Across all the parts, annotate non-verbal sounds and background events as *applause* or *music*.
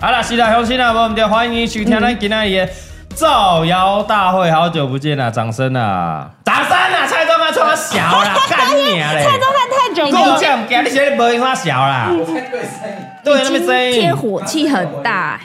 好了，西大雄心啊，我们就欢迎收听嗯咱今天的造谣大会，好久不见啦，掌声啊！掌声啊！蔡宗汉冲我小啦， *laughs* 干你啊嘞！蔡宗汉太准够了，讲，今你写的无用他小啦，对那么声今天音，火气很大，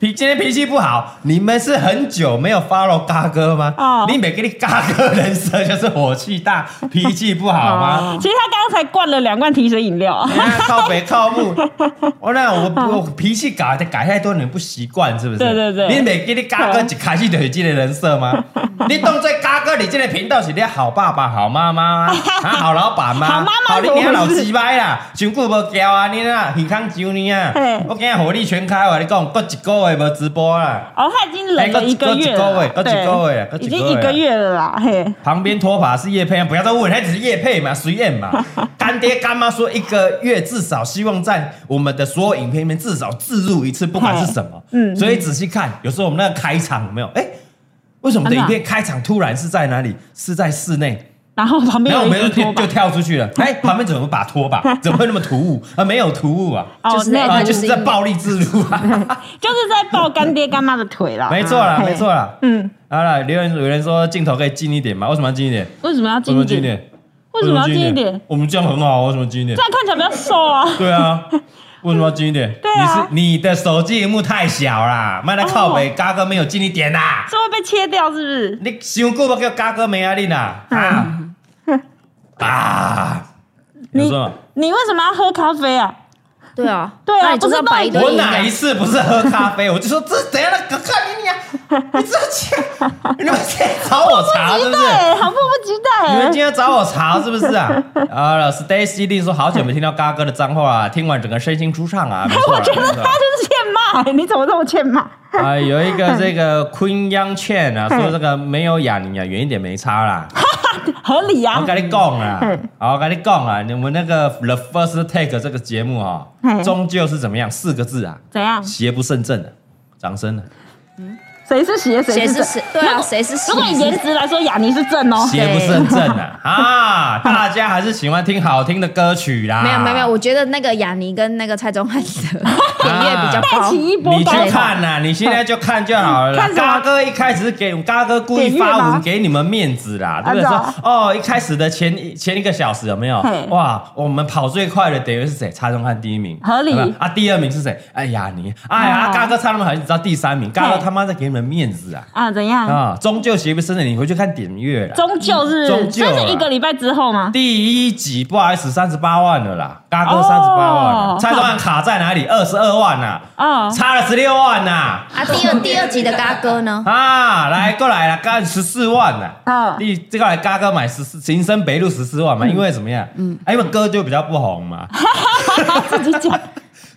脾今天脾气不好，你们是很久没有 follow 嘎哥吗？哦你每个你嘎哥人设就是火气大，脾气不好哦吗？其实他刚才灌了两罐提神饮料。你看哎靠北靠木， *laughs* 我那我 *laughs* 我脾气改改太多，你们不习惯是不是？对对对你每给你嘎哥一开始就是这个人设 *laughs* 吗？你当做嘎哥，你这个频道是你好爸爸、好妈妈 *laughs* 吗？啊，好老板吗？好妈妈好你怎么娘老回事鸡掰啦，上久无交啊，你那健康酒你啊嘿，我今日火力全开，我跟你讲，过一个月无直播啦。哦，他已经冷了一个月哎了搁啦，一个月搁一个月搁一个月对，已经一个月了啦，嘿，旁边拖把是叶配，不要再问，他只是叶配嘛，随便 *laughs* 嘛。干爹干妈说一个月至少希望在我们的所有影片里面至少置入一次，不管是什么。嗯， *laughs* 嗯所以仔细看，有时候我们那个开场有没有？哎、为什么我们的影片开场突然是在哪里？是在室内，然后旁边然后有我一们就只就拖把就，跳出去 *laughs* 了。哎、旁边怎么有把拖把？怎么会那么突兀啊？没有突 *laughs* 兀啊，哦就是那那啊，个就是在暴力置入 *laughs* 啊，就是在抱干爹干妈的腿啦，没错啦，嘿没错，啦。嗯，好了，留言有人说镜头可以近一点吗？为什么要近一点？为什么要为什么近一近一点？点？为什么要近一点？？我们这样很好啊，为什么近一点这？样看起来比较瘦啊，对 *laughs* 啊，为什么要近一点？对啊你是你的手机屏幕太小啦，卖来靠哦北，嘎哥没有近一点啦。这会被切掉是不是？你想过不叫嘎哥没压力啦？啊 *laughs* 啊！你说嘛嗯你为什么要喝咖啡啊？对啊，对啊那你就是要摆一堆我饮哪料一次不是喝咖啡？我 *laughs* 就说这怎样的哥哥你你 *laughs* 啊，你这去，你们今天找我茬是不是？对，好迫不及你待们欸，今天找我茬是不是啊？啊，老师 Stacy 一定说好久没听到嘎哥的脏话啊，听完整个身心舒畅啊，没错啊。我觉得没错啊他就是欠骂欸，你怎么这么欠骂？ *laughs* 啊，有一个这嗯个 Queen Yang Chen 啊，说这个没有哑铃啊，远一点没差啦。合理我啊，跟你讲啦，嗯好我跟你讲啊，你们那个 The First Take 这个节目啊，嗯嘿终究是怎么样？四个字啊，怎样？邪不胜正啊！掌声啊！谁是邪？谁是是正谁？对啊，谁是谁？如果以颜值来说，雅尼是正哦。邪不胜正啊！啊，大家还是喜欢听好听的歌曲啦。没有没有没有，我觉得那个雅尼跟那个蔡 *laughs* 宗翰的点阅比较带高起。一波你去高潮。看呐、你现在就看就好了啦 *laughs* 看。什么嘎哥一开始是给嘎哥故意点阅发文吗给你们面子啦，对啊不对？是说啊哦，一开始的前一前一个小时有没有嘿？哇，我们跑最快的等于是谁？蔡宗汉第一名，合理有没有啊。第二名是谁？哎呀你，哎呀，哦嘎哥差那么好，你知道第三名，嘎哥嘿他妈在给你们面子啊啊，怎样？啊！终究邪不胜正，你回去看点阅啦。终究是，终究啊这是一个礼拜之后吗？第一集不好意思，三十八万了啦，嘎哥哦三十八万了，蔡宗汉卡在哪里？二十二万呐、哦，差了十六万呐、啊，第二第二集的嘎哥呢？啊，来过来了，干十四万呐、啊！嗯你这个来嘎哥买十四，林森北路十四万嘛，因为怎么样？嗯，啊，因为歌就比较不红嘛，自己 *laughs* 讲，哦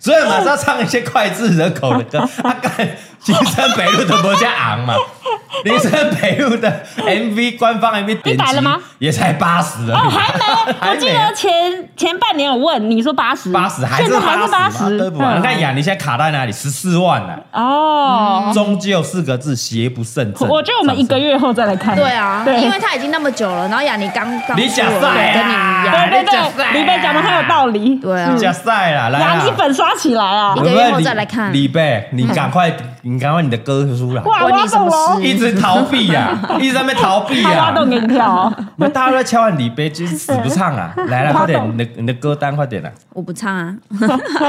所以马上唱一些脍炙人口的 *laughs* 歌。啊，干林森北路的摩家昂嘛，林森北路的 MV 官方 MV 点改击了吗也才八十哦，而已，还 *laughs* 没。我记啊得前前半年有问你说八十，八十还现是在还是八八十嘛，十，对不完。嗯你看雅，你现在卡在哪里？十四万呐、哦，终究四个字，邪不胜正。我觉得我们一个月后再来看。对啊，对 *laughs* 因为他已经那么久了，然后雅尼刚刚你假出赛啊来跟你一对样，对你讲赛啊对，李贝讲的很有道理。对啊加赛啦，来啦雅尼粉刷起来啊一！个月后再来看李贝，你赶快，你赶快你的歌出来，哇，我关要你什懂么了，事？一直逃避呀、一直在那边逃避他挖呀、洞给你 *laughs* 跳哦。你们大家都在敲完李贝，就是死不唱 *laughs* 啊！来了，快点，你的你的歌单快点啦，我不唱啊，啊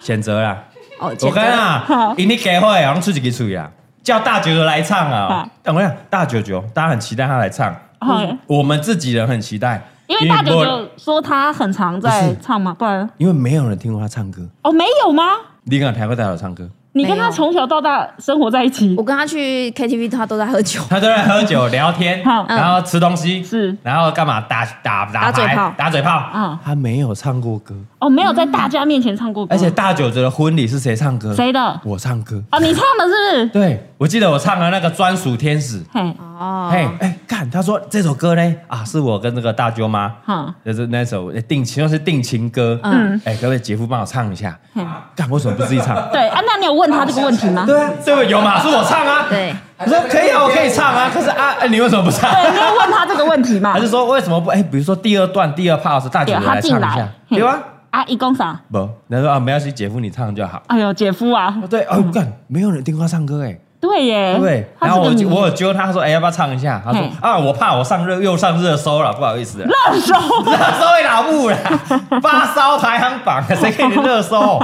选择啦，哦，我前跟奏啊好，一定给会，然后出几个出呀，叫大九九来唱啊好！我跟你讲，大九九，大家很期待他来唱，好，我们自己人很期待，因为大姐嗯不就说她很常在不是唱嘛，不然因为没有人听过他唱歌，哦没有吗？你敢台会代表唱歌，你跟没她有从小到大生活在一起我，跟他去 KTV，他都在喝酒。 *laughs* 他都在喝酒聊天，好然后吃东西，是然后干嘛打打打打嘴牌炮打嘴炮嗯，他没有唱过歌，哦没有在大家面前唱过歌，而且大九九的婚礼是谁唱歌？谁的？我唱歌，哦，你唱的是不是？对我记得我唱了那个专属天使，嘿，哦嘿，哎，看他说这首歌呢，啊，是我跟那个大舅妈，哈，就是那首呃定情，又是定情歌，嗯嗯，哎，可不可以杰夫帮我唱一下嗯？干，为什么不自己唱？对啊，那你有问她这个问题吗？对啊，这个有嘛？是我唱啊。对，我说可以啊，我可以唱啊。可是啊，哎你为什么不唱？对，你有问她这个问题吗还？是说为什么不？哎，比如说第二段第二 part 是大舅啊对，来她唱进一来下，，有啊嘿？？啊，一共啥？不，他说啊，没关系，姐夫你唱就好。哎呦，姐夫啊哦，，对，哦，干，没有人听过他唱歌哎。对耶，对，她然嗯是后个我迷就我有揪他说，哎，要不要唱一下？他说嘿啊，我怕我上热又上热搜了，不好意思啊。 *laughs* 热搜，热搜为老母啦，发烧排行榜，谁给你热 *laughs* 搜？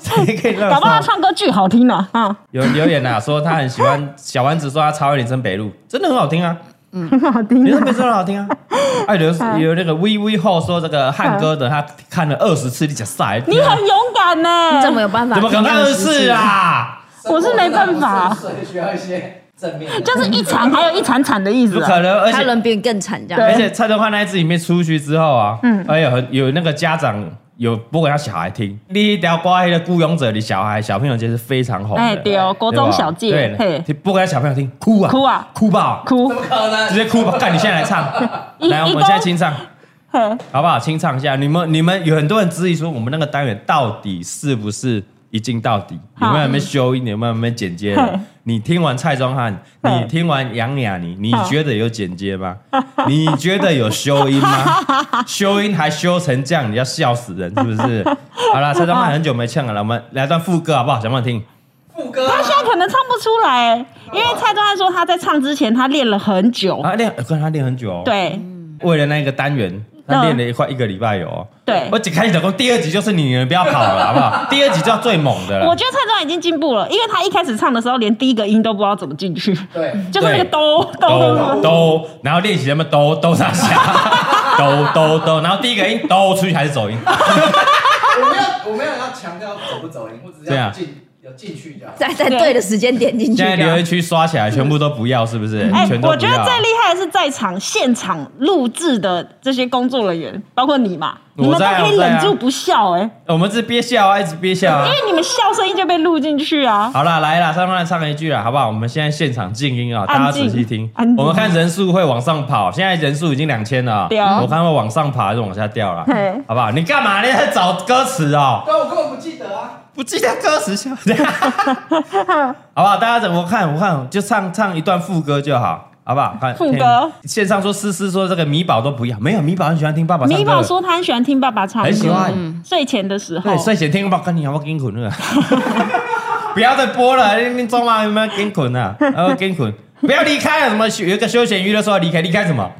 谁给你热搞不好她搜？唱歌巨好听呢，啊， *laughs* 有人留言啊，说他很喜欢小丸子，说他超爱林森北路，真的很好听啊，很好听林啊森北路真的很好听啊。 *laughs* 哎，有有那个 V V 后说这个汉哥的，他看了二十次，你讲赛，你很勇敢呢，这么有办法？怎么可能听二十20次次？啊？ *laughs* 我是没办法，需要一些正面的。就是一场还有一场场的意不思啊。可能，而他且人比你更惨，这对样而且蔡德焕那一支影片出去之后啊，嗯，哎有很有那个家长有播给他小孩听，你条瓜黑的雇佣者，你小孩小朋友就是非常红的，哎对哦国中对吧小界对嘿，你播给他小朋友听，哭啊哭啊哭爆，哭，可能直接哭吧，干你现在来唱， *laughs* 一来我一们公现在清唱嘿好不好？清唱一下，你们你们有很多人质疑说我们那个单元到底是不是？一镜到底，好嗯有没有没修音？有没有没剪接嘿 *laughs* 的？你听完蔡宗翰，嘿你听完杨雅妮，你好觉得有剪接 *laughs* 吗？你觉得有修音吗？修音还修成这样，你要笑死人是不 *laughs* 是？好了，蔡宗翰很久没唱了，我们来段副歌好不好？想不想听？副歌他现在可能唱不出来，因为蔡宗翰说他在唱之前他练了很久，啊，练，跟他练很久哦。对嗯为了那个单元，他练了快一个礼拜有、哦。对我。只开始讲过，第二集就是你们不要跑了，好不好？第二集就要最猛的我了。觉得蔡宗翰已经进步了，因为他一开始唱的时候连第一个音都不知道怎么进去，对，就是那个哆都 *laughs* 哆，都，然后练习什么都都上 *laughs* 下，都都都，然后第一个音都出去还是走音，啊我没有我没有要强调走不走音，我只是对啊要进有进去就好。在在对的时间点进去现在这留样。言区刷起来全部都不要，是不是？哎、全都我不觉得要。最厉害的是在场现场录制的这些工作人员，包括你嘛，我你们都在啊可以我在啊忍住不笑哎、我们是憋笑啊，一直憋笑啊因。为你们笑声音就被录进去啊。好啦，来啦，上来唱一句啦，好不好？我们现在现场静音啊，大家安静仔细听安。静我们看人数会往上跑，现在人数已经两千了啊，对啊我看会往上爬还是往下掉了嘿，好不好？你干嘛？你在找歌词哦？对啊，我根本不记得啊。不记得歌词 *laughs* 笑，好不好？大家怎么看？我看就唱唱一段副歌就好，好不好？看副歌听线上说思思说这个米宝都不要，没有米宝很喜欢听爸爸唱歌，米宝说嗯他很喜欢听爸爸唱歌，很喜欢睡前的时候对，。睡前听宝跟你好不好？跟滚了， *laughs* 不要再播了，你你中吗？有没有跟滚啊？然后跟滚，不要离开了，什么休有一个休闲娱乐说要离开，离开什 *laughs* 么？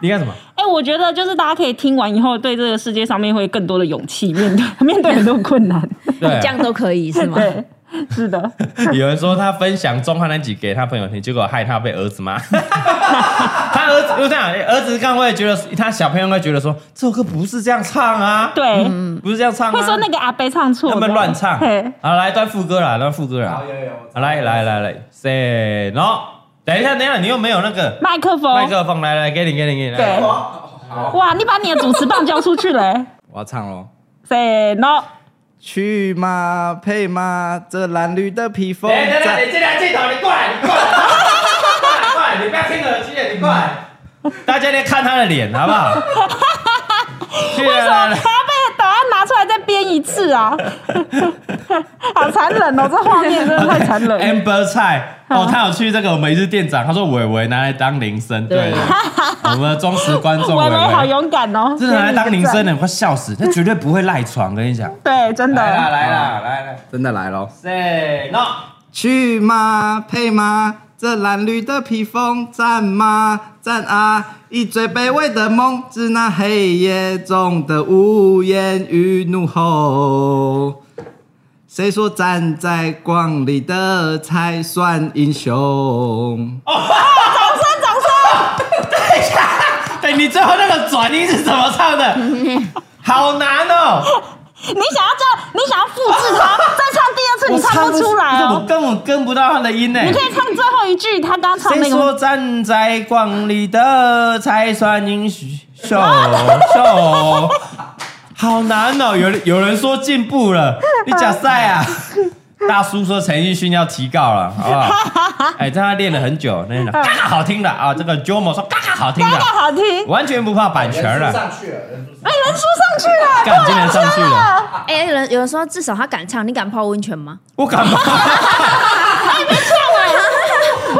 离开什么？哎、我觉得就是大家可以听完以后，对这个世界上面会更多的勇气，面对 *laughs* 面对很多困难。对啊这，样都可以是吗？对，是的， *laughs* 有人说他分享中汉那集给他朋友听，结果害他被儿子骂。 *laughs* 他儿子就这样，儿子刚会觉得他小朋友会觉得说这首歌不是这样唱啊，对，嗯不是这样唱啊，会说那个阿贝唱错，他们乱唱。嘿好，来段副歌啦，段副歌啦好，，有有有。好来来来来，say no。等一下，等一下，你又没有那个麦克风，麦克风，哎来来，给你，给你，给你，来，对，哇，你把你的主持棒交出去了、 *laughs* 欸。我要唱喽。 Say no，去嘛，配嘛，这蓝绿的披风哎，等等，在。你这台镜头，你过来，你过来，过来，过来，你不 *laughs* 要听耳机，你过来。大家先看他的脸，好不 *laughs* 好？去啊为什么来还要来被档案拿出来再编一次啊？ *laughs* 好残忍哦，这画面真的太残忍了。 ，Amber 啊菜哦，他有去这个我们一日店长，他说伟伟拿来当铃声，对对， *laughs* 我们的忠实观众微伟微好伟，勇敢哦，哎真的拿来当铃声的，的，我快笑死，他绝对不会赖床，跟你讲。对，真来啦的。来啦来啦真的来喽！ ，Say no，去嘛，配嘛，这蓝绿的披风赞嘛赞啊！以最卑微的梦，致那黑夜中的无言与怒吼。谁说站在光里的才算英雄？对哎你最后那个转音是怎么唱 *laughs* 的？好难哦！你想要叫你想要复制它，再唱第二次，你唱不出来我哦。根本跟不到他的音呢。你可以唱最后一句，他刚唱谁那说个。站在光里的才算英 *laughs* 雄？秀，好难哦！有人有人说进步了，你假赛 *laughs* 啊！大叔说陈奕迅要提高了，好不 *laughs* 好？哎，这他练了很久，那个嘎嘎好听的啊，这个 Jomo 说嘎嗯嘎好听刚的刚，好听，完全不怕版权人数了，上去了，人数上哎，人数上去了，干今年上去了，哎，有人有人说，至少他敢唱，你敢泡温泉吗？我敢吗？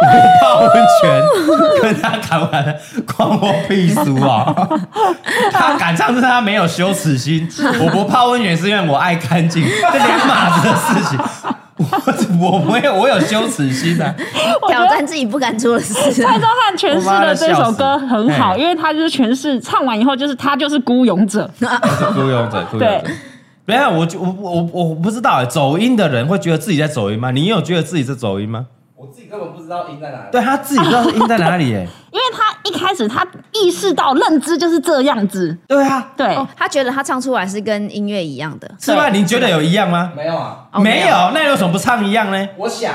我泡温泉，跟他敢玩，关我屁事啊！他敢唱是他没有羞耻心，我不泡温泉是因为我爱干净，这两码子的事情。我我没有，我有羞耻心啊！挑战自己不敢做的事。蔡宗翰诠释的这首歌很我妈的笑好，死因为他就是诠释唱完以后，就是他就是孤勇者，雇佣者，雇佣者对。没有，我就我我我我不知道、欸走音的人会觉得自己在走音吗？你有觉得自己在走音吗？我自己根本不知道音在哪里。对他自己不知道是音在哪里耶、因为他一开始他意识到认知就是这样子，对啊，对，哦，他觉得他唱出来是跟音乐一样的。是吧？你觉得有一样吗？没有啊，哦没没有，那有什么不唱一样呢？我想，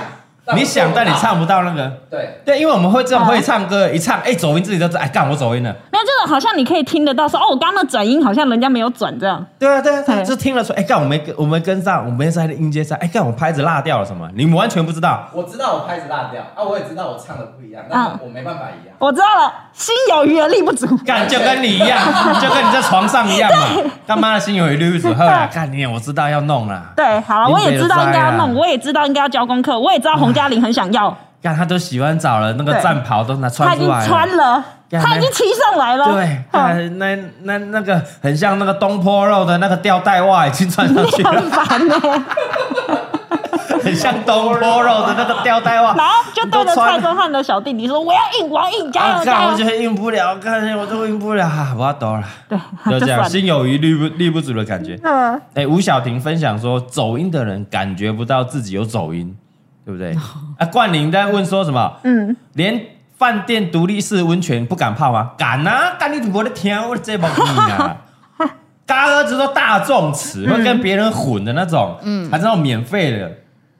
你想，但你我做唱不到那个。不到。对，对，因为我们会这样哦会唱歌，一唱，哎，走音自己就知道，哎，干我走音了。那就是好像你可以听得到说，哦，我刚刚的转音好像人家没有转这样，对啊，对啊，对啊对就听了说，哎，干我没跟我没跟上，我没在音阶上，哎，干我拍子落掉了什么？你们完全不知道。我知道我拍子落掉，啊，我也知道我唱的不一样，但是我没办法一样。我知道了，心有余而力不足。干就跟你一样，就跟你在床上一样嘛。干妈的心有余力不足，后来干你，我知道要弄啦。对，好了，林我北也知道应该要的灾啊弄，我也知道应该要交功课，我也知道洪嘉玲很想要，干他都洗完澡了，那个对战袍都拿她穿已出经来了。穿了，干她已经骑上来了。对，嗯干那那那个很像那个东坡肉的那个吊带袜已经穿上去你 *laughs* 了。很烦呢、很像东坡肉的那个吊带袜，然后就对都着穿蔡宗翰的小弟弟说：“我要硬，我要硬，加啊，干油加我就油会应不了，干我就应不了，啊我要抖了，！”对， *laughs* 就这算样，了。心有余力不力不足的感觉。嗯，哎，吴小婷分享说，走音的人感觉不到自己有走音，对不对？哦啊，冠霖在问说什么？嗯，连饭店独立式温泉不敢泡吗？敢啊，干你我的天，我的这帮你啊！嗯 *laughs* 嘎儿子都大众词，会跟别人混的那种，嗯，还是那种免费的。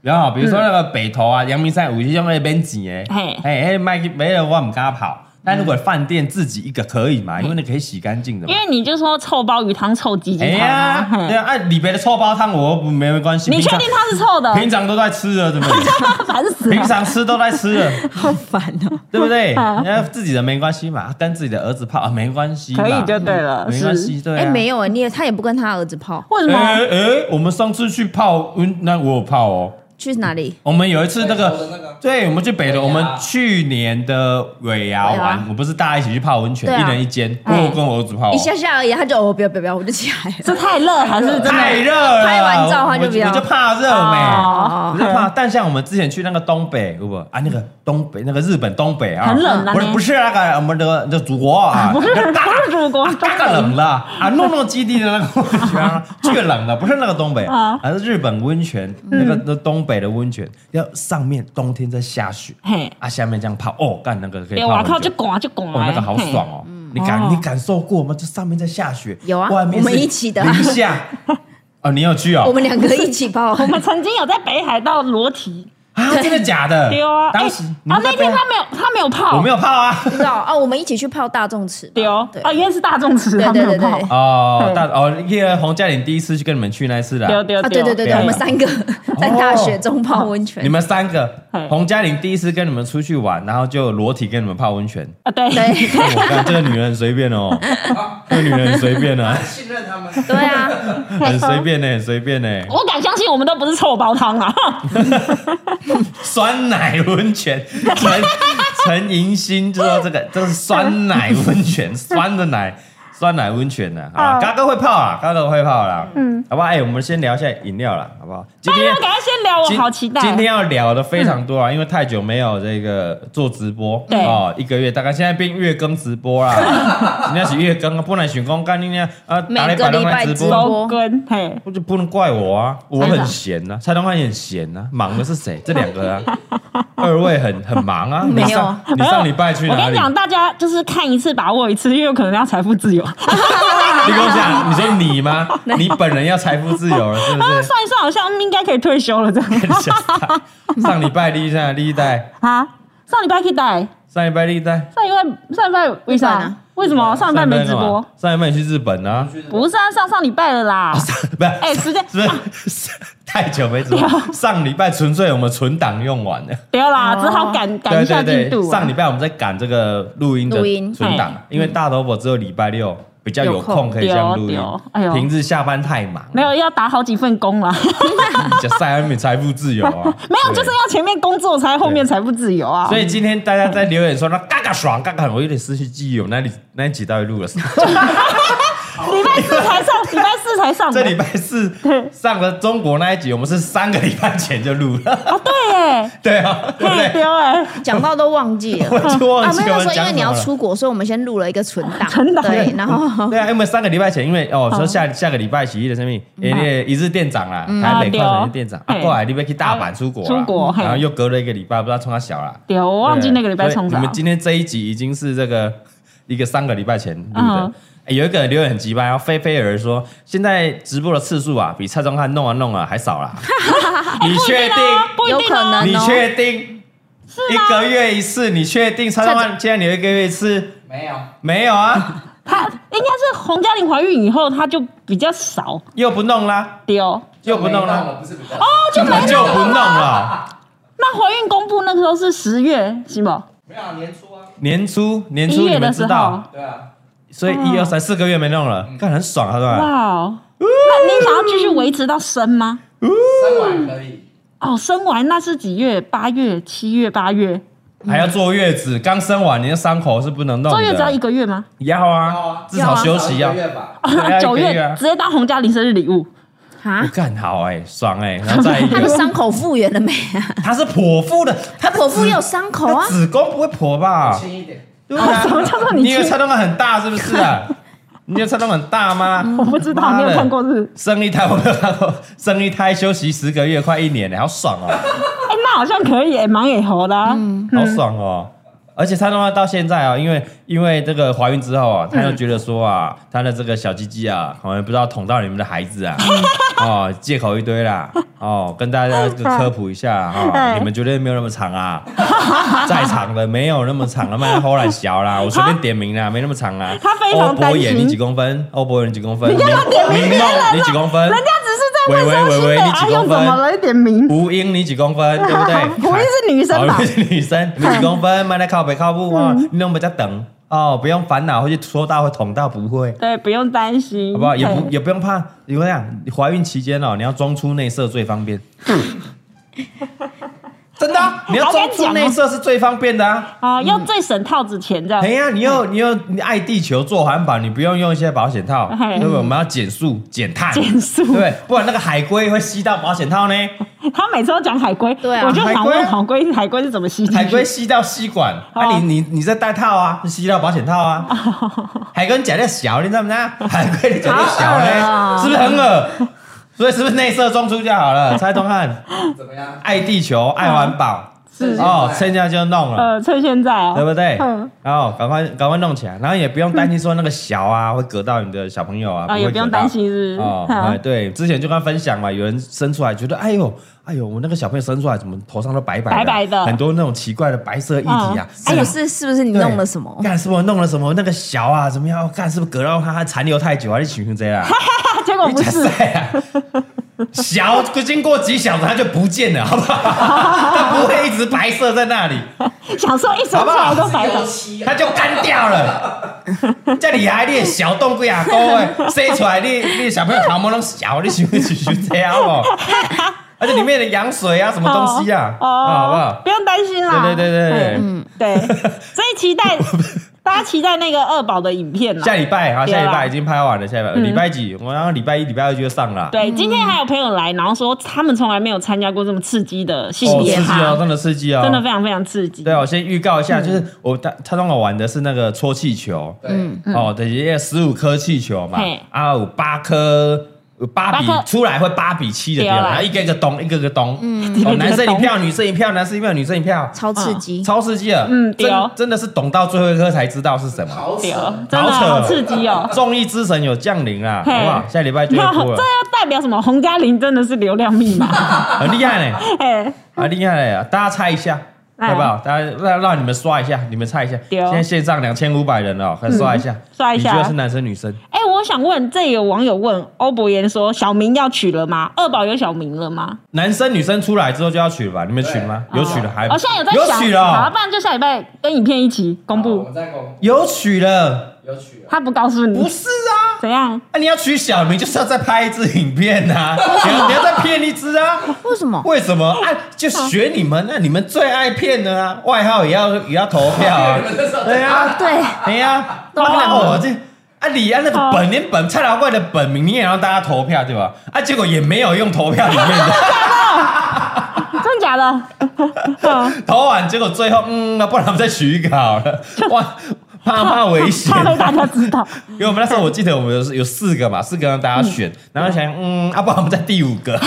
然后比如说那个北投啊、阳明山、五七乡那边挤哎，嘿哎哎，麦没人我们跟他跑。嗯但如果饭店自己一个可以嘛，因为你可以洗干净的嘛因。为你就说臭鲍鱼汤、臭鸡哎鸡汤呀啊，，嘿对啊，哎，里边的臭包汤我不没关系。你确平常定它是臭的？平常都在吃了，对 *laughs* 不对？烦死平了！常吃都在吃 *laughs* 了，好烦哦！对不对？人啊家自己的没关系嘛，跟自己的儿子泡啊没关系嘛，可以就对了没是关系，对哎，啊。没有哎，你也他也不跟他儿子泡，为什哎么？哎，我们上次去泡温，那我有泡哦。去哪里？我们有一次那北投的个那个，对，我们去北投，尾牙我们去年的尾牙尾牙玩，我不是大家一起去泡温泉，对啊一人一间，哎我跟我儿子泡哦一。下下而已，他就哦，不要不要不要，我就起来了。是太热还是真太的？热了，拍完照他就我不要我就怕热没。哦我就怕，但像我们之前去那个东北，有不啊？那个东北，那个日本东北啊，很冷啊不是那不是那个我们的那祖国啊， *laughs* 不是那大不是祖国啊大个冷了 *laughs* 啊，弄弄基地的那个 *laughs* 温泉啊，巨冷的，不是那个东北啊嗯而是日本温泉，那个那东北的温泉，要上面冬天在下雪嘿，啊，下面这样泡，哦，干那个可以对，泡我很久，靠，就滚就滚哦，那个好爽哦！你感哦你感受过吗？这上面在下雪，有啊外面我们一起的啊零下。 *laughs* 哦，你有去哦我？们两个一 *laughs* 起泡，我们曾经有在北海道裸体， *laughs* 啊，真的假的？丢啊！当哎时你啊们，在那天背他没有，他没有泡，我没有泡 *laughs* 啊。知道哦，我们一起去泡大众池吧。丢对啊，原来是大众池，对他没对有对泡对。哦，对但哦，因为洪嘉玲第一次去跟你们去那一次丢的，丢啊，丢！对对对对哦对，我们三个在大雪中泡温泉你。们三个嘿，洪嘉玲第一次跟你们出去玩，然后就裸体跟你们泡温 *laughs* 泉。啊，对对我看这个女人很随便哦，这个女人很随便啊，信任他们，对啊，很随便呢，很随便呢。我敢相信我们都不是臭煲汤啊！酸奶温 *laughs* 泉， *laughs* 陈陈银星就说这个这是酸奶温泉，酸的奶，酸奶温泉呐，啊，好嘎哥会泡啦，嘎哥会泡啦，嗯嗯，好不好？哎，我们先聊一下饮料啦，好不好？今大天家赶快先聊，我今好期待。啊嗯今天要聊的非常多啊，因为太久没有这个做直播，对哦，一个月大概现在变月更直播 *laughs* 啦，人家是月更啊，不然选工干你呢啊，每打了一百个多礼块拜直播直播。周根，嘿，我就不能怪我啊，我真的很闲呐、蔡东汉也很闲呐、忙的是 *laughs* 谁？这两个啊，二位很很忙啊。你没有上你上礼拜去我哪跟你里？讲，大家就是看一次把握一次，因为有可能要财富自由。啊，你跟我讲，你说你 *laughs* 吗？你本人要财富自由了，是不是？啊算一算，好像应该可以退休了这 *laughs* 样上礼拜立下历代，啊。上礼拜可以带，上礼拜历代，上礼拜上礼拜为日本啥啊？为什么上礼拜没直播？上礼拜你去日本啊？不是啊，上上礼拜了啦。不是，哎，时间是 *laughs* 不是太久没直 *laughs* 播？上礼拜纯粹我们存档用完了。不要啦，哦只好赶赶一对下对对，进度啊。上礼拜我们在赶这个录音的录音存档，哎因为大头佛只有礼拜六比较有空可以这样录音有空对哦哎，呦平日下班太 *laughs* 忙，没有要打好几份工啦，就塞安免财富自由啊，没有对就是要前面工作才后面财富自由啊。所以今天大家在留言说那嘎嘎爽嘎嘎，我有点失去记忆，我那里那一集到底录了 *laughs* 什么？礼拜四才上，礼拜四才上的。这礼拜四上了中国那一集，我们是三个礼拜前就录了， *laughs* 啊，对耶，对啊，对不 *laughs* 嘿，对？丢哎，讲到都忘记了。我就 *laughs* 忘啊，记没有我那们时候讲因为什你么要了。出国，所以我们先录了一个存 *laughs* 档，存档对，然哦后对啊，因为我们三个礼拜前，因为哦，说下下个礼拜起义的生命，因为一日店长啦，台北嗯啊对哦高雄店长，啊，嘿过来你要去大阪出国啦，出国嘿然后又隔了一个礼拜，不知道冲他小啦，丢，我忘记那个礼拜所冲以啥你。们今天这一集已经是这个一个三个礼拜前录的嗯。哎有一个人留言很急吧，然后菲菲儿说，现在直播的次数啊，比蔡宗翰弄啊弄啊还少 *laughs* 啦。你确定？不一有定可哦能，你哦。确定？一个月一次，你确定？蔡宗翰现在留一个月一次？没有，没有啊，他应该是洪嘉玲怀孕以后，他就比较少又不弄啦，丢。又不弄没啦。了，不是比较哦，就没就不弄了。那怀孕公布那个时候是十月，是不？没有啊年初啊，年初年初一你月们的知时道，候，对啊，所以一二三四个月没弄了，干很爽啊，对哇吧？哦，那你想要继续维持到生吗？生完可以，哦，生完那是几月？八月、七月、八月，还要坐月子，刚生完你的伤口是不能弄的。坐月只要一个月吗？啊要要啊啊，至少休息一要个。月吧， *laughs* 对要一个九月啊月直接当洪嘉玲生日礼物，我啊，干好哎，爽哎，然后再一他们 *laughs* 个，伤口复原 *laughs* 了没啊？她是剖腹的，他的剖腹子也有伤口啊 *laughs* 她，子宫不会剖吧？轻一点，对啊，什么叫做你你以为亲蔡东汉很大是不是啊？你以为蔡东汉很大吗？我不知道，妈没的有看过是？生一胎，我没有看过，生一胎休息十个月，快一年了，好爽哦。哎，那好像可以，哎蛮也猴的啊。好爽哦！而且她他妈到现在啊，因为因为这个怀孕之后嗯啊，她就觉得说啊，她的这个小鸡鸡啊，好像不知道捅到你们的孩子 *laughs* 啊，哦，借口一堆啦，哦，跟大家科普一下啊，哦 *laughs* 哎你们绝对没有那么长 *laughs* 啊，在场的没有那么长，他妈后来小 *laughs* 啦，我随便点名啦，没那么长啊。她非欧常担博心眼你几公分？欧博眼几公分？你明梦你几公分？人家只是在喂问喂伤喂心喂，的，你啊几又公怎么分？了一点名？吴英你几公 *laughs* 分？对不对？吴英是女生啊嗯吧哦吴英是女 *laughs* 生，你们几公分？慢来靠北靠步啊，你弄比较等哦，不用烦恼会去戳到会捅到，不会，对，不用担心，好不好？也不对也不用怕，你这样，你怀孕期间哦，你要装出内射最方 *laughs* 便。真的啊，你要好装敢出讲哦内射是最方便的啊。啊，要最省套子钱这样哎。呀，你又你又你爱地球做环保，你不用用一些保险套，嘿对不对？我们要减速、减碳、减速对不对，不然那个海龟会吸到保险套呢，他每次都讲海龟，对啊我就海想龟问海龟，海龟是怎么吸进去？海龟吸到吸管，啊哦你你你在戴套啊，吸到保险套啊，海龟假的小，你知不知道？海龟你假的小好恶呢，哦是不是很恶？所以是不是内射装出就好了？蔡东汉怎么样？爱地球、爱环保，是哦，趁现在就弄了。呃，趁现在对啊，不对？嗯然后赶快赶快弄起来，然后也不用担心说那个小啊会隔到你的小朋友啊，啊会也不用隔到担心是不是哦，嗯哎对，之前就跟他分享嘛，有人生出来觉得，哎呦哎呦，我那个小朋友生出来怎么头上都白白白白的很多那种奇怪的白色液体啊，哎是呀，啊是是不是你对弄了 *laughs* 什么？干是不是弄了什么？那个小啊，怎么样？干是不是隔到他残留太久啊？你喜欢这样啊？啊 *laughs* 结果你不假是，赛啊！ *laughs* 小经过几小时它就不见了，好不 *laughs* 好？它不会一直白色在那里。想说一生出来都白油的，漆啊它就干掉了。 *laughs* 这里还你的小洞龟啊， *laughs* 哥哎，生出来你你的小朋友头毛拢小，你想想这样哦？而且里面的羊水啊，什么东西啊，哦，啊好不好？不用担心啦。对对对对对嗯对，所以 *laughs* 期待大家期待那个二宝的影片啦下。礼拜好，对下啦礼拜已经拍完了，下礼拜礼拜几？我然后礼拜一、礼拜二就会上了。嗯对，今天还有朋友来，然后说他们从来没有参加过这么刺激的性哦，别刺激哦，趴，真的刺激哦，真的非常非常刺激。对啊，我先预告一下，就是我他他让我玩的是那个搓气球，对，哦，等于十五颗气球嘛嗯嘿，啊，有八颗。有八比八颗出来会八比七的对掉，啦然后一个一个咚，一个一个咚，一个哦一个男生一咚票，女生一票，男生一票，女生一票，超刺激，超刺激了，嗯对真哦真的是懂到最后一刻才知道是什么。好对扯，哦，真的好扯好刺激哦。综艺之神有降临啦，嘿好不好？下礼拜就没有，会 *laughs* 这播了，要代表什么？洪嘉玲真的是流量密 *laughs* 码，很厉害呢，哎，很啊厉害呢，大家猜一下。哎好不好？大家让让你们刷一下，你们猜一下。对哦嗯现在线上两千五百人了哦，快刷一下，刷一下啊你觉得是男生女生？哎、我想问，这有网友问欧博言说：“小明要娶了吗？二宝有小明了吗男生女生出来之后就要娶了吧？你们娶吗？有娶了还？？”哎哦，现在有在有想，娶好，了哦不，然就下礼拜跟影片一起公好我布。们再公有娶了，有取啊了，他不告诉你，不是啊？怎样？啊，你要娶小明就是要再拍一支影片 *laughs* 呐、你要你要再骗一支啊？为什么？为什么啊？就学你们啊那、你们最爱骗的啊，外号也要也要投票啊，对啊，对，对 *laughs* 呀、啊，哦这。啊，李安那个本连本蔡老怪的本名，你也让大家投票对吧？啊，结果也没有用投票里面的， *laughs* 真假哦的？嗯投完结果最后，嗯，那不然我们再取一个好了，哇，怕怕危险，怕被大家知道。因为我们那时候我记得我们有有四个嘛，四个让大家选，然后想嗯，啊，不然我们在第五个，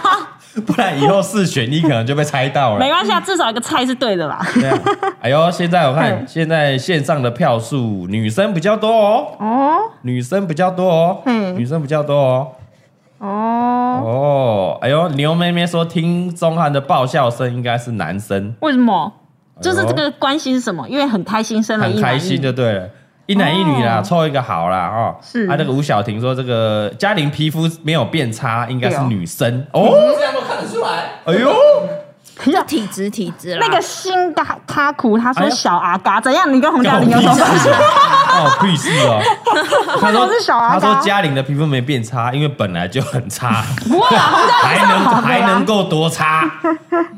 *laughs* 不然以后四选一可能就被猜到没了。关系，啊，至少一个菜是对的啦。对啊，哎呦，现在我看嗯现在线上的票数女生比较多哦，哦女生比较多哦，嗯女生比较多哦。哦，哦，哎呦，牛妹妹说听钟汉的爆笑声应该是男生，为什么？哎呦就是这个关心是什么？因为很开心生了很一开男心一就对了。一男一女啦，凑一个好啦哦。是啊，那个吴小婷说，这个嘉玲皮肤没有变差，应该是对哦女生哦。 *laughs* 这样都看得出来，哎呦，就体质体质啦。那个新嘎卡苦，他哎说呦小阿嘎怎样？你跟洪嘉玲有什么关系？ *laughs* 哦，屁事 *laughs* 哦。他说我是小阿他嘎说嘉玲的皮肤没变差，因为本来就很差，不会啊，洪嘉还玲是能好的还啦能。够多差，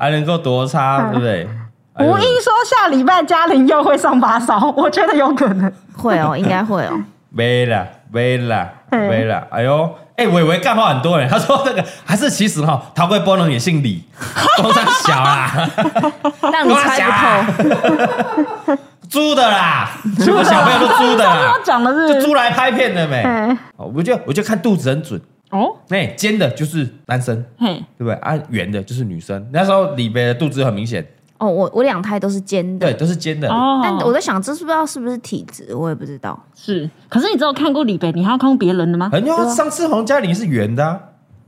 还能够多 *laughs* 差，对不对？哎呦吴英说下礼拜嘉玲又会上把手，我觉得有可能。 *laughs* 会哦，应该会 *laughs* 哦。没啦，没啦，嗯没啦！哎呦，哎、伟伟干话很多人，他说那个还是其实哈，陶贵波龙也姓 *laughs* 李，都算小啦，让你猜不透，租的啦，全部小朋友都租的啦他， *laughs* 讲的就是租来拍片的没？嗯哦我就我就看肚子很准，哦，那、尖的就是男生，嘿，对不对？啊，圆的就是女生。那时候李北的肚子很明显，哦，我我两胎都是尖对，的，都是尖的。哦，但我在想，这是不知道是不是体质，我也不知道。是，可是你只有看过李北，你还要看过别人的吗？很有、上次洪嘉玲是圆的、啊，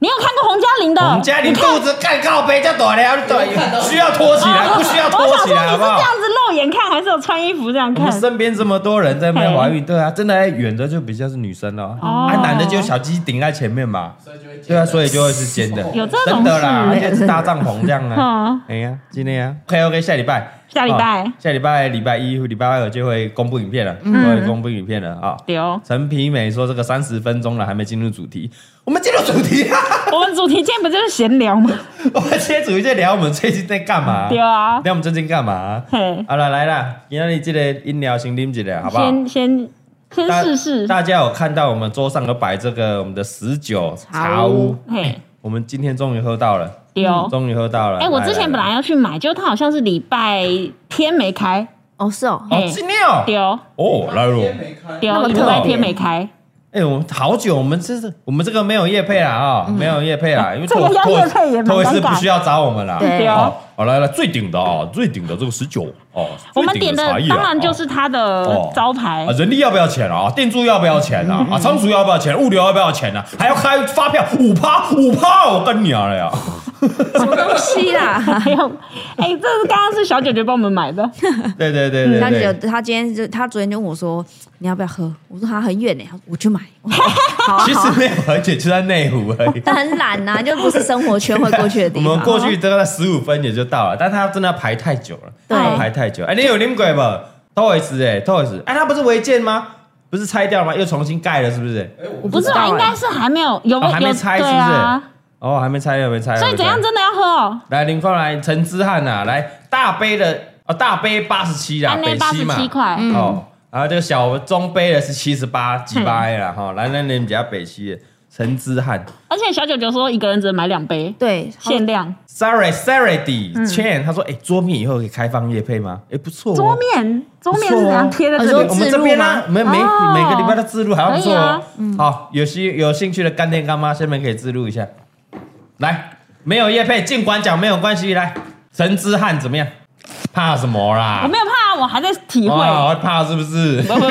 你有看过洪嘉玲的？洪嘉玲你看肚子干靠背叫短了，短我看到需要拖起来，不需要哦我拖起想说来，好你是不这好？样子露眼看，还是有穿衣服这样我看们？身边这么多人在那边怀孕，对啊，真的哎远的就比较是女生了，哦啊，男的就小鸡顶在前面嘛，所以就会对啊，所以以就会是尖的，有这真种的啦，而事？且是大帐篷这样啊嗯，哎呀，今天啊，OK OK，下礼拜，下礼拜哦下礼拜礼拜一、礼拜二就会公布影片了，嗯会公布影片了啊。对哦，陈皮美说：“这个三十分钟了，还没进入主题，我们进入主题 *laughs* 啊！我们主题今天不就是闲聊吗？我们今天主题在聊我们最近在干嘛，对啊，聊我们最近干嘛。嘿，好了，来啦，今天这个饮料先啉一下，好不好？先先大先试试，大家有看到我们桌上有摆这个我们的十九茶屋，嘿，我们今天终于喝到了，对哦。终于喝到了。哎，我之前本来要去买，就它好像是礼拜天没开，哦，是 *laughs* 哦，哦，哎今天哦，对哦。哦，来了。天没开，对那哦，么礼特拜别天没开，哎、我们好久，我们这是我们这个没有叶配啦啊、没有叶配啦，因为嗯这个要业配也蛮尴尬托是不需要找我们啦。对哦，好来了，最顶的啊、最顶的这个十九哦，我们最顶点的茶的叶啊当然就是它的哦招牌啊，，人力要不要钱啊？店租要不要钱嗯啊？啊，仓储要不要钱？物流要不要钱啊？还要开发票五趴五趴，我跟你啊了呀！ *laughs* 什么东西啊啦？ *laughs* 还有，哎，这是刚刚是小姐姐帮我们买 *laughs* 的，对对对对他对就，他今天就他昨天就问我说你要不要喝？我说他很远呢，他说我去买。我说 *laughs* 好啊其好实啊，。没有，而且就在内湖而已但很懒呐，就不是生活圈会过去的我地方。们过去大概十五分也就到了，但他真的排太久了，对要排太久。哎，你有拎鬼吧？Toys 哎，Toys 哎，他不是违建吗？不是拆掉了吗？又重新盖了是不是？啊哎，我我们不不知是道吧？应欸该是还没有有哦还没有拆是不对啊是？哦，还没猜，还没猜。所以怎样真的要喝哦？来，林冠来，陈之汉呐，来大杯的哦，大杯八十七啦，安内啊北八七十嘛七，块，嗯哦，然后这个小中杯的是七十八，几百啦哈。来，那你们家北七的陈之汉而且小九九说一个人只能买两杯，对，嗯好限量。 ，Sorry Sorry D 嗯 Chan，他说，哎，桌面以后可以开放夜配吗？哎，不错哦，桌面桌面是怎样贴在不这错哦里你？我说们这边呢，每每哦每个礼拜的自录还要可以做哦啊。好，有兴有兴趣的干爹干妈，下面可以自录一下。来，没有叶配，尽管讲没有关系。来，陈之汉怎么样？怕什么啦？我没有怕，我还在体会。哇，我怕是不是？不不不，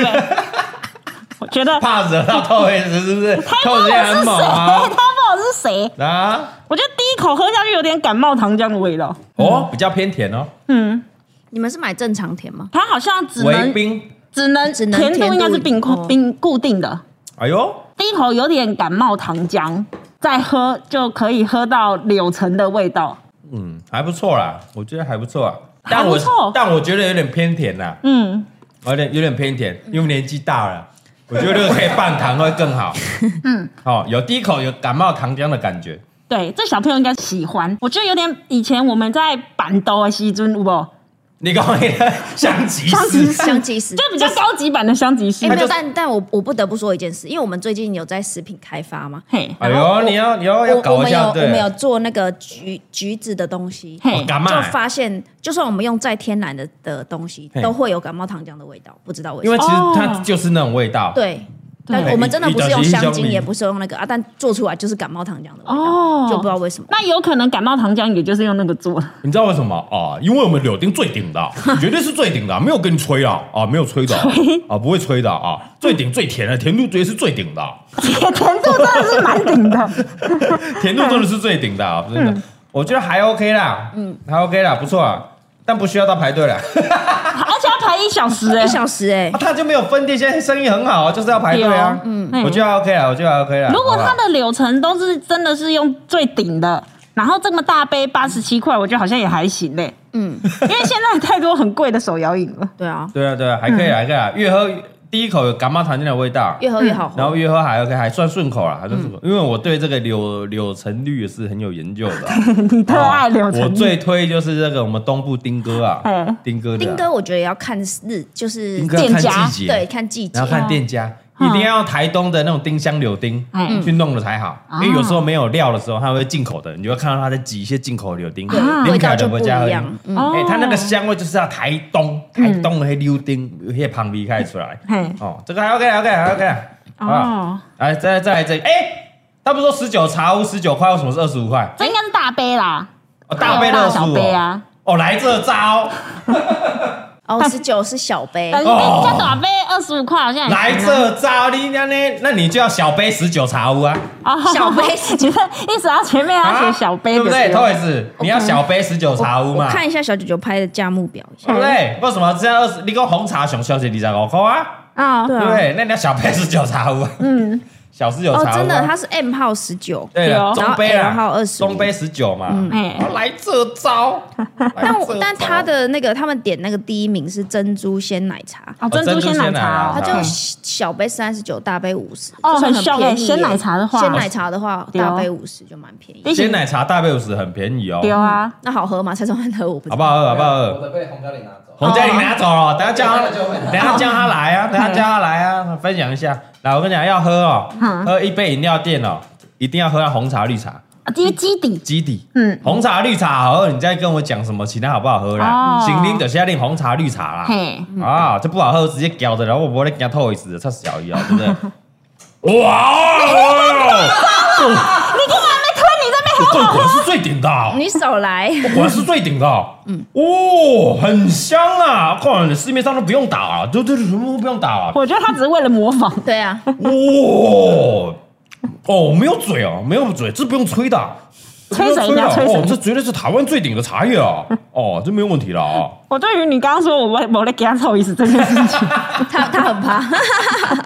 我觉得怕惹到透黑子是不是？他透问黑子我是谁，很猛啊 *laughs* 他！问我是谁，啊，我觉得第一口喝下去有点感冒糖浆的味道。哦，比较偏甜哦，嗯，你们是买正常甜吗？它好像只维能冰。只能只能甜度应该是甜冰度哦冰固定的，哎呦，第一口有点感冒糖浆，再喝就可以喝到柳橙的味道。嗯，还不错啦，我觉得还不错啊。但我还不错但我觉得有点偏甜啦。嗯，有点有点偏甜，因为年纪大了，我觉得这个可以半糖会更 *laughs* 好。嗯，哦，有第一口有感冒糖浆的感觉，对，这小朋友应该喜欢。我觉得有点以前我们在板豆的啊西尊，有不？你讲你的香吉士，香吉士 *laughs* 就。比较高级版的香吉士哎，。没有，但但我我不得不说一件事，因为我们最近有在食品开发嘛，嘿， *laughs* 哎然后呦，我你要你要我要我搞一们有下，我对们，有做那个橘橘子的东西，嘿哦干嘛就？发现就算我们用再天然的的东西嘿，都会有感冒糖浆的味道，不知道为因什为么。其实它就是那种味道。对，但对我们真的不是一用一香就是一精，种也不是用那个啊，但做出来就是感冒糖浆的味道，哦就不知道为什么。那有可能感冒糖浆也就是用那个做的。你知道为什么啊？因为我们柳丁最顶 *laughs* 的，绝对是最顶的，没有跟你吹啊啊，没有吹的啊，不会吹的啊，最顶最甜的，甜度绝对是最顶 *laughs* 的，甜度真的是蛮顶 *laughs* 的，甜度真的是最顶的，啊，真的，嗯我觉得还 OK 啦，嗯，还 OK 啦，不错啊，但不需要到排队了。而且要排一小时哎、一小时哎啊，，他就没有分店，现在生意很好啊，就是要排队啊。嗯，嗯我就要 OK 了，我就要 OK 了。啊如果它好不好的柳橙都是真的是用最顶的，然后这么大杯八十七块，我觉得好像也还行嘞、嗯，因为现在太多很贵的手摇饮了。对啊，对啊对啊，还可以嗯啊还可以啊，越喝越第一口有感冒糖浆的味道，越喝越好喝。嗯然后越喝还 OK，还算顺嗯口啦，啊还算顺口。因为我对这个柳柳橙绿也是很有研究的啊。哦你 *laughs* 特爱柳橙啊我绿，最推就是这个我们东部丁哥啊哎，丁哥的啊丁哥，我觉得也要看日，就是丁哥要看店家季节，对，看季节然。后看店家，哦一定要用台东的那种丁香柳丁哎去弄了才好，因哦为有时候没有料的时候，它会进口的，你就会看到它在挤一些进口柳丁，对拎味起来道就不不加一而已样嗯哦哎，它那个香味就是要台东台东的那柳丁那旁边开出来，嘿哦，这个还 OK 还 OK 还 OK，好不好？嗯哦，来再来再来这，哎，他不是说十九茶屋十九块，为什么是二十五块？这应该是大杯啦，哦大杯的还有二大十小五杯，啊，哦，来这招，哦，十九是小杯 *laughs* 但，是哦加大杯二十五块好像也来行啊这招，你那呢？那你就要小杯十九茶屋啊。 *laughs* 哦小杯你觉得意思要前面要写小杯，对不啊对？是头也是，你要小杯十九我茶屋我嘛，看一下小九九拍的价目表一对下不对？为什么这样二十？你讲红茶熊小姐你才五块啊，啊，对对啊不对？那你要小杯十九茶屋，啊嗯，小十九哦茶，屋啊，真的，它是 M 号十九，对有了，中杯然啊，后 L 号25中杯十九嘛，哎哦来这招， *laughs* 但来这我啊招但他的那个他们点那个第一名是珍珠鲜奶茶，哦，哦珍珍珠珠鲜鲜奶茶奶茶啊哦，它它就嗯小杯三十九，大杯五十，哦就算很凶便欸宜耶。鲜奶茶的话啊鲜奶茶的话，对哦大杯五十就蛮便宜。一起鲜奶茶大杯五十很便宜哦，丢啊，那好喝吗？蔡宗汉喝我不知好道不好喝？好不好哦我喝？的被洪嘉玲拿走。洪嘉玲拿走了，等下叫他， *laughs* 我就会拿等下叫他来嗯啊，等下叫他来啊，分享一下。来，我跟你讲，要喝哦，嗯喝一杯饮料店哦，一定要喝到红茶绿茶。啊因为基底基底，嗯红茶绿茶好喝，你再跟我讲什么其他好不好喝啦？哦行林的下令红茶绿茶啦，嘿，啊，这不好喝直接叼着，然后我不会跟透一次，差小一哦，真的。 *laughs* 哇哦！你干嘛没推你这边？啊这果然是最顶的啊，你少来， *laughs* 果然是最顶的啊。嗯，哦，很香啊！看市面上都不用打啊，都都全部都不用打啊。我觉得他只是为了 *laughs* 模仿，对啊，哦，哦，没有嘴啊，没有嘴，这不用吹的啊，吹谁这不用你要吹的谁哦，这绝对是台湾最顶的茶叶啊！哦，这没有问题了啊！我对于你刚刚说我我我来给他凑意思这件事情，他他 *laughs* 很怕， *laughs*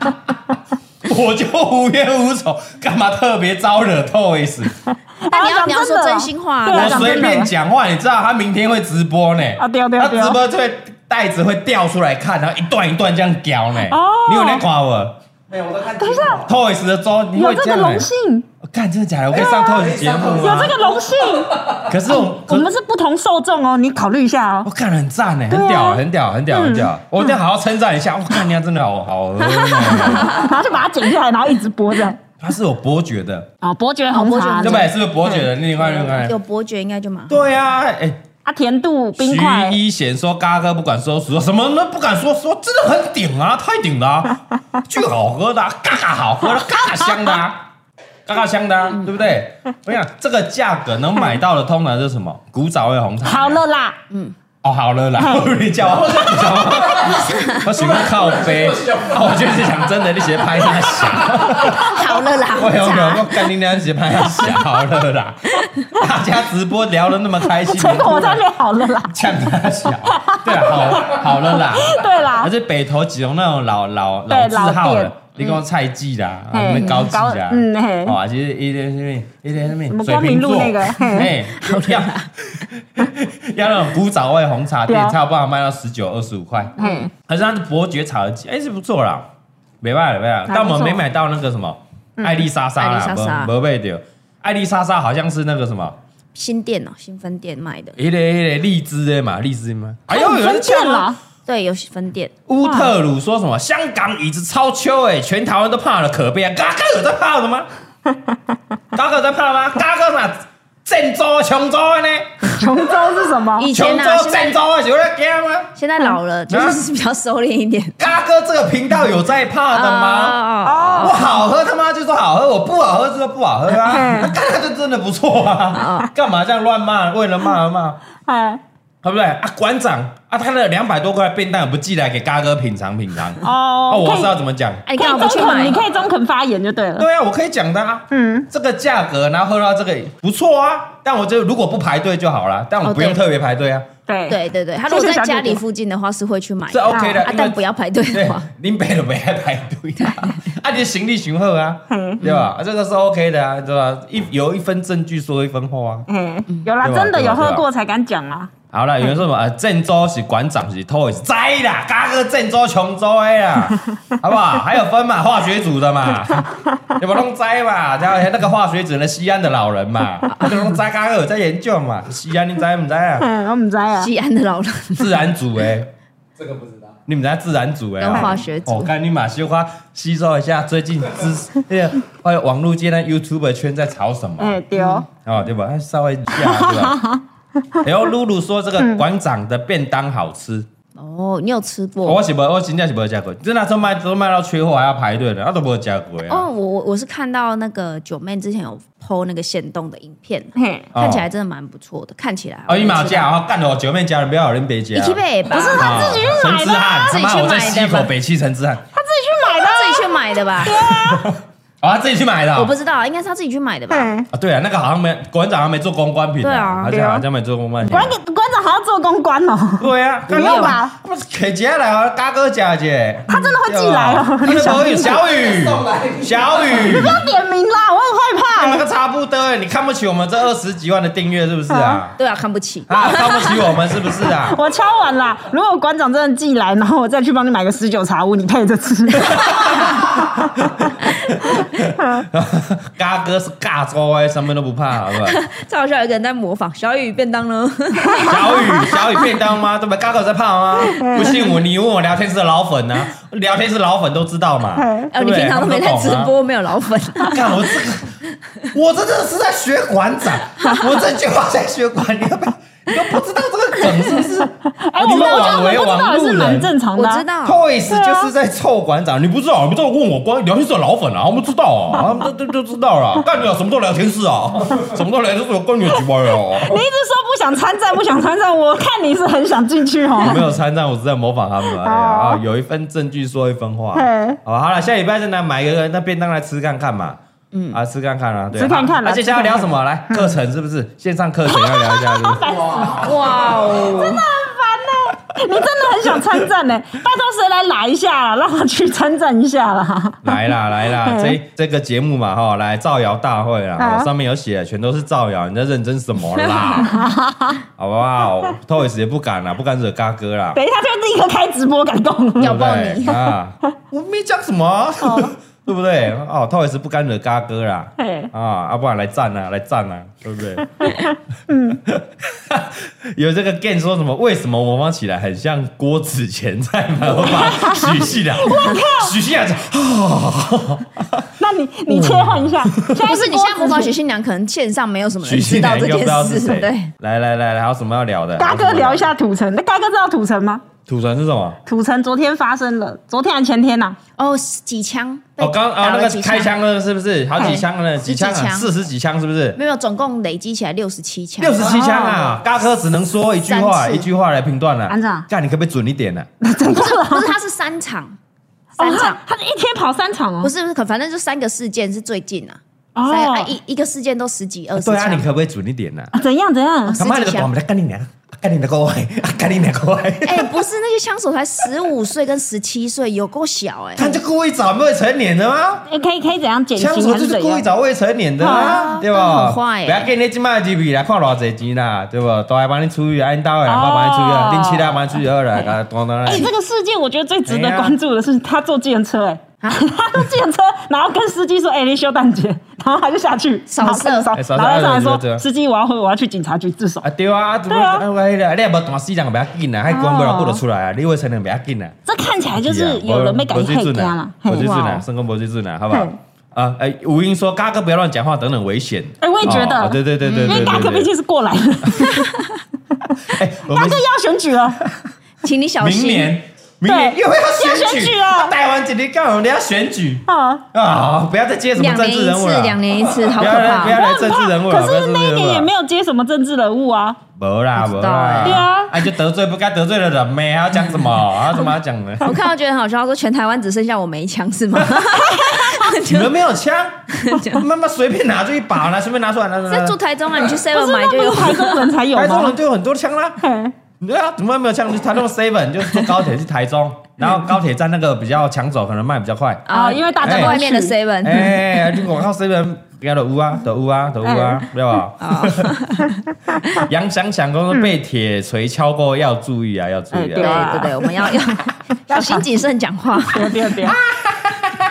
我就无冤无仇，干嘛特别招惹透 S？但你啊要你要说真心话啊，对 *laughs* 我啊讲随真的便讲话，你知道他明天会直播呢？啊对啊对啊他对啊直播就会袋子会掉出来看，然后一段一段这样雕呢。哦你有在看我没有，我都看。等一下，透 S 的周，你有会这这个样呢欸啊荣幸，干，真的假的？我可以上透视节目啊有吗这？个荣幸，可是我，我可们是不同受众哦，你考虑一下 *laughs* 我哦。看很赞呢，对很啊嗯屌，很屌，很屌，很屌！我一定要好好称赞一下。我看你家真的好好喝 *laughs* 呢，然后就把它剪下来，然后一直播这样。它是有伯爵的，哦，伯爵红茶哦伯爵红对茶不对？是不是伯爵的另外另外？有伯爵应该就蛮好。对啊，哎，啊，甜度嗯冰徐块，一贤说嘎哥不敢说，说什么那不敢说，说真的很顶啊，太顶了 *laughs* 啊，巨好喝的啊，嘎嘎好喝的，嘎嘎香的 *laughs* 啊，嘎嘎香的啊，嗯对不对？我想这个价格能买到的，通常是什么？古早味红茶。好了嗯啦，哦，好了啦，你叫我，你叫 *laughs* 我，我喜欢靠背，啊我就是想真的，你直接拍他小，好了啦，啊 *laughs* 我红有没有茶我干你娘直接拍他小好了啦，大家直播聊得那么开心，结果我在那边好了 *laughs* 啦，呛他小，对啊，好好了啦，对啦而，且北投几种那种老老对老字号老的店，你跟我菜记啦，啊嘿什么高记啦，嗯嘿哦，就是一点什么一点什么，什么水光瓶明座路那个哎嘿，要 *laughs* 要那种古早味红茶店对啊才有办法卖到十九二十五块，嘿，可是它是伯爵茶的鸡，哎，是不错啦，没办法没办法，还不错但我们没买到那个什么艾丽莎莎艾啦嗯丽莎莎，没没买到，艾丽莎莎好像是那个什么。新店哦，新分店卖的，一个一个荔枝的嘛，荔枝吗？哎呦，有人分呛店了。了，对，有分店。乌特鲁说什么？香港椅子超秋哎、全台湾都怕了，可悲啊！嘎哥有在怕的吗？ *laughs* 嘎哥有在怕吗？嘎哥嘛，郑州、琼州的呢？琼州是什么？以前琼啊，州、现在郑州的有在怕吗？现在啊老了，就是比较收敛一 *laughs* 点。嘎哥这个频道有在怕的吗？啊，我好喝他妈就说好喝，我不好喝就说不好喝啊！嗯那嘎哥就真的不错哦啊，干嘛这样乱骂？为了骂而骂？哎，对不对啊？馆长啊，他的两百多块便当也不寄来给嘎哥品尝品尝。哦，哦，我可以是要怎么讲？哎，你可看我们以去中买肯，你，可以中肯发言就对了。对啊，我可以讲的啊。嗯，这个价格，然后喝到这个不错啊。但我就如果不排队就好了，但我哦不用对特别排队啊，对对对对，他如果在家里附近的话是会去买是的， OK 的啊。因为但不要排队对的话，，林北都没爱 *laughs* 排队啊，啊，你的行李询后啊，对吧？啊这个是 OK 的啊，对吧？一有一分证据说一分话啊。嘿，有啦，对吧真的对吧有喝对吧过才敢讲啦。好嗯了，有人说什么啊？郑州是馆长是 Toys 栽啦，嘎哥郑州琼州 A *laughs* 啦，好不好？还有分嘛，化学组的嘛，有没弄栽嘛？然后那个化学组的西安的老人嘛，那弄栽嘎哥有在研究嘛？西安你栽不栽啊？嗯，我唔知啊，西安的老人自然组诶，这个不知道。你们在自然组诶，跟化学组我看你马修花吸收一下最近知识，那个还有网络界那 YouTube 圈在吵什么？嗯哎，对哦，哦，对吧？稍微一下，对 *laughs* 吧？然后露露说这嗯个馆长的便当好吃。 *laughs* 哦，你有吃过？我是无，我真正是无食过，真那时候卖都卖到缺货还要排队的，啊都无食过哦，啊。我我我是看到那个九妹之前有 PO 那个现动的影片，嗯嘿，哦看起来真的蛮不错的，看起来。哦哦，你冇食，我干了我九妹家人不要有人别接你啊。去买吧，不是啊自己去买的陈志汉，自己他妈去我在买的西口吧北汽陈志汉，他自己去买的啊，他自己去买的吧？哦，他自己去买的哦。我不知道，应该是他自己去买的吧？嘿。啊，对啊，那个好像没馆长好像没做公关品对啊好对像啊好像没做公关品。馆长馆长还要做公关哦，对啊，不用吧？我客家来啊，大哥家姐，他真的会寄来哦对吧啊他的小雨，送来小雨，不要点名啦，我很那 *laughs* 害怕。个差不多，你看不起我们这二十几万的订阅是不是啊？对啊，看不起。啊，看不起我们是不是啊？我敲完啦，如果馆长真的寄来，然后我再去帮你买个十九茶屋，你配着吃。 *laughs* 嘎哥是尬州哎，什么都不怕，好不 *laughs* 好？超好笑，有一个人在模仿小雨便当 *laughs* 呢。小雨，小雨便当吗？对吧？嘎哥有在怕吗？嗯不信我，你问我聊天室的老粉呢？聊天室老粉都知道嘛？嗯哦，对不你对平常都没在直。播，没有 *laughs* 老粉。他们懂啊看啊我这个，我这真的是在学馆 *laughs* 长，我这句话在学馆，你要不要？你都不知道这个梗是不 *laughs* 是？哦哎，我你们们我觉得网我们为不知网道也路是蛮人。正常的我啊。知道， Toys 就是在臭馆长，你不知道，你不知道问我光聊天室的老粉啊，我们知道啊，他们都都都知道 *laughs* 了，干你啊，什么都聊天室啊， *laughs* 什么都聊天室，我关你有几关哦。 *laughs* 你一直说不想参战，不想参战，我看你是很想进去我 *laughs* 没哦。有参战，我只是在模仿他们而已啊。啊有一份证据说一分话。哦嘿好，好了，下礼拜再来买一个那便当来吃看看嘛。嗯啊，吃看看啊，对啊。吃看看啦那接下来聊什么？来，课程是不是线上课程要聊一下？ *laughs* 是不是哇哦！哦你真的很想参战呢、 *laughs* 拜托谁来来一下啦，让我去参战 *laughs* 一下啦。来啦来啦，这这个节目嘛哈，来造谣大会啦，啊哦上面有写，全都是造谣，你在认真什么啦？好不好？Toys 也不敢啦，不敢惹嘎哥啦。等一下就立刻开直播，敢动？对咬不爆对你！啊！我没讲什么啊， *laughs* 对不对？哦，不好意思，不干惹嘎哥啦嘿，啊，啊，不然来战啊，来战啊，对不对？ *laughs* 有这个 Gan 说什么？为什么模仿起来很像郭子乾在模仿许信良？许信良讲，那你你切换一下，嗯不是你现在模仿许学新娘，可能线上没 *laughs* 有什么人许知信道良这应该不知件道是事，谁对。。来来来，还有什么要聊的？嘎还哥有什么聊一下土城，那嘎哥知道土城吗？土城是什么？土城昨天发生了，昨天还前天啊呐、哦，几枪？被哦，刚打啊了那几个开枪了是不是？好几枪了，哎几枪十几啊？枪四十几枪是不是？没有，总共累积起来六十七枪。六十七枪啊！嘎哥只能说一句话，哦三次一句话来评断了。安长干你可不可以准一点呢？不是不是，它是三场，三哦场、他他一天跑三场哦，不是不是，可反正就三个事件是最近啊。哦三啊一一个事件都十几二十对啊，枪你。可不可以准一点呢？啊怎样怎样？他妈的，我们在干你娘！干你娘个歪！干你娘个歪！哎、不是那些枪手才十五岁跟十七岁，有够小哎、他就故意找未成年的吗？哎可以可以怎样减 *laughs* 枪刑手还就是是怎故意样？找未成年的啊，哎啊对吧？很坏欸不要给你今麦几笔啦，看偌济钱啦，对吧？都还帮你出去，按刀啦，我哦帮你出去啊，零七啦，帮你出去二 *laughs* 啦，啊，当当啦哎、。这个事件我觉得最值哎得呀关注的是他坐计程车、哎。啊他坐计程车，然后跟司机说：“哎、你休蛋姐。” *laughs* 然后他就下去扫然后开始射扫哎扫射然后他上来哎对对对说：“司机，我要回，我要去警察局自首。啊对啊，啊怎么对啊啊喂啦，你也无大死人，不要紧啦，还关不了过得出来啊，你未成年不要紧啦。这看起来哎哎就是有人被改没黑水准家啊了。没水准哇啊，哦生公没水准啊，好不好嘿？啊，哎，吴英说嘎哥不要乱讲话，等等危险。哎我也觉得哦对对对对因对为大对哥对毕竟是过来 *laughs* 的，哎，我大们哥要 *laughs* 选举了，请你小心。明年明年对又要要选选举啊举哦了台湾今天干我们要选举啊，啊！不要再接什么两政年治一人物次，了，两年一次，好不可要来不要怕。来哎政治人物了。可不要是政那治一人物啊年了也没有接什么政治人物啊，没啦，不没知道啦，欸对啊哎，就得罪不该得罪的人呗，还要讲什 *laughs* 么？还要怎么要讲呢？我看到觉得很好笑，他说全台湾只剩下我没枪是 *laughs* 吗？ *laughs* 你们没有 *laughs* 枪，妈妈随便拿出一把来，随便拿出来，拿出来在。住台中啊，你去不 Seven 是买那就不有是。台中人才有台中吗人？就有很多枪啦。嘿对啊，怎么会没有枪？就是台中 seven 就是坐高铁去台中，然后高铁站那个比较抢手，可能卖比较快。啊因为大家家都外面的去 Seven，哎，你广告 seven 给的屋啊，的屋啊，的屋啊，哎对吧？哦 *laughs* 杨想想公说被铁锤敲过，要注意啊，要注意嗯哎对对啊。啊对对，我们要要小心谨慎讲话。别 *laughs* 别别！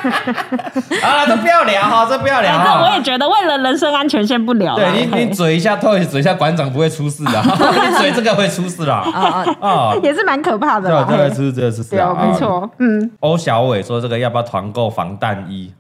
啊，这不要聊哈，这不要聊反正我哈也。觉得为了人身安全，先不聊了。对你，你嘿嘴一下 t o 嘴一下馆长不会出事的， *laughs* 你嘴这个会出事的哦啊。哦，哦也是蛮可怕的对，啦。这嘿个是这个是是对啊哦，没。错，嗯，欧小伟说：“这个要不要团购防弹 *laughs* 衣？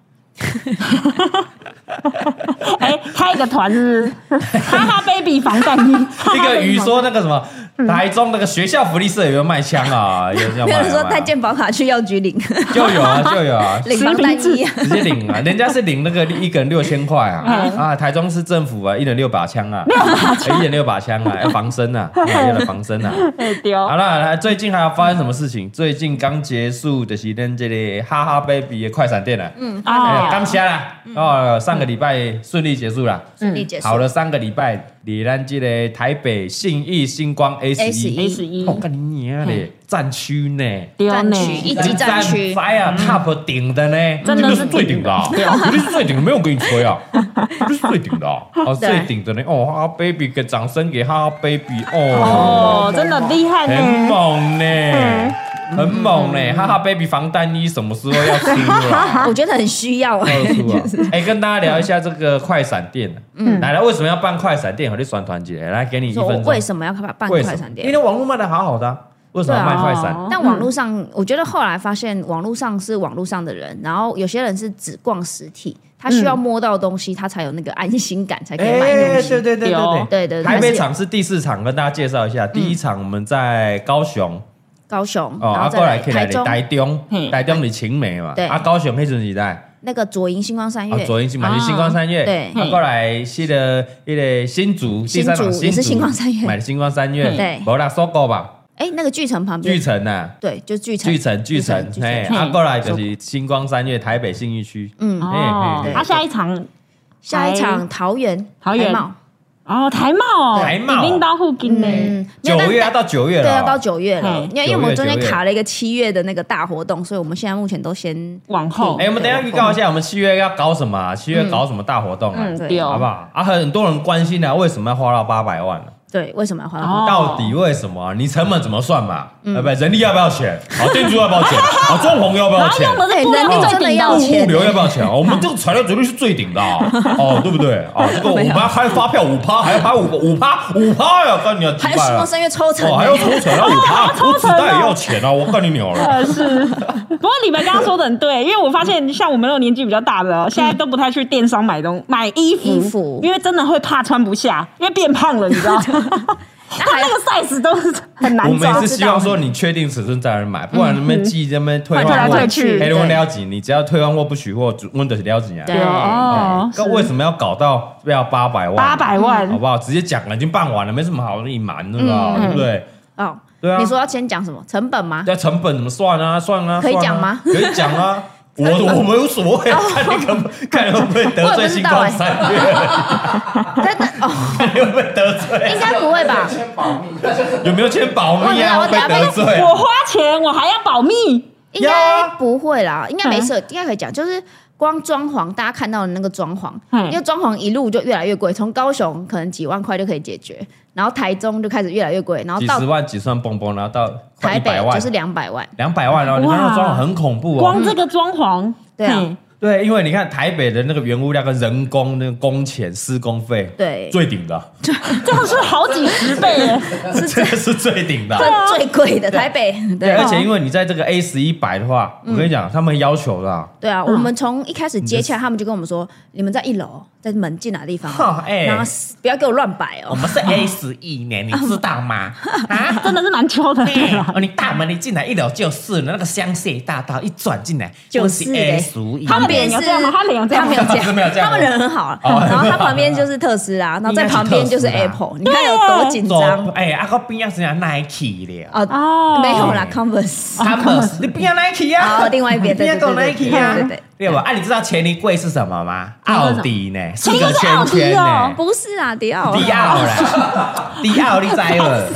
哎，开一个团是不是哈哈 baby 防弹衣，那个鱼嗯说那个什么，台中那个学校福利社有没有卖枪啊？ *laughs* 有没有没有卖人说卖带健保卡去药局领就有啊，就有 *laughs* 啊，领防弹实名衣。直接领啊！人家是领那个一个人六千块啊啊！台中市政府啊，一 *laughs* 人六把枪啊，哎一人六把枪啊，要防身 *laughs* 啊，哎要来防身啊！哎丢好，了，来最近还有发生什么事情？最近刚结束的是咱这个哈哈 baby 的快闪店啊，嗯，啊刚下啦，哦，上个礼拜顺利结束了。顺利结束。好了，三个礼拜，你咱这个台北信义星光 S 一，嗯11 A 十一我干你娘嘞，战区呢，丢战呢区，一级战区，嗯哎呀，Top 顶的呢，真的你是们最顶的啊，你是最顶的，没有给你吹啊，你是最顶的 *laughs* 啊，哦，对最顶的呢，哦，哈哈 baby，给掌声给哈哈 baby，哦，哦，真的厉害很呢。猛嗯呢。很猛呢、哈哈，baby 防弹衣什么时候要出 *laughs* 了？我觉得很需要哎、要出啊！哎、跟大家聊一下这个快闪店、啊。嗯，来了，为什么要办快闪店和你选团结？来，给你一说分我钟。为什么要办办为快什么闪因店？为网络卖的好好的啊、为什么要卖快闪？哦但网络上，我觉得后来发现，网络上是网络上的人，然后有些人是只逛实体，他需要摸到东西，他才哎有那个安心感，才可以买东西。哎对对对有对对对对嗯台北场是第四场，跟大家介绍一下。第一场我们在高雄高雄，哦，然啊，后过再来来可以来台中台中嘿，台中你晴美嘛，对啊，高雄黑阵时代，那个左营星光三啊月，，左营新买啊星光三月，对啊，过来是的，一个新竹，第三场新竹也是星光三月买的星光三月，对无啦，搜狗吧，哎，那个巨城旁巨边，城呐，对，就巨城，巨城，巨城，巨哎，城，啊，嘿过来就是星光三月台北信义区，嗯，嘿嘿哦嘿，他下一场下一场桃园，哎桃园台茂哦台贸，台贸拎刀护金呢，嗯，没九有但月要到九月了对，哦，要到九月了嗯，因为因为我们中间九月卡了一个七月的那个大活动，所以我们现在目前都先往后哎、，哦我们等一下预告一下，我们七月要搞什么、啊？七月搞什么大活动啊？嗯嗯对丢好不好？啊，很多人关心啊，为什么要花到八百万呢、对，为什么要花到哦到底为什么啊？你成本怎么算嘛？嗯对不对？人力要不要钱？好，店租要不要 *laughs* 钱？好，装潢要不要然后钱用？的是对租人赁力最真的顶要的钱物流要不要钱？哦我们这个材料绝对是最顶的啊 *laughs* 哦，对不对？啊，这个我们还还发票五趴，还要拍五五趴五趴呀！干你啊！还几有百啊施工声乐抽成、哦，还要抽成啊，五趴，我纸袋也要钱啊！我干你鸟了！哎呃，是。不过你们刚刚说的很对，因为我发现像我们这种年纪比较大的哦，现在都不太去电商买东买衣服，嗯衣服因为真的会怕穿不下，因为变胖了，你 *laughs* 知道。他那个 size 都是很我难们抓也是，希望说你确定尺寸再来买，不然那边寄那边退换换来货退去哎，如果对了解你只要退换货不取货，主问的是了解啊。对哦，那为什么要搞到要八百万？哦八百万好不好？直接讲了，已经办完了，没什么好隐瞒的啦，嗯对不对？哦，对啊你说要先讲什么成本吗？要成本怎么算啊？算啊，可以算啊讲吗可以讲 *laughs* 啊。我我们无所谓，啊哦看你可不看你会不会得罪星光三月，哎真的哦， *laughs* 看你会不会啊得罪，应该不 *laughs* 会吧？先保密， *laughs* 有没有签保密啊？我会不等下会得罪？我花钱我还要保密，应啊该不会啦，应该没嗯事，应该可以讲，就是。光装潢，大家看到的那个装潢，嗯因为装潢一路就越来越贵，从高雄可能几万块就可以解决，然后台中就开始越来越贵，然后几到十万、几十万蹦蹦，然后到快台一北百万，就是两百万，两百万哦。你看那哇装潢很恐怖哦光。这个装潢，对啊嘿对，因为你看台北的那个原物料跟人工那个工钱、施工费，对最顶的，这样是好几十倍 *laughs* 耶，这个是最顶的。最最贵的台北，啊对，对而且因为你在这个 A 十一百的话，我跟你讲，他们要求的啊，对啊，我们从一开始接嗯洽，他们就跟我们说，你们在一楼，在门进哪个地方哈，哎然后不要给我乱摆哦，们是 A 十一呢，你知道吗？啊，真的是蛮挑的，对啊吧？哦，你大门一进来一楼就是了，那个香榭大道一转进来就是哎嘞一他旁们边脸是有这样吗他脸有这样他吗没有这是没有样，这样他吗们人很好啊。哦然后他旁边就是特 *laughs* 斯拉，然后在旁边就是应该是特斯 Apple，你看有多紧张哎，啊个边啊是啊 Nike 的啊啊！哦没有啦，Converse。 ，Converse，你边啊 Nike 哦另外一 *laughs* 边你边啊对对对 Nike 啊对对对，对吧？啊，你知道前一贵是什么吗？奥迪呢，是前一个贵是圈奥迪圈哦呢。不是啊，迪奥。迪奥啦，迪奥你摘了，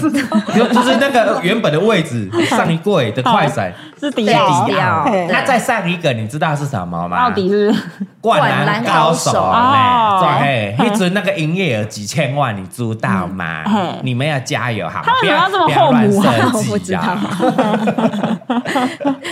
就就是那个原本的位置，上一柜的快闪，是啊迪对啊奥迪奥嘿那再上一个你知道是什么吗？奥迪是不是？灌篮高手哦呢？对，一直那个营业额几千万，你知道吗嗯嘿？你们要加油哈！他们不要怎么要这么不要后乱母啊设我不计知道啊！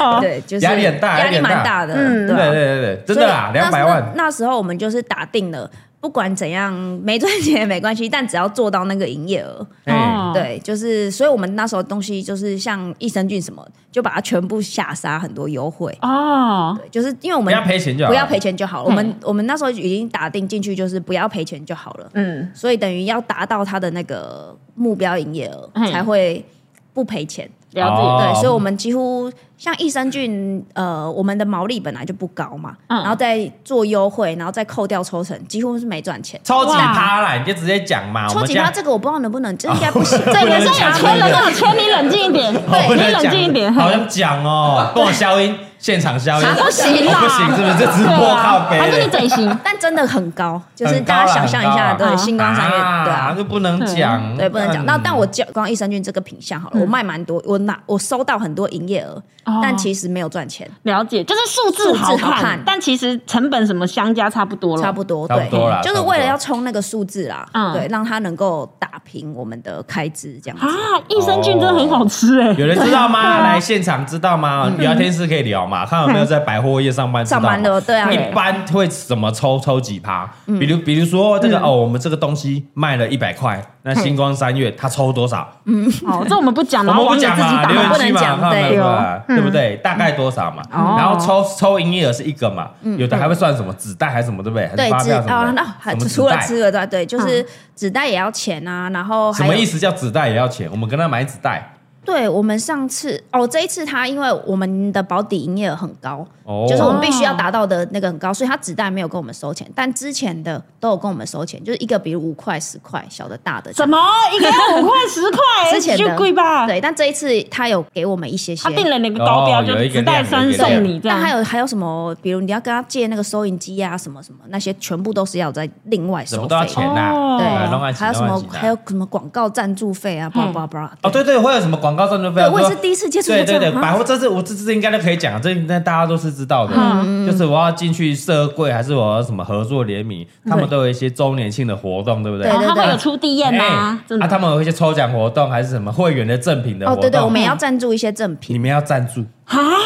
哦对，就是压力很大压力蛮大的。嗯对啊对对对，真的啦，所以两百那时候万。那时候我们就是打定了，不管怎样没赚钱也没关系，但只要做到那个营业额。哎，哦，对，就是，所以我们那时候东西就是像益生菌什么，就把它全部下杀，很多优惠。哦，对，就是因为我不们要赔钱就好，嗯不要赔钱就好了。我们我们那时候已经打定进去，就是不要赔钱就好了。嗯，所以等于要达到他的那个目标营业额，嗯才会不赔钱。了解。哦对，所以我们几乎像益生菌，呃，我们的毛利本来就不高嘛，嗯然后再做优惠，然后再扣掉抽成，几乎是没赚钱。超级趴啦，你就直接讲嘛。啊我抽们啊几家趴这个我不知道能不能，这应该不行。对，人生有差签了人，有签，你冷静 *laughs* 一点，好不能对，你冷讲静一点。好想讲哦，跟我消音，现场消音，啊 *laughs* 不行啦哦不行，是不是？这直对播啊靠，还是你背。整形？但真的很高，就是很高啦啊大家想象一下，很高啦对，星光三月，对啊，就不能讲，对，不能讲。嗯那但我教光益生菌这个品相好了，我卖蛮多，我拿我收到很多营业额，哦但其实没有赚钱，了解，就是数字数字好好看看，但其实成本什么相加差不多了，差不多，差不对多啦，就是差不多为了要冲那个数字啦，嗯对，让它能够打平我们的开支这样子。啊，益生菌真的很好吃哎，有人知 *laughs* 道吗？啊来现场知道吗？聊天室可以聊嘛，看有没有在百货业上班知道吗。嗯哎上班的对啊嗯一般会怎么抽抽几趴？比如比如说这个哦，我们这个东西卖了一百块，嗯那星光三月他抽多少？ *laughs* 哦，这我们不讲，我然们后不网友讲自己嘛，打留 *laughs* 言不区能嘛，讲看到没对嗯哦有哦啊？对不对？大概多少嘛？然后抽抽营业额是一个嘛，有的还会算什么纸袋还是什么，对不对？还嗯对是，发纸票什啊么，的那还什么除纸了袋吃的对对，嗯就是纸袋也要钱啊，然后什还么有意思叫纸袋也要钱？我们跟他买纸袋，对我们上次哦，这一次它因为我们的保底营业额很高，哦就是我们必须要达到的那个很高，所以它纸袋没有跟我们收钱，但之前的都有跟我们收钱，就是一个比如五块、十块，小的、大的。什么一个要五块十块，之前的就贵吧对，但这一次他有给我们一些他。些定了那个高标，哦就有一是个自带量有三一个量送你这啊但还样。有还有什么？比如你要跟他借那个收银机啊，什么什么那些，全部都是要在另外什收么费都要钱的。呐、哦对，弄对，爱还有什么？还有钱什么广告赞助费啊？叭叭叭。哦，对对，会有什么广告赞助费啊？对我也是说第一次接触对到对这对，样啊百货这次我这次应该都可以讲，这应该大家都是知道嗯的。就是我要进去社会，还是我要什么合作联名，他们都有一些周年庆的活动，对不对？对然对后对啊他会有出地验啊，这啊，种他们有一些抽奖活动，还是什么会员的赠品的活哦，动。嗯对对，我们也要赞助一些赠品。你们要赞助，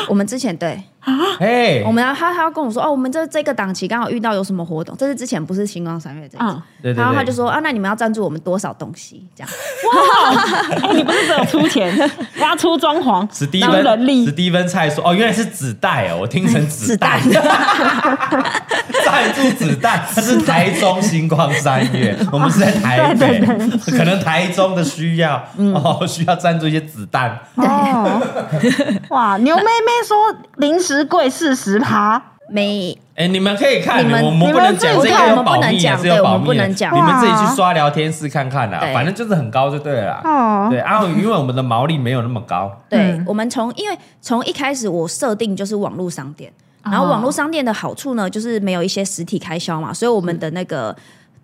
我们之前对，哎，我们要他他要跟我说哦，我们这这个档期刚好遇到有什么活动，这是之前不是星光三月这一次嗯。对对对然后他就说啊，那你们要赞助我们多少东西？ *laughs* 这样，哎，你不是只有出 *laughs* 钱，然后出装潢，史蒂出人芬，史力，蒂芬菜说：“哦，原来是子弹哦，我听 *laughs* 成子弹，子 *laughs* 赞助子 *laughs* 弹，它是台中星光三月，我们是在 *laughs* 台北，可能台中的需要、嗯哦，需要赞助一些子弹， *laughs* 哦，哇！牛妹妹说零食贵四十趴，每哎、你们可以看，你们我们不能讲这你们自己个看要我们不保密啊，能讲这个要对我保们密啊不能讲你们哇自己去刷聊天室看看啦、对反正就是很高就对了啦。哦对，啊，因为我们的毛利没有那么高，对、嗯我们从因为从一开始我设定就是网络商店，嗯然后哦网络商店的好处呢，就是没有一些实体开销嘛，所以我们的那个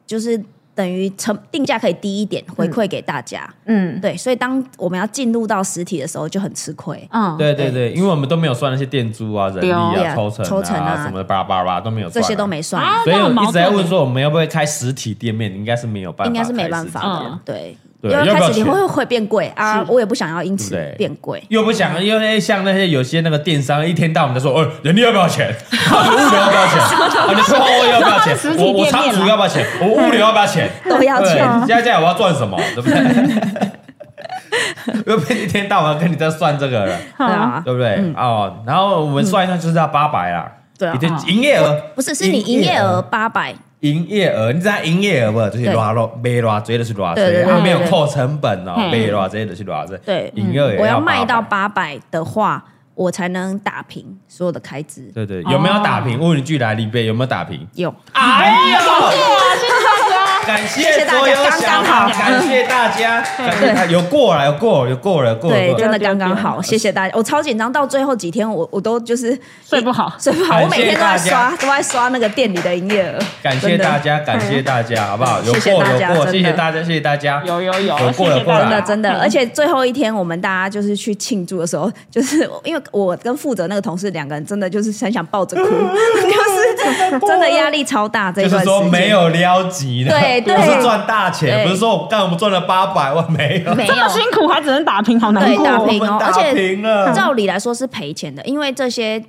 就是等于成定价可以低一点回馈给大家。嗯对，所以当我们要进入到实体的时候就很吃亏。嗯，对对对，因为我们都没有算那些店租啊、人力哦对啊、啊抽成啊、抽成啊什么的巴拉巴拉巴拉都没有这算啊，些都没算，啊所以我一直在那很问矛盾说，我们要不会开实体店面？应该是没有办法，欸应该是没办法开的。实体对，对因为要不开要始你钱会会变贵啊，我也不想要因此对不对变贵。又不想，因为像那些有些那个电商，一天到晚在说，哦，人力要不要 *laughs* 钱？啊你物流要不要钱？啊，你货物要不要钱实？体我我店啊仓面储啦要不要钱？我物流要不要钱？都要对，钱你现在这样我要赚什么？对不对？ *laughs* 又被一天到晚跟你在算这个了，对啊，对不对？哦，然后我们算一算就是要八百啦。对啊你的营业额不是，是你营业额，八百，营业额，你知道营业额不？就是对多少，卖多少，这就是多少，对对对啊对没有对嗯扣成本哦，嘿卖多少，这就是多少，对营业额我要要卖到800八百的话，我才能打平所有的开支。对对，有没有打哦平？问一句来，李贝有没有打平？有，哎呦，感谢谢大家所有小刚刚好感谢大家，感谢大家，有过了，有过了，有过了，有过了，对有，过真了的刚刚好，谢谢大家。我超紧张，到最后几天我我都就是睡不好，睡不好，感谢我每天都在大刷，都在刷那个店里的营业额。感谢大家，家，感谢大家，好不好？有谢谢过，大家有过，真的谢谢大家，谢谢大家，有有有有过了，谢谢过大家真的了，真的。而且最后一天，我们大家就是去庆祝的时候， *laughs* 就是因为我跟负责那个同事两个人，真的就是很想抱着哭， *laughs* 就是真的压力超大。这就一是段时说间没有撩急的，对对不是赚大钱，对不是说我干我们赚了八百万没有，没这么有。辛苦还只能打平，好难对，过。打我平们哦，打而且平了照理来说是赔钱的，因为这些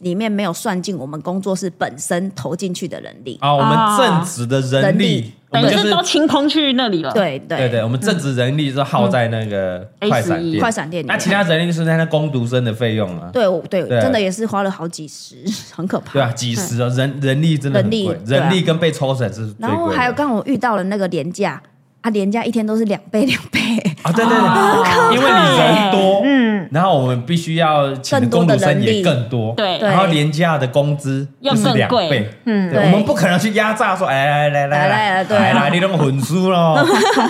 里面没有算进我们工作室本身投进去的人力。啊，我们啊正职的人人力力，我等们于就是是都清空去那里了。，对对对，我嗯们正职人力是耗在那个嗯快闪店，快闪店里那面其他人力是在那攻读生的费用啊。对，我对对真的也是花了好几十，很可怕。对啊，几十哦，人人力真的很贵人，力对啊人力跟被抽成是最贵的。然后还有刚好我遇到了那个廉价啊，廉价一天都是两倍两倍，啊，对对对，因为你人多，嗯，然后我们必须要请的更多工的读生人也力更多，对然后廉价的工资要就是更两贵倍，嗯对，对我们不可能去压榨说，哎来来来来来来来对啊来来，你弄混输咯，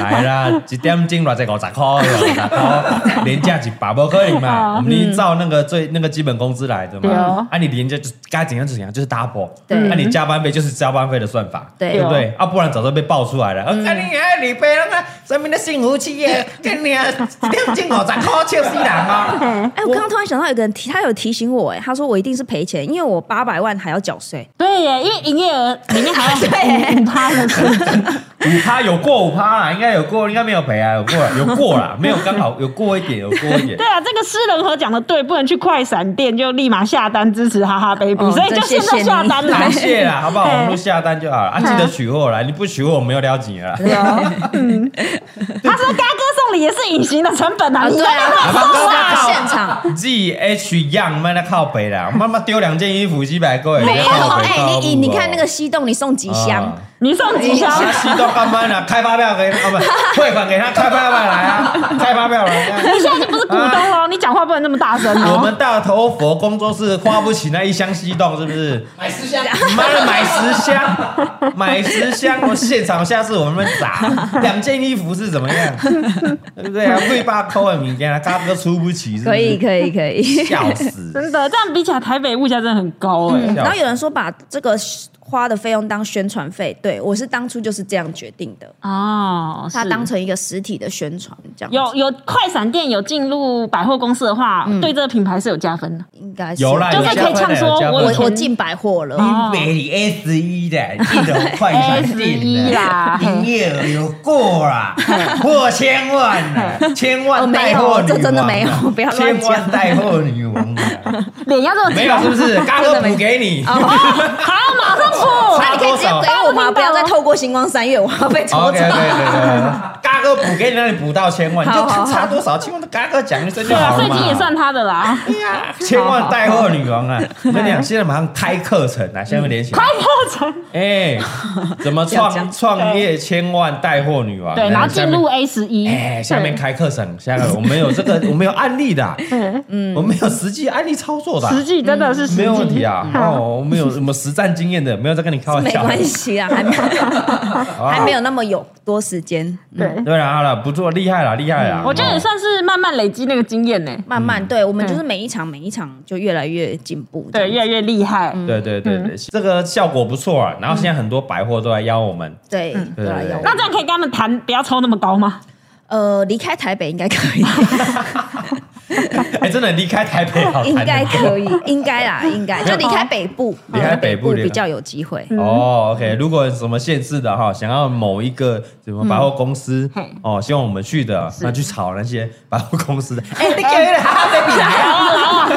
来啦，一点钟偌才五十块，五十块， *laughs* 廉价一百不可以嘛，我们你照那个最那个基本工资来的对嘛哦，啊，你廉价就该怎样就怎样，就是 double，对那你加班费就是加班费的算法，对哦嗯对不对？啊，不然早就被爆出来了，啊，你啊，你被那个什么的幸福企 *laughs* 业，跟你啊，一点钟五十块，笑死人 *laughs* 啊！哎，我刚刚突然想到有个人提，他有提醒我，哎，他说我一定是赔钱，因为我八百万还要缴税。对耶，因为营业额里面 *laughs* 还有五五趴的钱，五趴有过五趴啦，应该有过，应该没有赔啊，有过啦 *laughs* 有过啦，没有刚好 *laughs* 有过一点，有过 *laughs* 一点对。啊，这个诗人和讲的对，不能去快闪店就立马下单支持哈哈 baby，、哦所以就这谢现在谢下单来感。谢啦，好不好？嘿网络下单就好了啊，记得取货来，你不取货我们要撩紧了啦。啊他说嘎哥送礼也是隐形的成本啊，啊，你对在那啊，好吧都刚刚是好现场。 G H 样，卖那靠北啦，妈妈丢两件衣服几百块， *laughs* 没有，靠北哎，靠你北你你哦看那个西洞，你送几箱啊？你送几哦箱？他西到干班了，开发票给他，啊不，汇款给他，开发票来啊，开发票来啊。你现在就不是股东喽，你讲话不能那么大声我哦。们大头佛工作室花不起那一箱西洞，是不是？买十箱，妈的，买十箱，买十箱！我现场下次我们砸两件衣服是怎么样？对不对啊？贵八扣的物件，他都出不起，是不是可以，可以，可以。笑死！真的，这样比起来，台北物价真的很高哎、嗯然后有人说把这个花的费用当宣传费，对我是当初就是这样决定的，哦，它是嗯当成一个实体的宣传这样子。有有快闪店有进入百货公司的话，嗯对这个品牌是有加分的。应该有啦，就有是加可以分呛的说有加分我的以前我我进百货了，哦你北 S 一的，一种快 *laughs* 哎餐 S1 店啦的，营业有过啦，破千万啦， *laughs* 千哦万没带有货女王啊，这真的没有 *laughs* 不要乱千万讲带货女王 *laughs* 啊，脸要这么没有是不是？刚真刚的没哦补给你，好，马上付。那差你可以多直接少给？哦我吗？不要再透过星光三月，我要被抽 OK，对对走。对对， *laughs* 嘎哥补给你，让你补到千万，你就好好好差多少，千万都嘎哥讲一声就对啊，好了税嘛金也算他的 *laughs* 啦。 *laughs* 千万带货女王 *laughs* 啊！我跟你讲，现在马上开课程啊，下面连嗯起来。开课程，哎，怎么创创业千万带货女王？哎对，然后下进面入 A 十一。哎，下面对开课程，下面我 *laughs* 们有这个，我们有案例的，嗯，我们有实际案例操作的啊，实际真的是实际嗯没有问题啊。哦，我们有什么实战经验的，没有在跟你开玩没笑，关系啊，还没好不好还没有那么有多时间，嗯 *laughs* 对，对啊啦，好了，不做厉害了，厉害了。嗯我觉得也算是慢慢累积那个经验呢、慢慢对我们嗯就是每一场每一场就越来越进步。这对，样越来越厉害。哦对对对对，这个效果不错啊。然后现在很多百货都来邀我们，对对啊嗯对对有那这样可以跟他们谈，不要抽那么高吗？呃离开台北应该可以，哎，真的离开哦台北好，应该可以，应该 *laughs* 啦，应该就离开北部，哦离开北部部比较有机会。哦，OK，如果有什么县市的哈，想要某一个什么百货公司、嗯哦，希望我们去的，那去炒那些百货公司的，哎、那个哈哈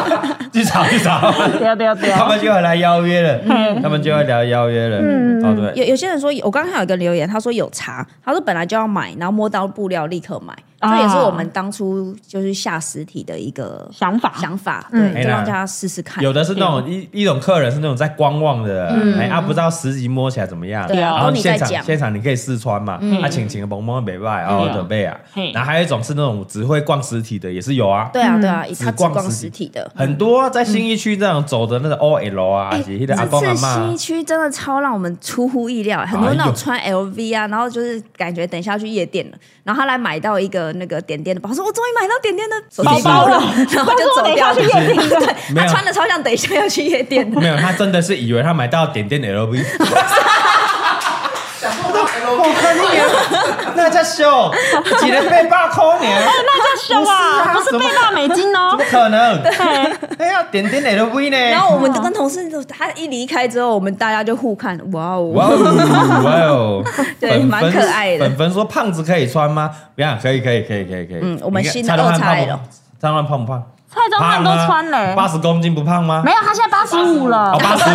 去炒去炒，对啊，对啊，对他啊。们就会来邀约了，他们就会来邀约了，哦对，有有些人说，我刚刚还有一个留言，他说有茶，他说本来就要买，然后摸到布料立刻买，啊这也是我们当初就是下实体的一个想法想法，嗯对，就让大家试试哎看。有的是那种一一种客人是那种在观望的，哎啊，不知道实际摸起来怎么样，对啊然后都你在现场讲现场你可以试穿嘛，啊，请请萌萌北拜哦嗯准备啊嘿，然后还有一种是那种只会逛实体的，也是有啊，对啊对啊，以只他只逛逛实实体的。很多啊，在新一区这样走的那个 OL 啊，哎还是那个阿公阿这次新妈一，区真的超让我们出乎意料，欸很多那哎呦种穿 LV 啊，然后就是感觉等一下要去夜店了，然后他来买到一个那个点点的包，说我终于买到点点的手提包包了了， *laughs* 然后就走掉了。夜店对，没 *laughs* 他有穿的超像等一下要去夜店的，没有，他真的是以为他买到点点 LV，想不到哦 L 哦那叫秀，几人被爆空年，那叫秀啊，不不是啊是被骂美金哦怎么。可能？对，哎呀，点点 LV 呢？ *laughs* 然后我们就跟同事就他一离开之后，我们大家就互看，哇哇哦，哦哇哦， *laughs* 对粉粉蛮可爱的粉粉说胖子可以穿吗？不要，可以可以可以可以可以。嗯我们你看新的蔡老汉胖 2XL 不？蔡老汉胖不胖？蔡宗翰都穿嘞、八十公斤不胖吗？没有，他现在八十五了。哦，八十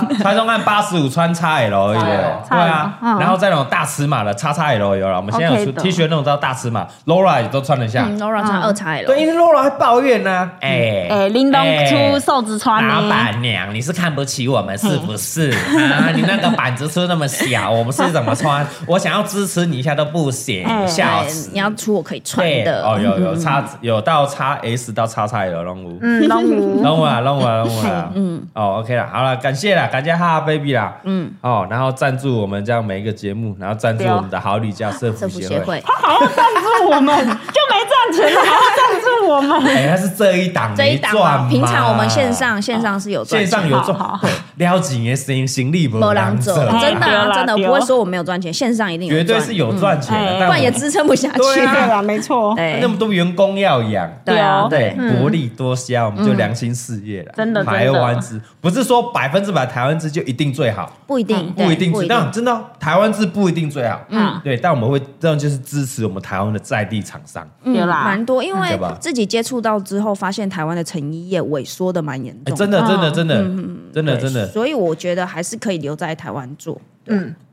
五， *laughs* 蔡宗汉八十五穿 XL 而已，对啊，嗯然后再那种大尺码的 XXL 有了，我们现在有出 OK 的 T 恤那种到大尺码，Laura 也都穿得下。嗯，Nora 穿二叉 L，对，因为 Laura 还抱怨呢，哎哎、林东出啊瘦子穿老呢、板娘，你是看不起我们是不是啊？你那个板子出那么小，我们是怎么穿？我想要支持你一下都不行哎，笑哎死你。要出我可以穿对，的哦，有有叉有到叉 S 到叉 XL 龙舞。嗯，*laughs* 龙武。弄我啦，弄我 *laughs* 啦，弄我啦。嗯，哦，OK 啦，好了，感谢啦，感谢哈哈 baby 啦。嗯，哦，然后赞助我们这样每一个节目，然后赞助对哦我们的好礼家社社福服协协会。会，还要赞助 *laughs* 我们，就没赚钱了，还要赞助我们。啊哎，他是这一档这一没档赚啊嘛，平常我们线上线上是有赚线钱的上有好赚好，对，撩几年行行力不没郎人走，者，真的哎对啊啦真的对不会说我没有赚钱，线上一定有绝赚，对是有赚钱嗯的，哎但不我然也支撑不下对去啊。啦，没错对那么多员工要养，对啊，对嗯对，，薄利多销，我们就良心事业了。真的台真的湾制不是说百分之百台湾制就一定最好，不一定，嗯对不一定不是，一但定。真的哦台湾制不一定最好，嗯对，但我们会这样就是支持我们台湾的在地厂商，有啦嗯蛮多，因对为吧自己接触到之后，发现台湾的成衣业萎缩的蛮严哎，重，真的，嗯真的，真的，真的，对真的，所以我觉得还是可以留在台湾做。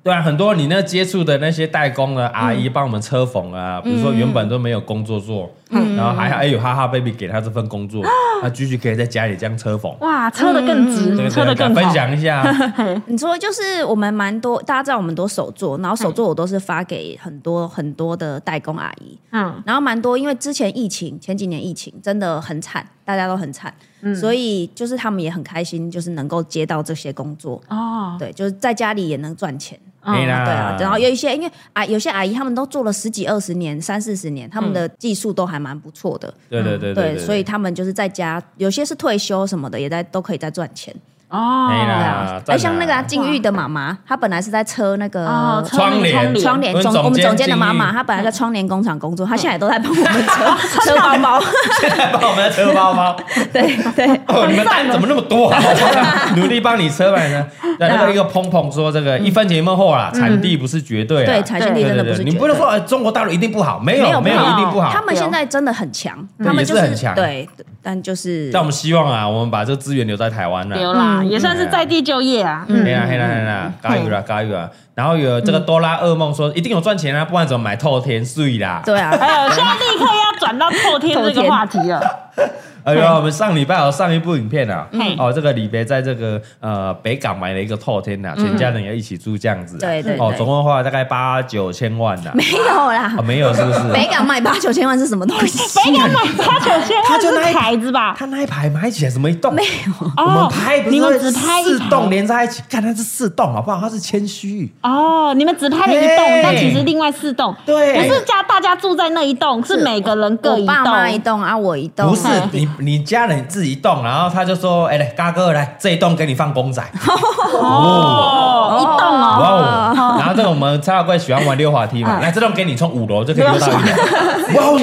对啊，很多你那接触的那些代工的阿姨帮我们车缝啊，比如说原本都没有工作做，然后还好哎有哈哈 baby 给他这份工作，他继续可以在家里这样车缝，哇，车的更对直，对嗯车对的，更分好。享一下，嗯你说就是我们蛮多，大家知道我们都手做，然后手做我都是发给很多很多的代工阿姨，嗯，然后蛮多，因为之前疫情，前几年疫情真的很惨，大家都很惨，嗯所以就是他们也很开心，就是能够接到这些工作，哦，对，就是在家里也能赚钱，嗯嘿啦对啊，然后有一些因为啊，有些阿姨她们都做了十几、二十年、三四十年，她们的技术都还蛮不错的。对对 *laughs* 对对， *laughs* 所以她们就是在家，有些是退休什么的，也在都可以在赚钱。哦，哎对啦啊，，赞哎，啦像那个啊禁欲的妈妈，她本来是在车那个哦车窗帘窗帘跟总总我们监总监的妈禁妈，欲她本来在窗帘工厂工作，她现在也都在 *laughs* 帮我们车车包包。帮我们的车包包， *laughs* 对对， *laughs* 哦，你们蛋怎么那么多啊？ *laughs* 努力帮你车吧呢。对，那个一个砰砰说这个一分钱一分货啦，产地不是绝对啊，嗯对，产线力对真的对对不是你绝不能对说呃中国大陆一定不好，没没有没有有一定不好，他们现在真的很强，他们就也是很强对，但就是但我们希望啊，我们把这资源留在台湾啦。留啦，也算是在地就业啊。黑啦嗯黑啦黑啦，加油啦加油啦！然后有这个哆啦噩梦说一定有赚钱啊，不然怎么买透天税啦？对啊， *laughs* 哎呦，现在立刻要转到透天这个话题了。哎呦，我们上礼拜有上一部影片啊嗯，哦，这个李白在这个呃北港买了一个透天呐，全家人也一起住这样子啊，嗯对对哦，对总共花了大概八九千万呐，没有啦 *laughs* 啊，，没有是不是？北港卖八九千万是什么东西？北港买八九千他万就是那一牌子吧？他那一排买起来什么一栋？没有，我哦们拍不是你们只拍一四排栋连在一起，看它是四栋好不好？它是谦虚，哦，你们只拍了一对栋，但其实另外四栋，对不是家大家住在那一栋，是每个人各我一爸妈一栋。栋啊，我一栋，不是你你家人自己一栋，然后他就说，哎，来嘎哥来这一栋给你放公仔，哦，一栋哇哦，哦！然后这个我们蔡小贵喜欢玩溜滑梯嘛，来这栋给你从五楼就可以溜到一楼，哇哦，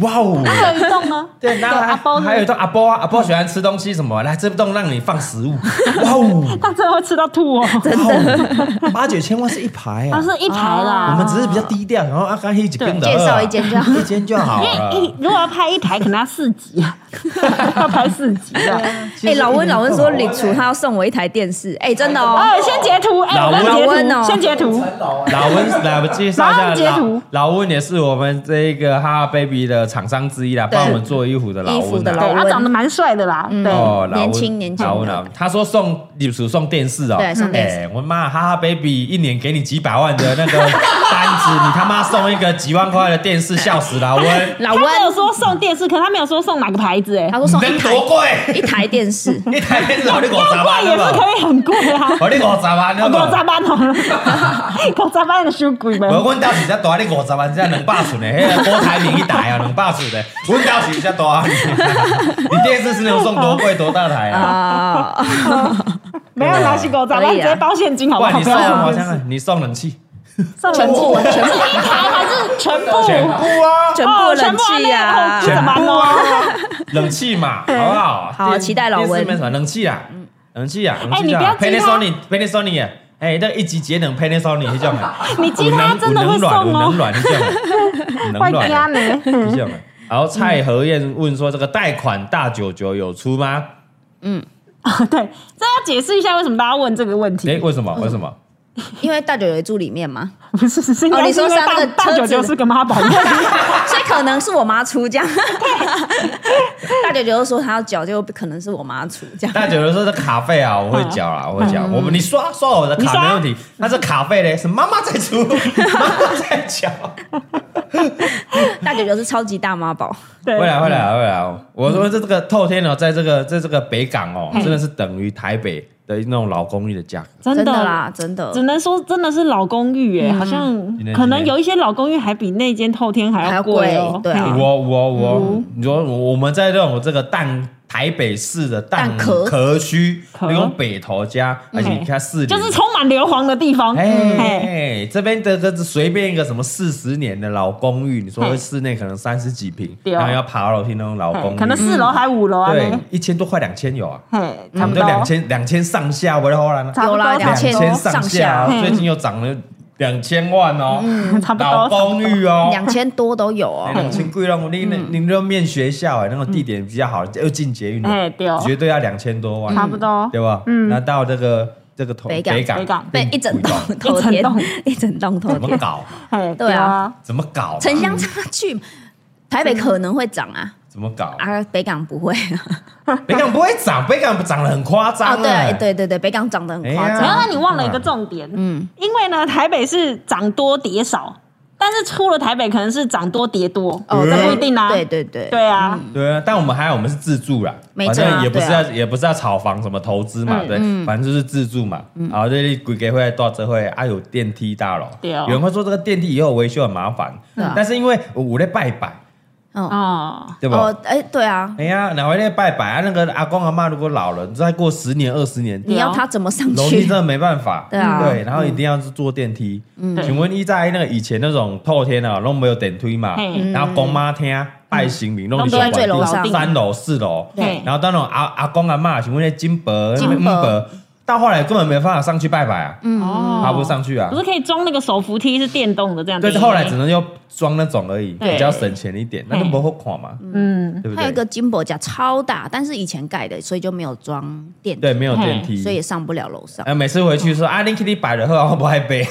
哇哦！各一栋呢。对，然后阿波还还有一栋阿波啊，阿波喜欢吃东西什么，来这栋让你放食物，哇哦！他真的会吃到吐哦，哇哦，八九千万是一排啊他，是一排啦。我们只是比较低调，然后阿刚一起跟介绍一间 *laughs* 就好一间就好啊因为一了。哎如果要拍一台，可能要四集 *laughs* 啊，要拍四集的。其哎，实老温一间老温够说了李楚他要送我一台电视，哎，真的哦，哦，先截图，哎，老我温先截老温图，哦先截图。很老啊，老温来，我介绍一马下上截图老老温也是我们这个哈哈 baby 的厂商之一啦，对帮我们做衣服的老衣服温的啊老对，温他长得蛮帅的啦，嗯对。哦，老温年轻年轻老温啊，他说送礼物送电视哦，对送电视哎我妈哈哈 baby 一年给你几百万的那个单子，你他妈送一个几万块的电视，笑死 *laughs* 老温，老他温没有说送电视，可他没有说送哪个牌子，哎他，说送一能台多贵？一台 *laughs* 电视，一台电视老你五十贵万也 *laughs* 对是吧？可以很贵啊。我你五十万 *laughs* 我对五吧十？万哦，五十万的收贵吗？无，阮兜是才大你五十万，才两百寸 *laughs* 的，迄个郭台铭一台啊，两百寸的，阮兜是才大。你电视是能送多贵多大台啊？啊，没有拿起五十可万，以直啊接包现金好不不好？然你不送啊要什么送像你送冷气，全部冷全气部是一台还是全部？全部啊，全部冷气哦啊全部啊那个，全么嗯部弄啊，冷气嘛，好不好？好电期待老温电视没什么冷气啊，冷气啊，冷气嗯哎你不要啊激他，Panasonic，Panasonic 啊。哎，那一级节能 Panasonic 那种 *laughs* 啊，你激他真的会送哦有冷暖，有 *laughs* 冷暖那种啊，有冷外暖加啊。 *laughs* 呢？是这样的。然后蔡和燕问说：“这个贷款大九九有出吗？哦对，这要解释一下为什么大家问这个问哎，题。为什么？为什么？因为大九九住里面嘛，不是，是应该哦你是因说为像那大个大车子九九是个妈 *laughs* 宝妹，所以可能是我妈出这样。大九九说她要缴，就可能是我妈出这样。大九九说这卡费啊，我会缴啦，我会缴。我们你刷刷我的嗯你卡刷没问题，但是卡费嘞是妈妈在 *laughs* 出，妈妈在缴。大九九是超级大妈宝，对嗯未来会来会来，我说这这个透天哦，在这个在这个北港哦，嗯真的是等于台北的那种老公寓的价格。真的的啦，嗯真的只能说真的是老公寓哎、好像今天可能有一些老公寓还比那间透天还还要要贵哦、对啊嘿我我嗯我，你说我我们在这种这个蛋台北市的蛋蛋壳壳区，壳那种北投家，而且你看市里就是充满硫磺的地方。 *laughs* 哎、哎，这边的个随便一个什么四十年的老公寓，你说嘿室内可能三十几平，对哦然后要爬楼梯那种老公寓，可能四楼还五楼啊，对呢一千多块两千有啊，嘿，他差不们多都两千两千上下，我的后来呢，差不有多差啦，两不千多千上下，嘿嗯最近又涨了两千万哦，差不多老公寓哦。两千多都有哦哎。两千贵了，我你嗯那你那面学校哎，那个地点比较好，又近捷运，哎对哦嗯绝对要两千多万，差不多。嗯对吧？那到这个这个头北港港北港被一整栋贵到 *laughs* 头一整栋，天一整栋头 *laughs* 怎么天，搞？哎，对啊，怎么搞嘛？城乡差距，台北可能会涨啊，怎么搞？啊，北港不会啊。北港不会涨，北港涨得很夸张、哦，哎对对对对，北港涨得很夸啊哎呀没有，张。那你忘了一个重点，嗯，因为呢，台北是涨多跌少，但是出了台北可能是涨多跌多，哦，这对不一定啊。对对对，对啊，对啊，但我们还好，我们是自住啦，没反错啊正也不是对啊嗯要也不是要炒房什么投资嘛，对，反正就是自住嘛。然后这里鬼给会多这会啊有电梯大楼，对哦有人会说这个电梯以后维修很麻烦，啊但是因为我在拜拜，嗯，哦，对吧？哦，哎，对啊，哎呀，哪回在拜拜啊？那个阿公阿妈如果老了，再过十年二十年，你要他怎么上楼梯去真？的没办法，对啊嗯对，然后一定要是坐电梯。对请问一在那个以前那种透天啊，都没有电梯嘛嗯嘿，然后公妈厅、拜神明，弄都在最楼上三楼、四楼，对然后到那种阿阿公阿妈，请问那金伯、金嗯伯伯，到后来根本没办法上去拜拜啊，嗯哦，爬不上去啊不。是可以装那个手扶梯是电动的这样？对，叮后来只能就装那种而已，对比较省钱一点，那就不好看嘛，嗯，对不还有一对？个金箔架超大，但是以前盖的，所以就没有装电对，梯，没有电梯，所以也上不了楼上。哎，每次回去说啊，嗯你去你摆了后，我不爱 *laughs* 背。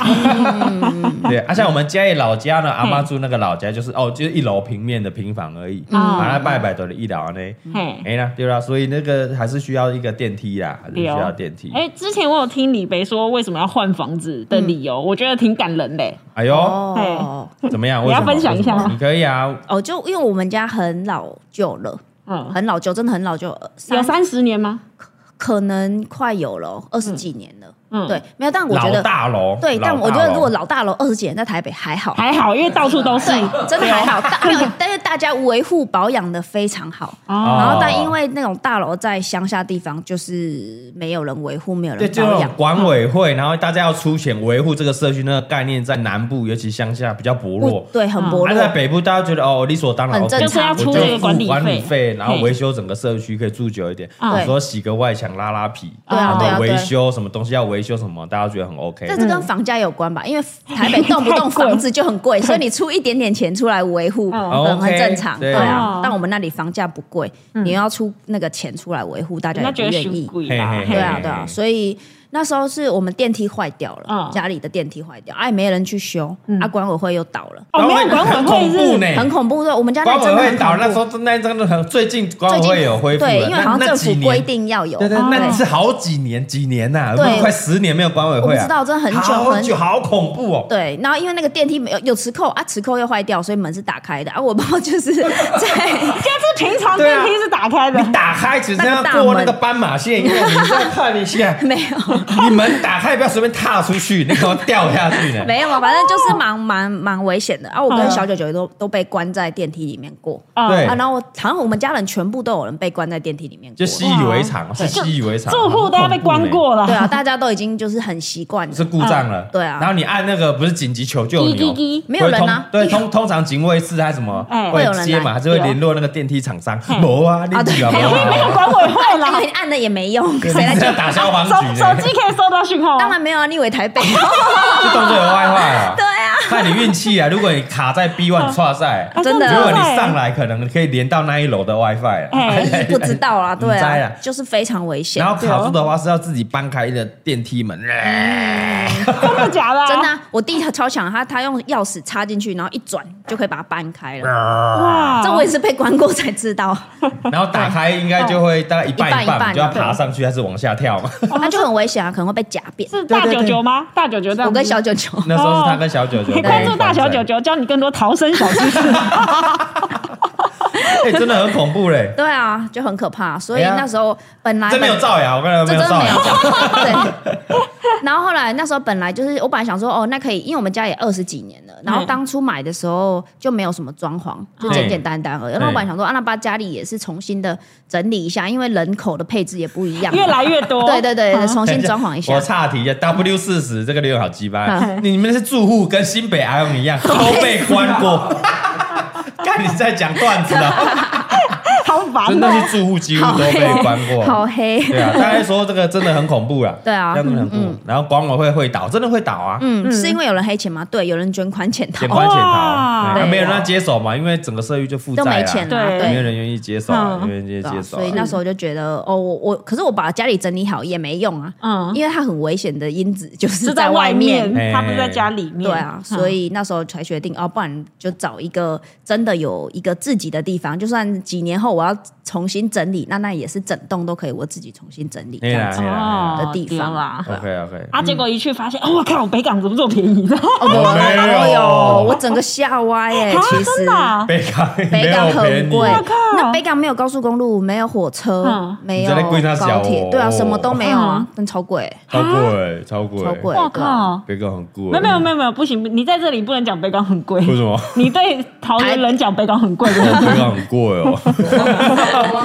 对，而、像我们家里老家呢，阿妈住那个老家就是哦，就是一楼平面的平房而已，嗯哦把它拜拜都是一楼呢。嘿。哎啦，对啦，所以那个还是需要一个电梯啦，还是需对哦要电梯。哎、之前我有听李北说为什么要换房子的理由，嗯我觉得挺感人嘞、哎呦，哦怎么样？你要为什么分享一下吗为什么你可以啊，哦，就因为我们家很老旧了，嗯，很老旧，真的很老旧，呃有三十年吗？可能快有了二十几年了。嗯对，没有，但我觉老得大楼。对，但老我觉大得楼如果老大楼二十几年在台北还好，还好，因为到处都是。对，真的还好，啊大没有，但是大家维护保养的非常好。啊哦，然后，但因为那种大楼在乡下地方，就是没有人维护，没有对，人就那保种养，管委会，然后大家要出钱维护这个社区，那个概念在南部，尤其乡下比较薄弱不。对，很嗯薄他在弱。北部，大家觉得哦，理所当然，很正常就是要我就出这个管理付管理费费，然后嘿维修整个社区可以住久一点。嗯你说洗个外墙、拉拉皮，啊对啊然后对啊对维啊修什么东西要维修什么，大家觉得很 OK。但嗯是跟房价有关吧，因为台北动不动太贵房子就 *laughs* 很贵，所以你出一点点钱出来维护，哦嗯，很 OK，正常，对对啊哦。嗯但我们那里房价不贵，你要出那个钱出来维护，大家人也家不觉得愿是意。贵嘿啦嘿。嘿对啊嘿，对啊，嘿所以那时候是我们电梯坏掉了嗯，家里的电梯坏掉，哎，没人去修，啊，管委会又倒了，哦，没有管委很会恐怖是呢，很恐怖。对，我们家那管委真的会很倒那时恐候怖。，那真的很最近管最委近会有恢复了，对，因为好像那那政几府年规定要有，对对，那哦是好几年几年呐，有对没有快十年没有管委会我啊，不知道真的很久好很久，好恐怖哦。对，然后因为那个电梯没有有磁扣啊，磁扣又坏掉，所以门是打开的啊。我爸就是 *laughs* 在现在是平常电梯是打开的，你打开只是那要个大过那门。个斑马线以后，你再看一下 *laughs* 没有你门打开，不要随便踏出去，你给我掉下去呢。没有啊嘛，反正就是蛮蛮蛮危险的啊。我跟小九九都都被关在电梯里面过嗯嗯对啊，然后我好像我们家人全部都有人被关在电梯里面过就了，习以为常，是习以为常。 *laughs* 住户都要被关过了。对啊，大家都已经就是很习惯了是故障了。对啊然后你按那个不是紧急求救滴滴钮滴，没有人啊会通对，通通常警卫室还什么哎会会有人接嘛，来还是会联络那个电梯厂商。没啊，你啊对有没因有为没有管委会因啦为，你哎按了也没用，谁来谁救在？打消防手局手呢？机可以收到讯号啊。当然没有啊，你以 *laughs* 为台北？这动作有外坏啊！对啊，看你运气啊！如果你卡在 B one 跨赛，啊真的如果你对上来，可能可以连到那一楼的 WiFi 啊。哎不知道 *laughs* 啊，对你猜啦啊，就是非常危险然。后卡住的话是要自己搬开的电梯门，真的假的啊？真的啊、我弟他超强，他他用钥匙插进去，然后一转就可以把它搬开了。哇！这我也是被关过才知 *laughs* 道， *laughs* 然后打开应该就会大概一半一半一半就要爬上去还是往下跳嘛？哦那就很危险啊，可能会被夹扁。是大九九吗？大九九这样子，我跟小九九，那时候是他跟小九九，可以关注大小九，九，教你更多逃生小 *laughs* 知识。哎，真的很恐怖嘞！对啊，就很可怕。所以哎呀那时候本来真没有造谣，我跟你这讲没真有的造没有谣，讲。 *laughs* 对。然后后来那时候本来就是我本来想说哦，那可以，因为我们家也二十几年了。然嗯后当初买的时候就没有什么装潢，就简简单单而已。然后我本来想说，阿拉巴家里也是重新的整理一下，因为人口的配置也不一样嘛。越来越多。 *laughs* 对对对，对嗯重新装潢一下嗯我。岔题一下，W 四十这个六好鸡巴，你们是住户跟新北 M 一 *laughs* 样都被关过，看你在讲段子了， *laughs* 好烦真的哦。是住户几乎都被关好过。黑。对啊，大家说这个真的很恐怖啦，对啊这样真的很恐怖。然后管委会会倒，真的会倒啊，嗯，是因为有人黑钱吗？对，有人捐款潜逃捡，款潜逃哇，对啊对没有人要接手嘛，因为整个社区就负债都啦没钱了、对对。啊没有对人愿意接手啊，嗯没有人愿意啊接手啊所。以那时候就觉得，哦，我我，可是我把家里整理好也没用啊，嗯因为它很危险的因子 *laughs* 就是是在外嗯面，面面，他不是在家里面。嗯对啊，所以那时候才决定，哦，不然就找一个真的有一个自己的地方，就算几年后我要重新整理，那那也是整栋都可以我自己重新整理。这嘿样啦子嘿啦的地方对嗯哦啦嘿。啦，OK OK，啊，结果一去发现，哦，我靠，北港怎么这么便宜？ *laughs* 哦，不，没有哎呦，我整个吓歪哎、啊其实真的啊北 *laughs* 港北港很贵我靠，那北港没有高速公路，没有火车嗯，没有你在那贵那小高哦铁，对啊，什么都没有啊，但超贵，超贵，超贵，超我贵，对啊靠，北港很贵，没有没有没有没有，不行，你在这里不能讲北港很贵。为什 *laughs* 么？你对桃园人讲北港很贵，哦北港很贵 *laughs* 哦，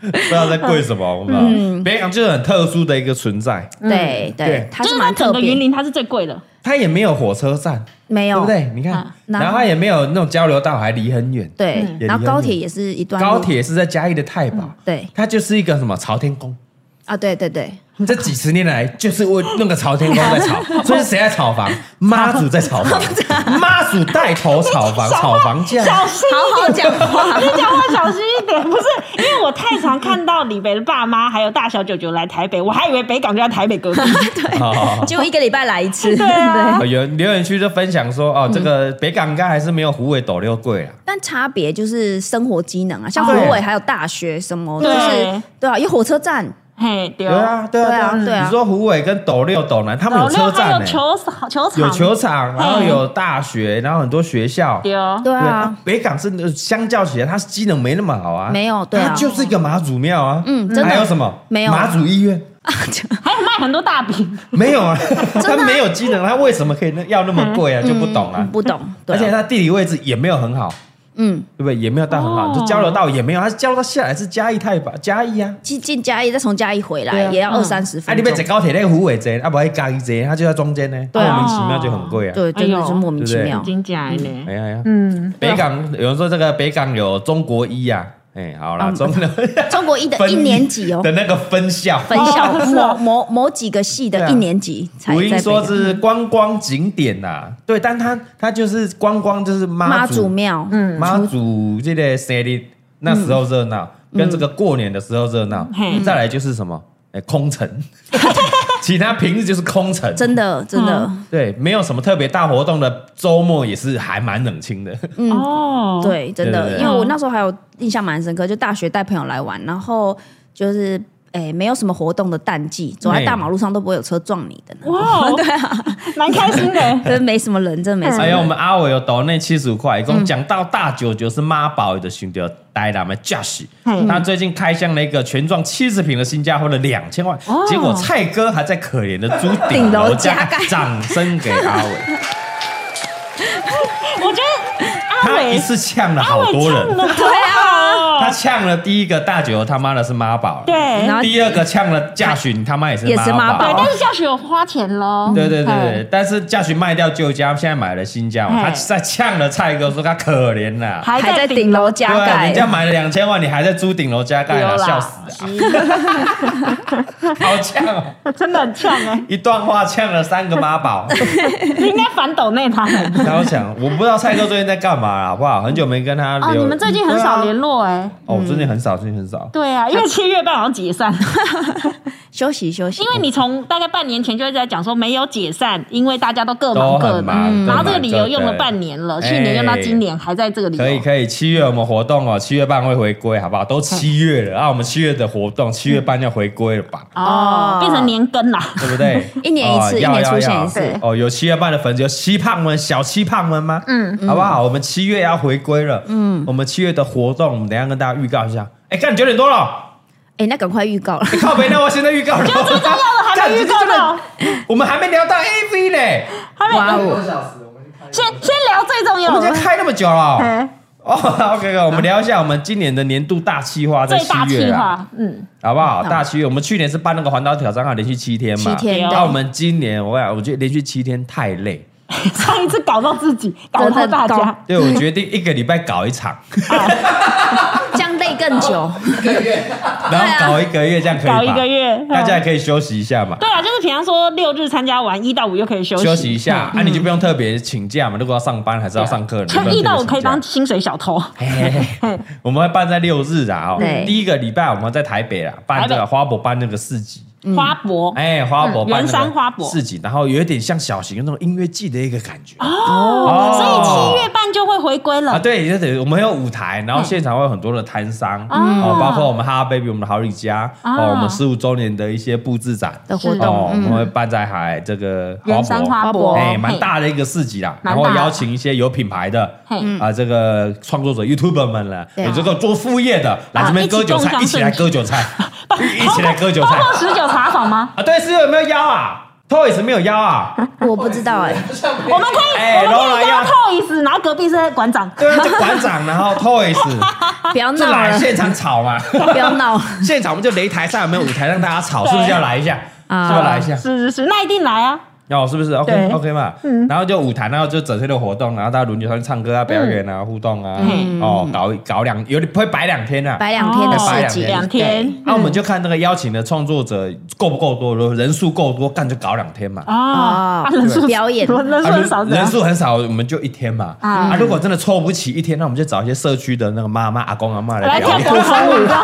不知道在贵什么，我不知嗯道。北港就是很特殊的一个存在，对对对，它就是是它蛮整特个云别，林它是最贵的，它也没有火车站，没对有不对？你看啊，然后它也没有那种交流道，还离很远。嗯对，也离然后很高铁远也是一段路嗯高铁是在嘉义的太保，对它就是一个什么朝天宫。啊，对对对，这几十年来，就是为那个朝天宫在 *laughs* 炒，所以谁在炒房？妈祖在炒房，妈祖带头炒 *laughs* 房，炒房价。小心好好讲话，你讲话小心一点，不是因为我太常看到李北的爸妈还有大小九九来台北，我还以为北港就在台北 *laughs* 隔壁。哦就一个礼拜来一次，对啊有人留言区就分享说，哦，这个北港应该还是没有虎尾斗六贵啊啦。 *laughs* 但差别就是生活机能啊，像湖对尾还有大学什么，就对是对啊，有火车站，嘿，对对啊，对对啊啊，对啊你说虎尾跟斗六、斗南，他们老有六车还站有呢，球场，球场有球场，然后有大学，然后很多学校。对哦对啊，，北港是呃相较起来，它机能没那么好啊。没有对啊它就是一个马祖庙啊。嗯真的还有什么？没有啊马祖医院。 *laughs* 还有卖很多大饼，没有啊，它没有机能，它为什么可以那要那么贵啊？就不懂啊嗯。不懂，对而且啊，它地理位置也没有很好，嗯，对不对？也没有到很好，哦就交流道也没有，它交流道下来是嘉义太吧，嘉义啊。进进嘉义再从嘉义回对来啊也要嗯二三十啊，分你被钟坐，高铁那个虎尾站，啊，不会嘉义站，它就在中间呢，对莫啊名其妙就很贵啊。对，真哎的呦是莫名其妙，真假的呢哎呀哎呀，嗯，啊北港有人说这个北港有中国医啊，哎，好啦，嗯中 *laughs* 中国一的分一年级哦 *laughs* 的，那个分校。分 *laughs* 校哦是某哦某某几个系对的啊一年级才福在音北说港是观光景点呐、对，但它它就是观光，就是妈妈祖祖庙，嗯妈祖这个生日那时候热闹，跟这个过年的时候热闹，嘿再来就是什么？哎，空城，其他平日就是空城，真的真的，嗯对，没有什么特别大活动的，周末也是还蛮冷清的。嗯，哦，对，真对对的，对因为我那时候还有印象蛮深刻，就大学带朋友来玩，然后就是。哎，没有什么活动的淡季，走在大马路上都不会有车撞你的呢。 *laughs* 哇， *laughs* 对啊，蛮开心的。真没什么人，真没什么还有哎我人。们阿伟有抖那七十五块，一共讲到大九九是妈宝的兄弟呆啦们 Josh，嗯他最近开箱了一个全幢七十平的新家，花了两千万哦，结果蔡哥还在可怜的租顶顶楼楼加加盖盖，掌声给阿伟，我觉得阿他一伟，次呛了阿好伟多唱人，的多好他哦，呛了第一个大九他妈的是妈宝，对啊然后第二个呛了驾巡他妈也是也是妈对，宝但是教学有花钱喽。对对对对嗯，，但是驾巡卖掉旧家，现在买了新家嘛，嘿他在呛了蔡哥说他可怜呐、还还在在顶顶楼楼加对啊，盖人，家买了两千万，你还在租顶楼加盖啊，丢啦笑死啊！好呛哦，真的很呛哎，一段话呛了三个妈宝，你应该反抖内他们。超强！我不知道蔡哥最近在干嘛啦，好不好？很久没跟他哦，聊你们最近很少联对啊络哎。哦，我最近很少，最近很少。对啊，因为七月半好像解散， *laughs* 休息休息。因为你从大概半年前就在讲说没有解散，因因为大家都各都忙各很的。嗯忙，都很忙然后这个理由用了半。年了，去年用到今年还在这个理哦对由。可以可以，七月我们活动哦，七月半会回归，好不好？都七月嗯了，啊，我们七月的活动，七月半要回归了吧？哦，变成年更啦。对不对？ *laughs* 一年一次哦一年出现要要一次要哦，有七月半的粉丝，有七胖们、小七胖们吗？嗯，好不好？我们七月要回归了。嗯，我们七月的活动，我们等一下跟大家预告一下。哎，干九点多了，哎，那赶快预告了。哎靠北，那我现在预 *laughs* 告了。就最重要的还没预告到，我们还没聊到 AV 嘞，还没哇多哦，小时，我们去看一下先先聊最重啊我要们的今天。开那么久了。嗯哦，OK，我们聊一下我们今年的年度大计划，在最七大月计啊，划，嗯， *laughs* 好不好？好大七月，我们去年是办那个环岛挑战啊，连续七天嘛。七天对那我们今年，我想，我觉得连续七天太累，上一次搞到自己，搞到真的大搞家，对，我决定一个礼拜搞一 *laughs* 场，这样累更久。一个月，然后搞一个月，这样可以吧？搞一个月。嗯大家也可以休息一下嘛，对啊，就是平常说六日参加完，一到五又可以休息。嗯休息一下，啊，你就不用特别请假嘛。如果要上班还是要上课，你像一到五可以当当。薪水小偷， *laughs* 我们会办在六日啊，哦对，第一个礼拜我们在台北啊，办这台个北花博办那个市集，花博哎，花博办那个圆山花博市集，然后有一点像小型那种音乐季的一个感觉，哦，所以七月半样就会回归了。啊，对，就等于我们有舞台，然后现场会有很多的摊商，嗯哦，包括我们哈哈 baby，我们的好礼家，啊哦，我们十五周年的一些布置展的活是哦动，，我们嗯，会办在海这个圆花山博，花博，哎，蛮嘿大的一个市集啦，蛮然大后邀请一些有品牌的嘿啊，这个创作者 YouTuber 们了，对有这个做副业的来啊这边一起割韭菜，共襄一起来盛举割韭 *laughs* 菜，一起来割韭菜泡十九茶坊吗？啊！对，室友有没有邀啊？Toys 没有邀啊？ *laughs* 我不知道 *laughs* 哎，我们可以，哎我罗们可莱以亚邀 Toys，然后隔壁是馆长。对啊，就馆长，然后 *laughs* Toys 不要就闹来了，现场吵嘛。 *laughs* 不要闹现场我们就擂台上有没有舞台让大家吵，是不是要来一下？啊是不是要来一下？是是是，那一定来啊！哦，是不是？OK OK 嘛。嗯然后就舞台，然后就整天的活动，然后大家轮流上去唱歌啊、表演啊、互动啊，嗯哦，搞搞两有点会摆两天啊。摆两天的哦市集，两天啊嗯那我们就看那个邀请的创作者够不够多，如果人数够多，干就搞两天嘛。啊，哦啊人数表演人人数啊很少如怎样人数很少，我们就一天嘛。啊，如果真的凑不齐一天，那我们就找一些社区的那个妈妈、阿公、阿妈来来表演。跳广场舞， *laughs*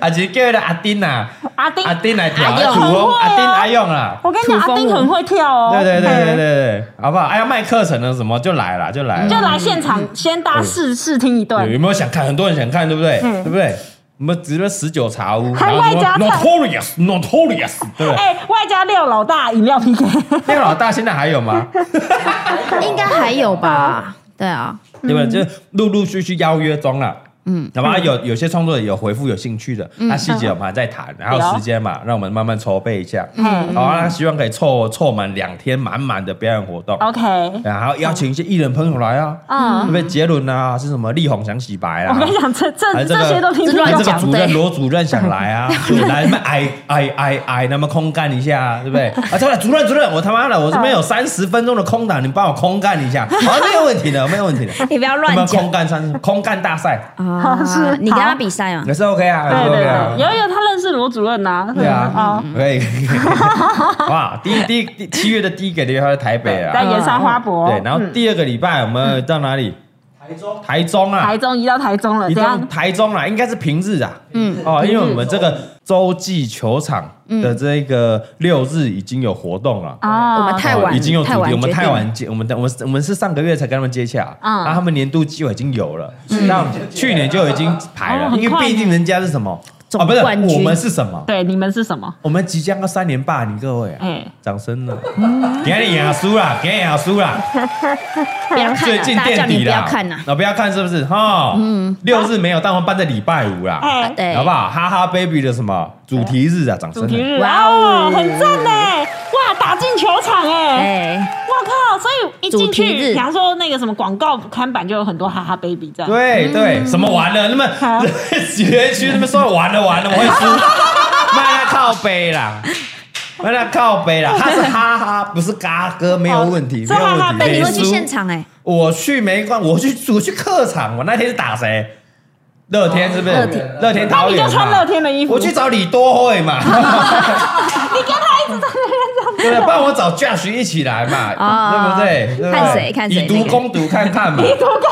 啊，就是叫那个阿丁呐，阿丁阿丁来跳，阿丁主很翁会啊阿丁阿用啦。我跟你讲，阿土风舞丁很会跳哦。对对对对对嘿，对，好不好？哎呀，卖课程的什么就来了，就来了。就来现场先大家试试听一有段有。没有想看？很多人想看，对不对？嗯对不对？我们只了十九茶屋，然还后外加什么 notorious notorious，对不对？哎，外加六老大饮料 PK，那个老大现在还有 *laughs* 吗？应该还有吧？对啊，对不对？就是陆陆续续邀约中了。嗯，好吧，有有些创作者有回复有兴趣的，嗯那细节我们还在谈，然后时间嘛，让我们慢慢筹备一下。嗯好啊，那希望可以凑凑满两天满满的表演活动。 ，OK，然后邀请一些艺人朋友来啊，嗯哦对不对？杰伦啊，还是什么力宏想洗白我啊跟，你讲，这还有这这个呃这些都听这不还乱有懂这个讲主任对罗主任想来啊，对不对来那么挨挨挨挨，那么空干一下啊，对不对？啊，对了，主任主任，我他妈的，我这边有三十分钟的空档，你帮我空干一下，好，没有问题的，没有问题的。你不要我乱们讲空干三空干大赛啊 *laughs* 是！你跟好他比赛吗也？是 OK 啊，也对是对 OK 对，啊。有有他认识罗主任呐，对啊哦，，可以，可以可以 *laughs* 哇！第一第一第七月的第一个礼拜他在台北啊，在哦盐山花博，对，然后第二个礼拜我们到哪里？台中台中啊，台中移到台中了，你这到样台中啦，应该是平日啊。啊嗯哦，因为我们这个洲际球场的这个六日已经有活动了。啊，我们太晚哦已经有主太晚题，我们决定太晚接，我们我们我们是上个月才跟他们接洽，啊嗯然后他们年度计划已经有了，嗯那我们去年就已经排哦了，很因为快毕竟人家是什么总啊，不是冠军我们是什么，对你们是什么？我们即将要三连霸，你各位啊，哎，掌声了，嗯给你亚输啦，给你亚输啦，不要看 *laughs* 最啊，近大家叫垫你底不啦，要看呐！啊不要看是不是哈？嗯，六日没有，但我们办在礼拜五啦，哎对，好不好？哈哈 baby 的什么主题日啊？掌声主！题日哇哇哦很赞哎！哇，打进球场哎！哎，我靠！所以一进主题去，日比方说那个什么广告看板就有很多哈哈 baby 这样。对对，什么完了？那么嗯好几连区那么说完了完了，我会 *laughs* 输，卖他靠背啦，卖他靠背啦，他是哈哈，不是嘎哥，没有问题，哦没有是哈哈问题。 baby，你没会去输现场哎？我去没关，我去我去客场，我那天是打谁？乐天是不是乐天？乐天哦那桃你园就嘛，穿乐天的衣 *laughs* 服。我哦去找李多惠嘛，你跟他一直在那边对，不然我找 Josh 一起来嘛，哦对不对？对不对看谁看谁以毒那个攻毒看看嘛，以毒攻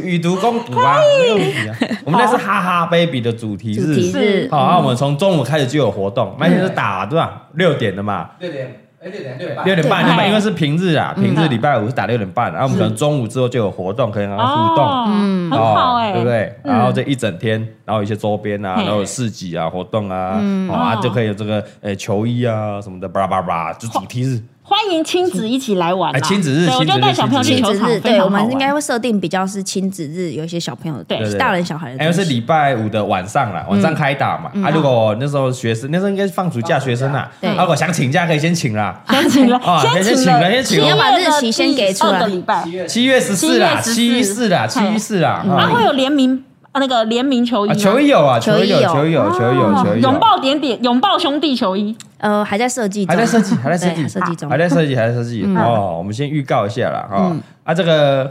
毒，以毒攻毒啊，没有问题啊。我们那是哈哈 baby 的主题主题日，日好，啊那我们从中午开始就有活动，那天是打对吧？六点的嘛，六点，哎六点六点半，六点半，对六点半因为是平日啊，平日礼拜五是打六点半，然后我们可能中午之后就有活动，可以跟他互动。哦，嗯很好哎，对不？对？然后这一整天，然后有一些周边啊，嘿然后有市集啊、活动啊，哦啊哦就可以有这个呃球衣啊什么的，巴拉巴拉巴拉，就主题日。欢迎亲子一起来玩啊。哎亲子日对我亲子就日带小朋友去亲球子场日，，非常对好我们玩应该会设定比较是亲子日，有一些小朋友对对对大人小孩的哎，东又西，是礼拜五的晚上啦，晚上开打嘛。啊，如果那时候学生，那时候应该是放暑假学生啦。对啊如果想请假可以先请啦。先 *laughs* 请了啊，先先请了先请了七月你要把日的期先第给出来二个礼拜七，月七月十四啦，七七月一14四啦，七一四啦。然后会啊有联名呃那个联名球衣啊，吗，球衣有啊，球衣有，球球衣衣有，球衣有，球衣有。拥抱点点，拥抱兄弟球衣，呃，还在设计中，还在设 *laughs* 计，还在设计，对设计中还在设计，还在设计。哦，我们先预告一下啦，哈啊，这个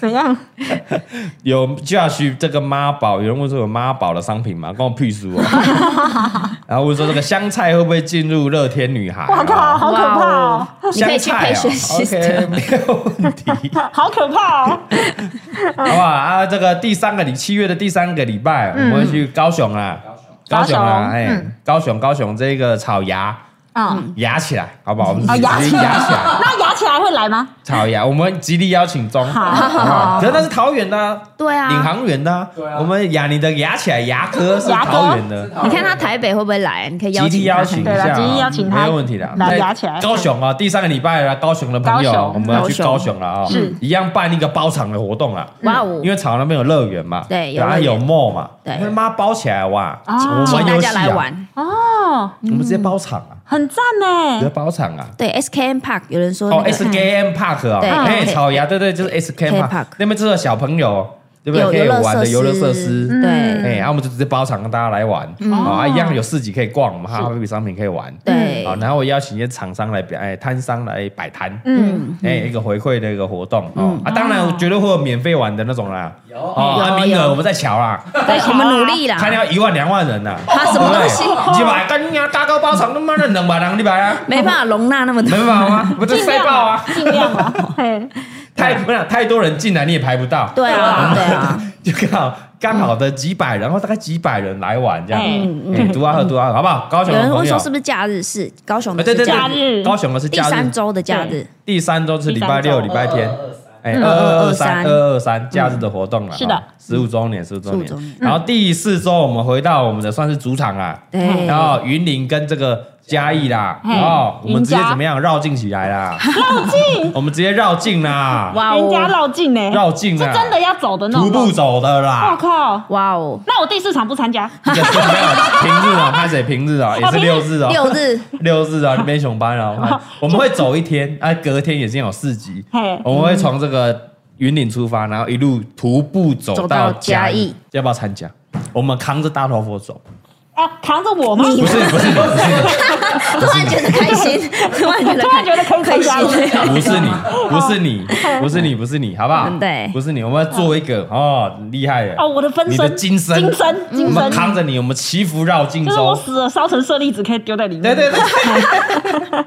怎样？ *laughs* 有 Josh 这个妈宝，有人问说有妈宝的商品吗？关我屁事哦。然后问说这个香菜会不会进入乐天女孩？哇靠，好可怕哦！哇哦！你可以去配学习香菜哦 OK，的， *laughs* 没有问题，好可怕哦！好不好？啊，这个第三个礼，七月的第三个礼拜，我们会去高雄啦，高雄高啦，雄哎，高雄，高雄这个草芽嗯，芽起来，好不好？我们啊直接芽起来芽起来，那牙起来会会来吗？草芽，我们极力邀请中，好好不好可是那是桃园的啊，对啊，领航员的啊对啊，我们雅尼的牙起来牙科是牙科桃园的是。桃你园看他台北会不会来？你可以邀极力请邀他请一对下啦啊，极力邀请他没有问题的。来在牙起来高雄啊，第三个礼拜了，高雄的朋高友，啊雄我们要去高高雄雄了啊，是一样办一个包场的活动啊。哇哦因，为草那边有乐园嘛，对有然后乐园有 mall 嘛，对他妈包起来哇，啊我们请玩大游戏家来啊，玩。哦，我们直接包场啊，很赞直接呢。包场啊。对，SKM Park 有人说哦那个，SKM Park 啊，对哎，对草芽，对对，就是 SKM Park Park 那边就是有小朋友，对不对？有可以玩的游乐设嗯施，对哎，然后我们就直接包场让大家来玩，哦啊，一样有市集可以逛，我们还有 baby 商品可以玩，对好，然后我邀请一些厂商来表，哎，摊商来摆摊，嗯，哎，一个回馈的一个活动哦啊，当然我绝对会有免费玩的那种啦，有哦，啊嗯有名额有我们再瞧啦，对，我们努力啦。看要一万两万人呐，他什么东西哦你去买干呀，大高包场他妈的两百人你买啊，没办法容纳那么没多办，法 *laughs* 吗？我这塞爆啊！尽量啊，嘿，太不是太多人进来你也排不到，对啊，对啊，就刚好刚好的几百人，然后大概几百人来玩这样，嗯哎，独阿喝独阿喝，好不好？ *laughs* 高有雄的人朋会友说，是不是假日是高雄哎的对对是假假日，对，日高雄的是第假日三，周的假日，第三周是礼拜六、礼拜天，哎，嗯二二二三嗯二二三假日的活动了，是的十五周年，十五周15周年年。然后第四周我们回到我们的算是主场啦，对嗯然后云林跟这个嘉义啦，嘿哦，我们直接云嘉怎么样绕境起来啦？绕境，我们直接绕境啦，哇人家哦，绕境呢，绕境是啦，真的要走的那徒种。步走的我啦。靠！哇哦，那我第四场不参加，没有平日啊，拍谁平日啊，也是六日啊，六日 *laughs* 六日啊，边熊班啊，哎我们会走一天，啊，隔天也是有市集嘿，我们会从这个云岭出发，然后一路徒步走走到嘉嘉义义，要不要参加？我们扛着大头佛走，啊，扛着我吗？不是不是你，不是你，突然觉得开心，突然觉得突然觉得可以参加了，不是你，不是你，不是你，不是你，好不好？对不是你，我们要做一个哦，厉害的哦，我的分你身，的金身，金身，我金们身，扛着你，我们祈福绕境就是我州，死了烧成舍利子可以丢在里面。对对 *laughs* 对，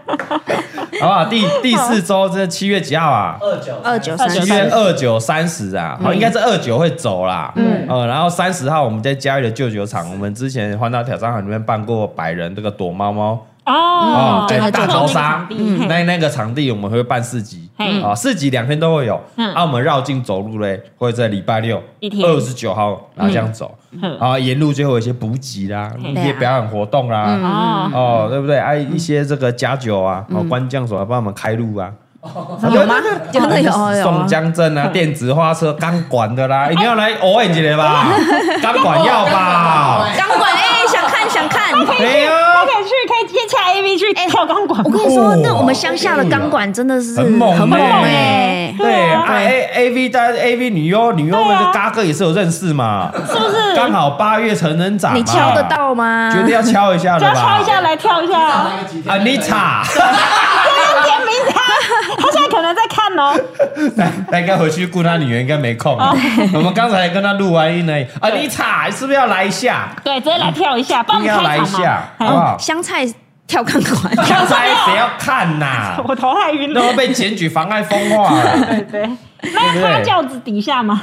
好不好？第第四周这七月几号啊？二九二九二三九七十，月二九、三十啊，嗯好，应该是二九会走啦。嗯，呃，然后三十号我们在嘉义的旧酒厂，我们之前环岛挑战场里面办过百人这个躲猫猫哦哦，，在就是大那个逃场杀嗯地，嘿那那个场地我们会办四集嘿啊，四集两天都会有。嗯啊，我们绕境走路嘞，会在礼拜六一天二十九号，然后这样走嗯啊啊，沿路就会有一些补给啦，嘿一些表演活动啦。哦，哦，对不对？哎，一些这个假酒啊，哦，官将手来帮我们开路啊，有吗？真的哦有啊有宋江镇啊，电子花车钢管的啦，一定要来 orange 的吧，钢管要吧？钢管哎，想看想看。哎呀，他可以去，可以接洽 A V 去跳钢管哎我跟你说，那我们乡下的钢管真的是很猛哦很猛欸哎，对啊，A A V 大 A V 女优女优们的嘎哥也是有认识嘛，是不是？刚好八月成人展嘛，你敲得到吗？绝对要敲一下就的要吧，敲一下来跳一下，那个几天，Anita，点名他，他现在可能在看哦。 *laughs* 他应该回去顾他女儿，应该没空。哦 *laughs* 我们刚才跟他录完音呢，Anita 是不是要来一下？对，直接来跳一下，帮我一定们要开来一场嘛哎下，。好不 *laughs* 好？香菜跳钢管，刚才谁要看 *laughs* 呐、我头太晕那会了。被检举妨碍风化了。 *laughs* 对对，那要趴轿子底下吗？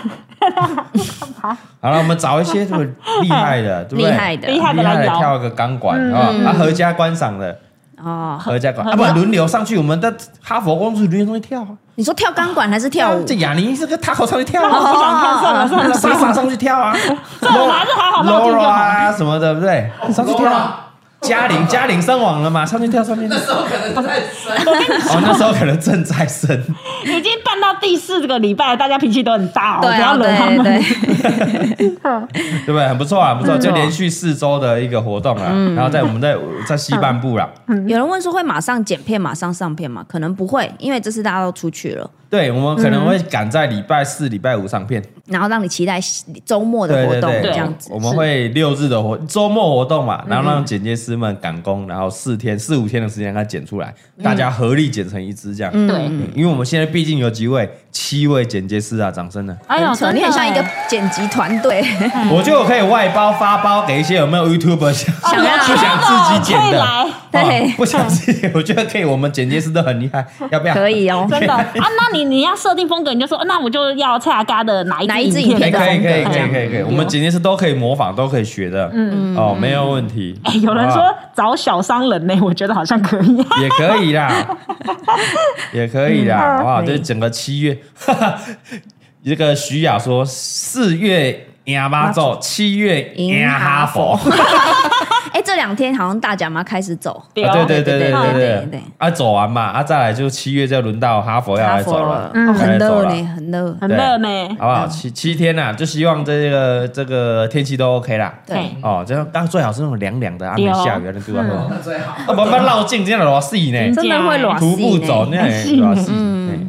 好了，我们找一些这么厉害 *laughs* 的，对不厉对？害的厉害的厉害来的摇跳一个钢管啊，啊，合家观赏的 *laughs* 哦。合家观，合啊，不然轮流上去，我们的哈佛公主轮流上去跳啊。你说跳钢管还是跳舞哦这？雅尼这个 taco 上去跳我不啊，想看， *laughs* 算了算了，莎莎上去跳啊， *laughs* 算了，还是还好冒进就 Laura 好。啊什么的，对不对？上去跳啊。嘉玲，嘉玲上网了嘛？上去跳，上去跳。那时候可能太深，哦，那时候可能正在生。 *laughs* *laughs* 已经办到第四个礼拜，大家脾气都很大哦，对不要啊，惹他对们。对， *laughs* 对不对？很不错啊，很不错，很不就错连续四周的一个活动啊，嗯然后在我们在在西半部啦，有人问说会马上剪片、马上上片吗？可能不会，因为这次大家都出去了，对我们可能会赶在礼拜四、礼拜五上片，然后让你期待周末的对嗯活对对，动这样子。我们会六日的活周末活动嘛，然后让剪接师们赶工，然后四天四五天的时间给它剪出来，大家合力剪成一支这样。嗯对嗯因为我们现在毕竟有几位七位剪接师啊，掌声呢！哎呦，很扯真的你很像一个哎剪辑团 *laughs* 队，我就可以外包发包给一些有没有 YouTube 想想要 *laughs* 不想自己剪可以的，来对哦不想自己，我觉得可以，我们剪接师都很厉害，要不要？可以哦。真的啊，那你你要设定风格，你就说，啊那我就要蔡阿嘎的哪一哪一支影影可片以片的可以可以风格可这以样可以可以，我们剪接师都可以模仿，都可以学的，嗯哦，没有问题。哎有人好啊说找小商人呢，我觉得好像可以。不好也可以啦，也可以啦，好不好？可以就是整个七月， *laughs* 这个徐雅说四月牙巴咒，七月迎牙哈哈佛佛。 *laughs* 哎，这两天好像大甲妈开始走，对啊，哦对对对对对对对对啊，走完嘛，啊，再来就七月就轮到哈佛要来哈啊走佛了了，，要哦来很走热了呢，很热。很对啊热呢好不好？七七天呐，就希望这个这个天气都 OK 啦。哎对，哦，这样当然最好是那种凉凉的，啊，对没哦下雨的地方。啊，那最好。慢慢绕境，这样多细呢，真的会欸裸徒步戏走哎呢。那细多细。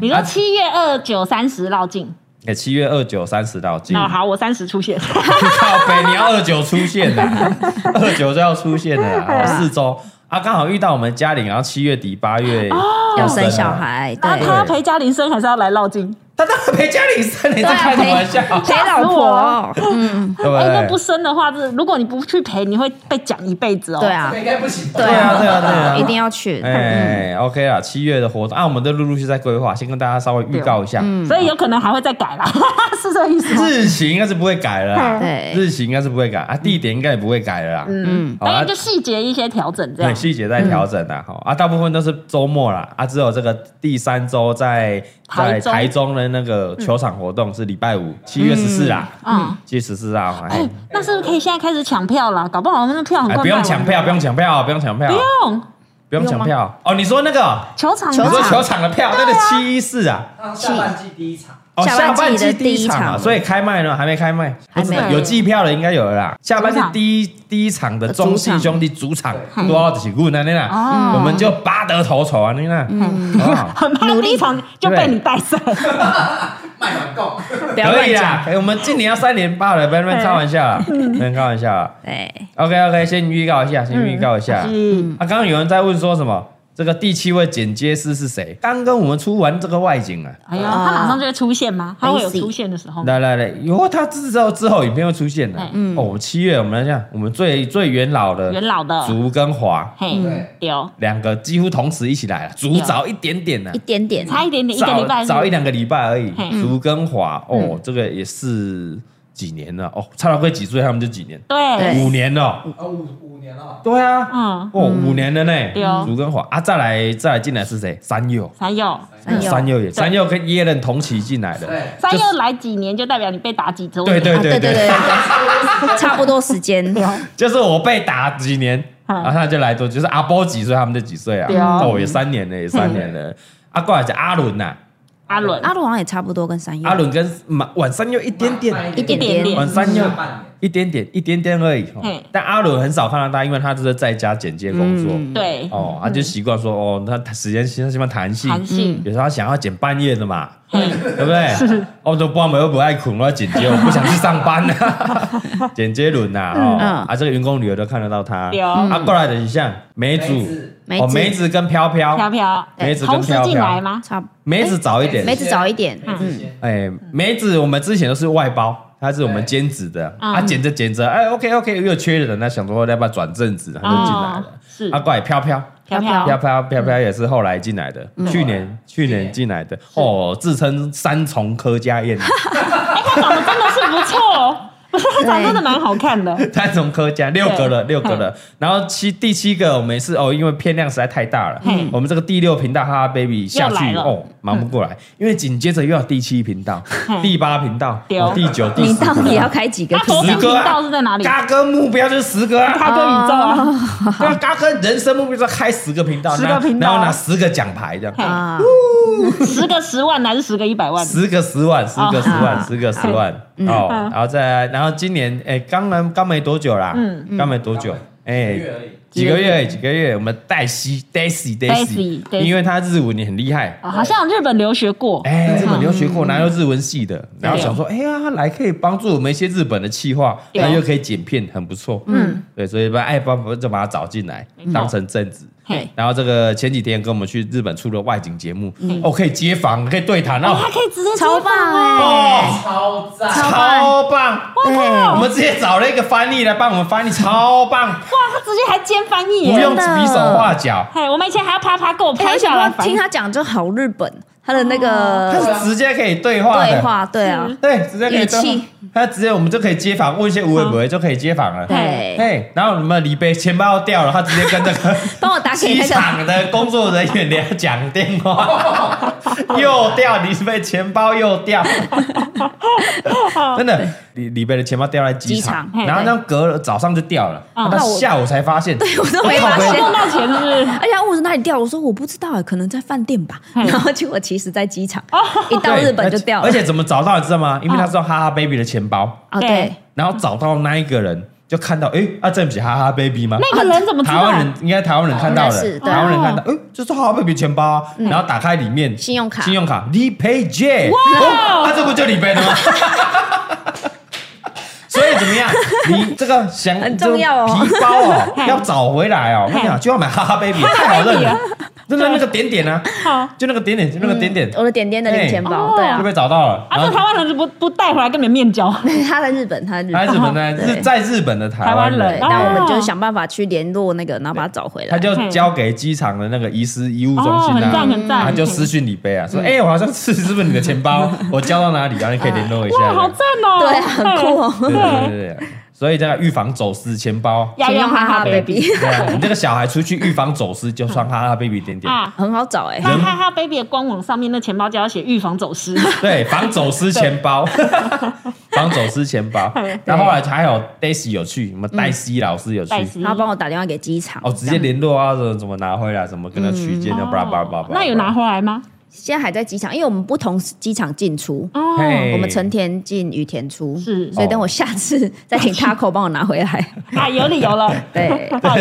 你说七月二九三十绕境，啊哎，七月二九三十到境，那哦好，我三十出 *laughs* 现。靠北，你要二九出现的，啊二九就要出现的啦，哦四周啊，刚好遇到我们嘉玲，然后七月底八月要了生小，孩，那啊对，他要陪嘉玲生，还是要来绕境？他当然陪嘉玲生，你在开什么玩笑？啊 *laughs* 陪老 *laughs* 婆，嗯，对不哎，那对不？生的话，是如果你不去陪，你会被讲一辈子哦。对，啊，应该不行吧。对啊对啊对啊一定要去，哎，OK 啦，七月的活动啊，我们都陆陆续在规划，先跟大家稍微预告一下，所以有可能还会再改啦， *laughs* 是这意思吗？日期应该是不会改了啦，对日期应该是不会改啊，地点应该也不会改了啦，嗯，好反啊正就。细节一些调整这样对，。细节在调整啦，哈、啊，大部分都是周末啦，啊，只有这个第三周在在台中台中的那个球场活动是礼拜五，七、月十四啦，嗯，七月十四啊，哎、哎，那是不是可以现在开始抢票了？搞不好我们的票很哎快不用卖完抢票，不用抢票，不用抢票不，用不用抢票。哦，你说那个，球场你球说场球场的票，那个七一四啊，那下半季第一场，哦，下半季的季第第一场啊，场所以开卖呢，还没开卖，还不知没道有计票的应该有了啦。下半季主场第一第一场的中信兄弟主场啊多少几股那那啦哦，我们就拔得头筹啊，那那，好不好？很怕第一场就被你带赛，卖完够。不要可乱以讲，啦，哎我们今年要三连霸了，不要乱开玩笑啦，不要开玩笑啦。对， OK OK，先预告一下，先预告一下。嗯，啊，刚刚有人在问说什么？这个第七位剪接师是谁？刚跟我们出完这个外景啊，哎呀，他马上就会出现吗？他会有出现的时候吗？来来来，以后他之后之后影片会出现的哎。嗯，哦，我们七月我们来讲，我们最最元老的元老的，竹跟华嘿对，丢，两个几乎同时一起来了，竹早一点点呢一，点点，差一点点，一个礼拜早是早一两个礼拜而已嘿。嗯竹跟华哦，这个也是几年了哦，差了会几岁他们就几年，对，对五年了。呃，五五年了，对啊，嗯，哦，五年了呢。对哦竹跟华啊，再来再来进来是谁？山佑。才有。三友三，佑也，三佑跟耶伦同期进来的，对，三又来几年，就代表你被打几周对年。对啊对对对对，对， *laughs* 差不多时间，就是我被打几年，然后他就来多，就是阿波几岁，他们就几岁啊对啊，那我也三年了，也三年了。啊，过来讲阿伦呐，阿伦，阿鲁好像也差不多跟三月，阿伦跟晚晚三佑一点慢点，慢一一点点晚三佑下半年。一点点，一点点而已。哦嗯但阿伦很少看到他，因为他就是在家剪接工作。嗯对，哦，他就习惯说哦，他时间他喜欢弹性，韩信，有时候他想要剪半夜的嘛，嘿，对不对？我都不知道我又不爱苦，我要剪接，我 *laughs* 不想去上班啊。剪接轮呐，哦嗯啊，这个员工旅游都看得到他。有啊，过来的一项梅子梅子，梅哦，子梅子跟飘飘飘，飘，梅子跟同时飘进飘，来吗？差不梅子早一点哎梅。子早一点，梅子嗯，先哎，梅子我们之前都是外包，他是我们兼职的，嗯啊，剪着剪着，哎，OK OK，又缺人，那想说要不要转正职，他就进来了哦。是啊，过来飘飘。飘飘好飘，飘飘飘也是后来进来的，去年去年进来的哦，自称三重柯家燕，真的是不错哦， *laughs* 他长得真的蛮好 *laughs* 看的。三重柯家六个嗯了，六个了。然后七第七个我们也是哦，因为片量实在太大了嗯，我们这个第六频道哈哈 baby 下又来去了哦忙不过来，因为紧接着又要第七频道、第八频道、嗯对哦第九、第你十到底频要道。开几个他头频十顶个频啊道是在哪里？嘎哥目标就是十个啊，他跟 *laughs* 宇宙啊，对啊嘎哥人生目标就是开十个频道，十个然后频道然后拿十个奖牌这样。嘿啊？十个十万还是十个一百万？十个十万，十个十万，哦啊十个十嗯嗯万哦，然后再来然后今年哎，刚来刚没多久啦，刚没多久，哎，几个月，几个月，我们黛西 Daisy Daisy，Daisy 因为他日文也很厉害，啊，好像有日本留学过，哎，日本留学过，然后又日文系的，然后想说，哎呀，他来可以帮助我们一些日本的企划，对然后又可以剪片，很不错。嗯，对，所以把哎，把把就把他找进来，当成正职。嘿，然后这个前几天跟我们去日本出了外景节目，哦，可以接访，可以对谈哦，他可以直接超接访棒哎，哎、超赞，超超棒！我们直接找了一个翻译来帮我们翻译，超棒，哇，他直接还兼翻译不耶，用比手画脚，嘿，我们以前还要啪啪给我哎拍而且下来我翻译听，他讲就好日本，他的那个他是直接可以对话对的，话，对啊，对，直接可以对语话气，他直接我们就可以接访，问一些无为不为就可以接访了。对，哎，然后什么李贝钱包掉了，他直接跟那 *laughs* 个帮我打机给那个，场的工作人员给他讲电 *laughs* 话，又掉李贝钱包又掉，真的李李贝的钱包掉在机场机场，哦嘿然后那隔了早上就掉了，嗯到下午才发现，对我都没发他现。哎弄到钱是不是？而且他问我从哪里掉，我说我不知道、哎可能在饭店吧。嗯然后结果其实在机场，一到日本就掉了。嗯而且怎么找到你知道吗？因为他知道哈哈 baby 的钱包，啊，对，然后找到那一个人就看到，哎，啊，这不是哈哈 baby 吗？那个人怎么知台道啊湾？人应该台湾人看到应该了，是对台湾人看到，哎，这是好 baby 钱包啊，然后打开里面信用卡信用卡理赔 J，哇哇，那这不就理赔了吗？ *laughs* 所以怎么样？你这个想很重要哦这个皮包哦，要找回来哦。我跟你讲，就要买哈哈 baby，太好认了，真的那个点点呢，好，就那个点点，就那个点点，我的点点的零钱包，哎对就啊，被找到了。啊，这台湾人就不不带回来跟你们面交，他在日本，他在日他本，哦日本呢，对是在日本的台湾台湾人对，人，那我们哦就想办法去联络那个，然后把他找回他来。就交给机场的那个遗失遗物中嗯哦，心很赞啊，很赞，嗯他就私讯李贝啊，说：“哎，我好像是是不是你的钱 *laughs* 包？我交到哪里？啊然后你可以联络一哇，下。”好赞哦，对啊，很酷哦。对对对对对，所以这个预防走私钱 *laughs* 包。要请用用哈哈哈哈 baby baby，对啊，你这个小孩出去预防走私，就穿哈哈 baby 点点。啊。很好找哎。那哈哈 baby 的官网上面那钱包就要写预防走失，对，防走私钱包， *laughs* 防走私钱 *laughs* 包。然后后来还有 Daisy 有去，我们黛西老师有去，戴斯然后帮我打电话给机场，哦，直接联络啊，怎么怎么拿回来，怎么跟他取件的，哦巴拉巴拉巴拉。那有拿？回来吗？现在还在机场，因为我们不同机场进出，哦，嘿我们成田进羽田出，是所以等我下次再请 Taco 帮我拿回来。 *laughs* 啊，有理由了，对，好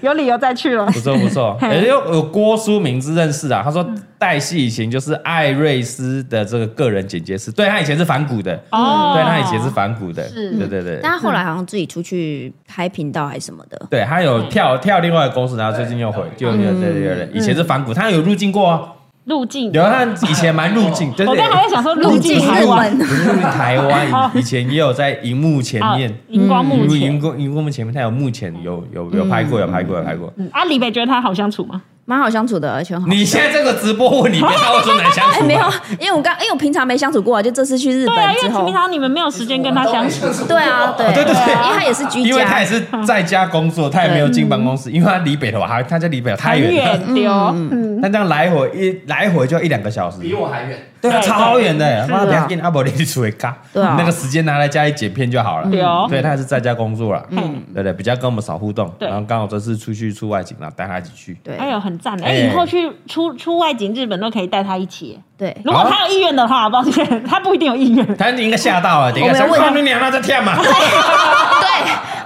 有理由再去了。不错不 *laughs* 错，也有有郭书明之认识啊。他说嗯黛西以前就是艾瑞斯的这个个人剪接师，对他以前是反骨的，哦，对他以前是反骨的，是对对对。但他后来好像自己出去开频道还是什么的，对他嗯有跳跳另外一个公司，然后最近又回，就对对对对，以前是反骨，他有入境过啊，入境，有他以前蛮入境，对我对刚才还在想说入境台日湾，本，入境台 *laughs* 湾，以以前也有在荧幕前啊面，荧光幕荧幕前荧光荧光幕前面，他有幕前有有有拍过，有拍过，有拍过。嗯啊，李北觉得他好相处吗？蛮好相处的，而且很好。你现在这个直播问你跟他说难相 *laughs* 哎、处没有吗？，因为我刚，因为我平常没相处过啊，就这次去日对啊，本因之为后平，常你们没有时间跟他相处，处对啊，对哦对对对因为他也是居因为他也家，是在家工作，他也没有进办公室，因为他离北头还他家离北头太很远了， *laughs* 远丢，嗯，但这样来回一来回就要一两个小时，比我还远，对啊，对超远的，啊妈不要跟阿伯你去出去咖，对啊那个时间拿来家里剪片就好了。对哦对，他还是在家工作了，嗯，对对，比较跟我们少互动。对然后刚好这次出去出外景，然后带他一起去。对哎呦，很赞！哎，哎以后去出出外景日本都可以带他一起。对，如果他有意愿的话，抱歉，他不一定有意愿。他应该吓到了，等一下我没有想问说他你娘那在跳嘛，对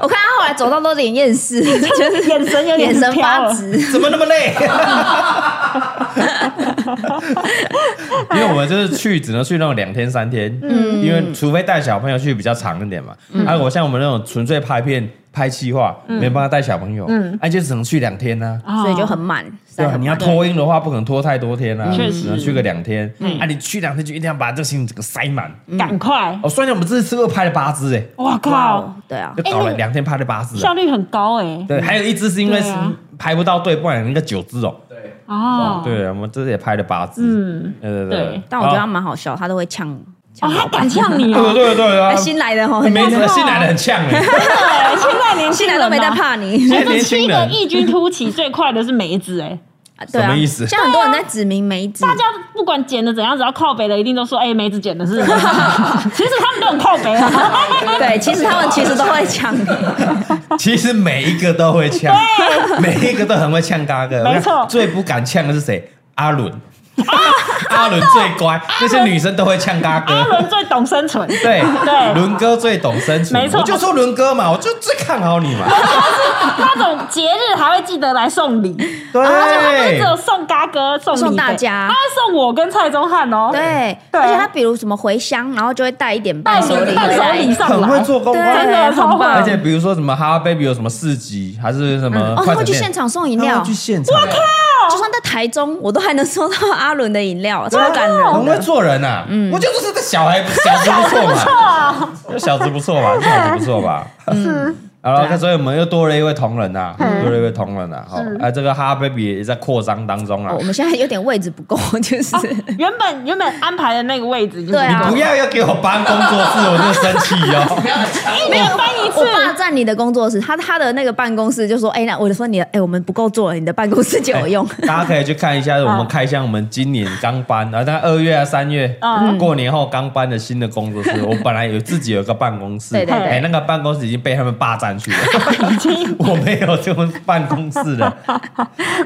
我看他后来走到都有点厌世，就是 *laughs* 眼神有点眼神飘发了直，怎么那么累？ *laughs* 因为我们就是去，只能去那种两天三天，嗯，因为除非带小朋友去比较长一点嘛。嗯啊，我像我们那种纯粹拍片拍企划，没办法带小朋友，嗯，啊，就只能去两天呢。所以就很满，对塞啊，很你要满。拖音的话，不可能拖太多天啊，嗯确实只能去个两天。嗯啊，你去两天就一定要把这个行程整个塞满。赶快！哦，算一下我们这次又拍了八支哎，嗯哇哇靠哦，，对啊就，搞了两天拍了八支效啊。率很高哎。对，还有一支是因为对啊排不到队，不然那个九支哦。对， *laughs* 哦，对，我们这次也拍了八支。嗯，对对对对。但我觉得他哦蛮好笑，他都会呛呛哦，老他板敢，呛 *laughs* 你对哦，对对啊哎，新来的吼，没真的哦新来的很呛哎，对，现在年轻新来人都 *laughs* 没在啊。怕你，现在这年轻七个人异军突起最快的是梅子哎，对什啊么意思，像很多人在指名梅子，大家不管剪的怎样，只要靠北的一定都说哎梅子剪的是， *laughs* 其实他们都很靠北 *laughs* 啊，对，其实他们其实都会呛你，其实每一个都会呛，每一个都很会呛嘎哥。没错我看最不敢呛的是谁？阿伦，阿伦最乖，那些女生都会呛嘎阿哥。伦最懂生存，对对伦哥最懂生存，没错我就说伦哥嘛，我就最看好你嘛。他总节日还会记得来送礼，不是对只，有送嘎哥送礼的送大家他会送我跟蔡宗翰哦， *laughs* 对，对啊而且他比如什么回乡，然后就会带一点带伴你手礼伴回手来礼。上很来，会做公对，关。真的很超棒棒哦而且比如说什么哈哈 baby 有什么市集，还是什么哦，他快会哦去闪现店，场送饮他料会去，现场，哦就算在台中，我都还能收到阿伦的饮料，超感很人会的。做人呐。我就说这小 *laughs* 孩小子不错嘛，这小子不错啊 *laughs* 嗯嘛，这小子不错吧？好了，那所以我们又多了一位同仁呐，多了一位同仁呐。好，哎，这个哈哈 baby 也在扩张当中啊哦我。们现在有点位置不够，就是哦原本原本安排的那个位置已经对啊不不够要要给我搬工作室，我就生气 *laughs* 哦。没有翻一我次，霸占你的工作室，他他的那个办公室就说，哎，那我就说你的，哎，我们不够做了，你的办公室借我用。 *laughs* 大家可以去看一下，我们嗯开箱我们今年刚搬，然后大概二月啊三月，嗯过年后刚搬的新的工作室。我本来有自己有个办公室，对对对哎，那个办公室已经被他们霸占去了， *laughs* 我没有这种办公室 *laughs* 了，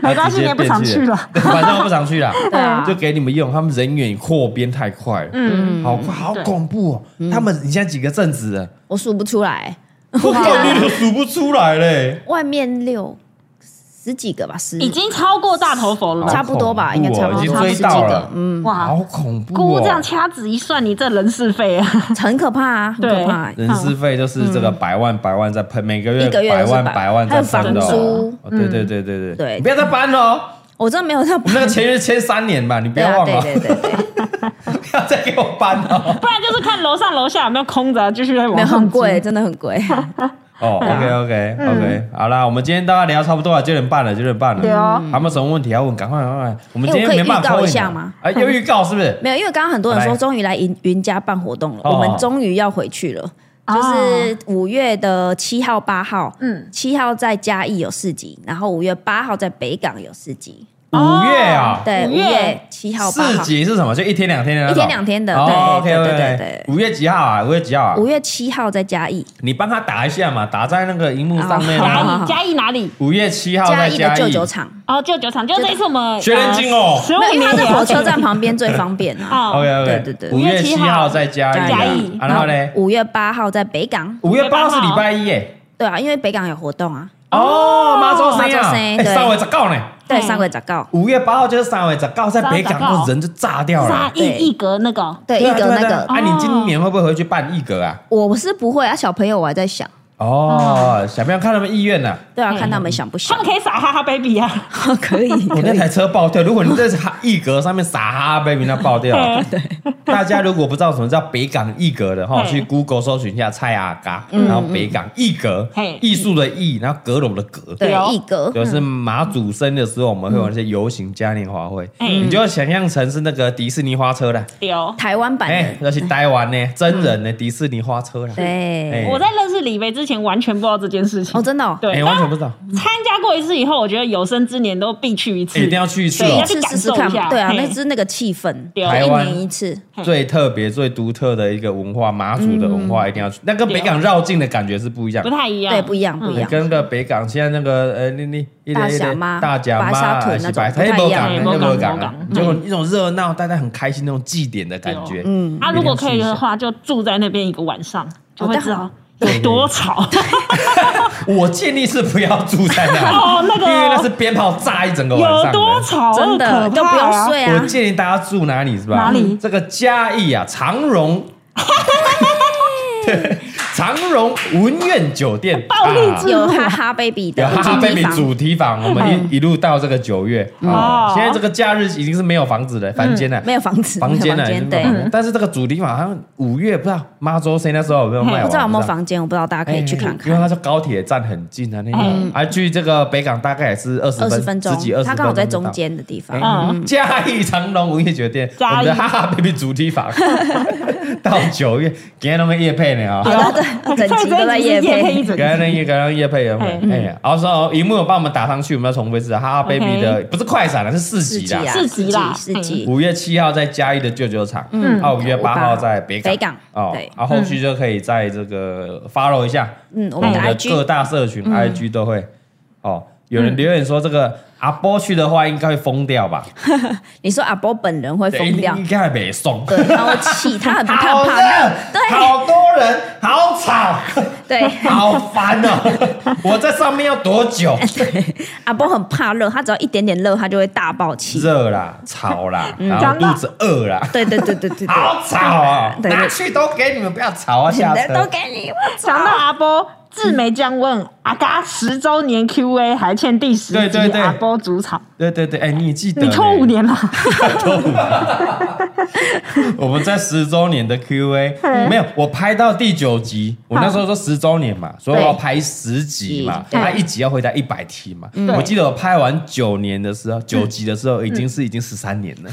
没关直系接你也不常变去了对反正我不常去了， *laughs* 对啊就给你们用。他们人员扩编太快了，嗯，好快，好对恐怖哦！他们你现在几个正职了？我数不出来，我靠，你都数不出来嘞。外面六十几个吧，十已经超过大头佛了好恐怖哦吧。 *laughs* 差不多吧，应该差不多，已经差不多追十几到个了，嗯，哇好，恐怖估哦！这样掐指一算，你这人事费 *laughs* 啊，很可怕啊，很可怕欸。人事费就是这个百万百万在喷，每个嗯一个月百都是万百百万在喷的还有哦房租。嗯哦对对对对对对你不要再搬了哦！我真的没有在我 *laughs* 们那个签约签三年吧，你不对要啊，忘了对对哦，对对， *laughs* 不要再给我搬了哦 *laughs* 不然就是看楼上楼下有没有空着，继续再没有往上很挤贵，。真的很 *laughs* 贵。哦。OK 啊 OK 嗯 OK，好啦，我们今天大概聊差不多了，九点半了，九点半了。对哦，还有没有什么问题要问？赶快赶快！我们哎今天我可以没办预法告抽一你下的吗？哎，要预告是不是？没有，因为刚刚很多人说来终于来云云家办活动了，哦我们终于要回去了。哦就是五月的七号、八号，嗯嗯，七号在嘉义有市集，然后五月八号在北港有市集，五月啊，哦对，五五月月七号、八四号，级是什么？就一天两天的那种？一天两天的对 OK 对 OK 对 OK。对五月几号啊？五月几号啊？五月七号在嘉义，你帮他打一下嘛，打在那个荧幕上面哦啊好好嘛。好嘉义嘉义哪里？五月七号嘉哦在义的嘉旧义，酒厂，哦，旧酒厂，就这一次我们呃学人精哦十五没有，因为它年在也要火车站旁边最方便 *laughs* 啊。哦 OK OK，对对对五月七号在嘉义啊，嘉义啊然后呢，五月八号在北港，五月八号是礼拜一耶。对啊，因为北港有活动啊，哦，妈祖生妈祖啊，生哎，对三月十九呢，对，嗯上个早告，五月八号就是三月十九，在北三月十港九人就炸掉杀了。一一格那个哦，对，一对啊个对那啊个对啊，哎，哦你今年会不会回去办一格啊？我是不会啊，小朋友我还在想，哦，小朋友看他们意愿呐，对啊，看他们想不他想们，可以撒哈哈 baby 啊， *laughs* 可以，我那台车爆掉。如果你在一格上面撒哈哈 baby，那爆掉了。大家如果不知道什么叫北港一格的哈，嘿去 Google 搜寻一下蔡阿嘎，然后北港一格嘿，艺术的艺，然后阁楼的阁。 *laughs* 对嗯有，一格，就是马祖生的时候，我们会有那些游行嘉年华会，嗯你就想象成是那个迪士尼花车啦，有。嗯台湾版哎，的，要去台湾呢，真人呢，迪士尼花车啦，对，哎我在认识李维之前完全不知道这件事情哦，，真的哦，对，哎，然完后全不知道，参加过一次以后，我觉得有生之年都必去一次，哎一定要去一次对哦要一去次感试试受一看下，，对啊，嘿那是那个气氛，对就台一湾年一次， *laughs* 最特别、最独特的一个文化，马祖的文化一定要去，那跟北港绕境的感觉是不一样嗯不。太一样，对，不一样，不一哎样，跟个北港现在那个呃，那那一大类一甲类妈大甲白沙妈屯洗那白种哎不太一没样港，哎那没没有港啊港，嗯就有一种热闹，大家很开心那种祭典的感觉。嗯，啊，如果可以的话，就住在那边一个晚上，哦就会知道有多吵。我建议是不要住在那里， *laughs* 哦那个因为那是鞭炮炸一整个晚上 *laughs* 有的多吵，真的很可就怕不用啊。 *laughs* 睡我啊，建议大家住哪里是吧？哪里这个嘉义啊，长 *laughs* 荣，长荣文苑酒店，啊暴力之 *laughs* 有哈哈 baby 的有哈哈主题 baby 房嗯主题房，我们一一路到这个九月哦啊，现在这个假日已经是没有房子了，房间了，没有房子，房间嗯啊没了有房，间，没有对，房间嗯但是这个主题房好像五月不知道妈周谁那时候有没有卖完，哎不知道有没有房间，我不知道，大家可以去看哎因为看。它是高铁站很近啊，那嗯个，而距这个北港大概也是二十二十分十钟几二，十，它刚好在中。间的地方。嗯嗯，嘉义长隆文艺酒店，我嘉义们的哈哈 baby 主题房，到九月，给他们夜配呢啊好！的，对，整集都在夜配一配。 *laughs* 整给他们夜，给他们夜配，有没有？哎，然后说荧幕有帮我们打上去，我们要重复一次嗯哈哈 baby 的，不是快闪了，是四四级季的。啊，四集啦四季，五月七号在嘉义的舅舅厂，嗯，啊，五月八号在北港，北港哦对，啊，后续就可以在这个 follow 一下，嗯，我我们们的嗯的各 IG 嗯大社群 IG 都会哦。有人留言说这个阿波去的话应该会疯掉吧？你说阿波本人会疯 *laughs* 掉应，该没送。 *laughs* 对，他会气，他很不怕好怕热热，，对好多人，好吵， *laughs* 对。好烦哦！我在上面要多久？ *laughs* 阿波很怕热，他只要一点点热，他就会大爆气。热啦，吵啦，嗯然后讲到肚子饿 *laughs* 啦，对对对对对对，好吵啊！对对拿去都给你们，不要吵 *laughs* 啊！下车都给你。想到阿波志梅将问阿嘎十周年 Q&A 还欠第十对对集对阿波主场，对对对，哎，你记得你拖呢五年了， *laughs* 我们在十周年的 Q&A 嗯没有，我拍到第九集，我那时候说十周年嘛，所以我对要拍十集嘛，啊对嗯它一集要回答一百题嘛。对我记得我拍完九年的时候，九集的时候已经是已经十三年 *laughs* 了。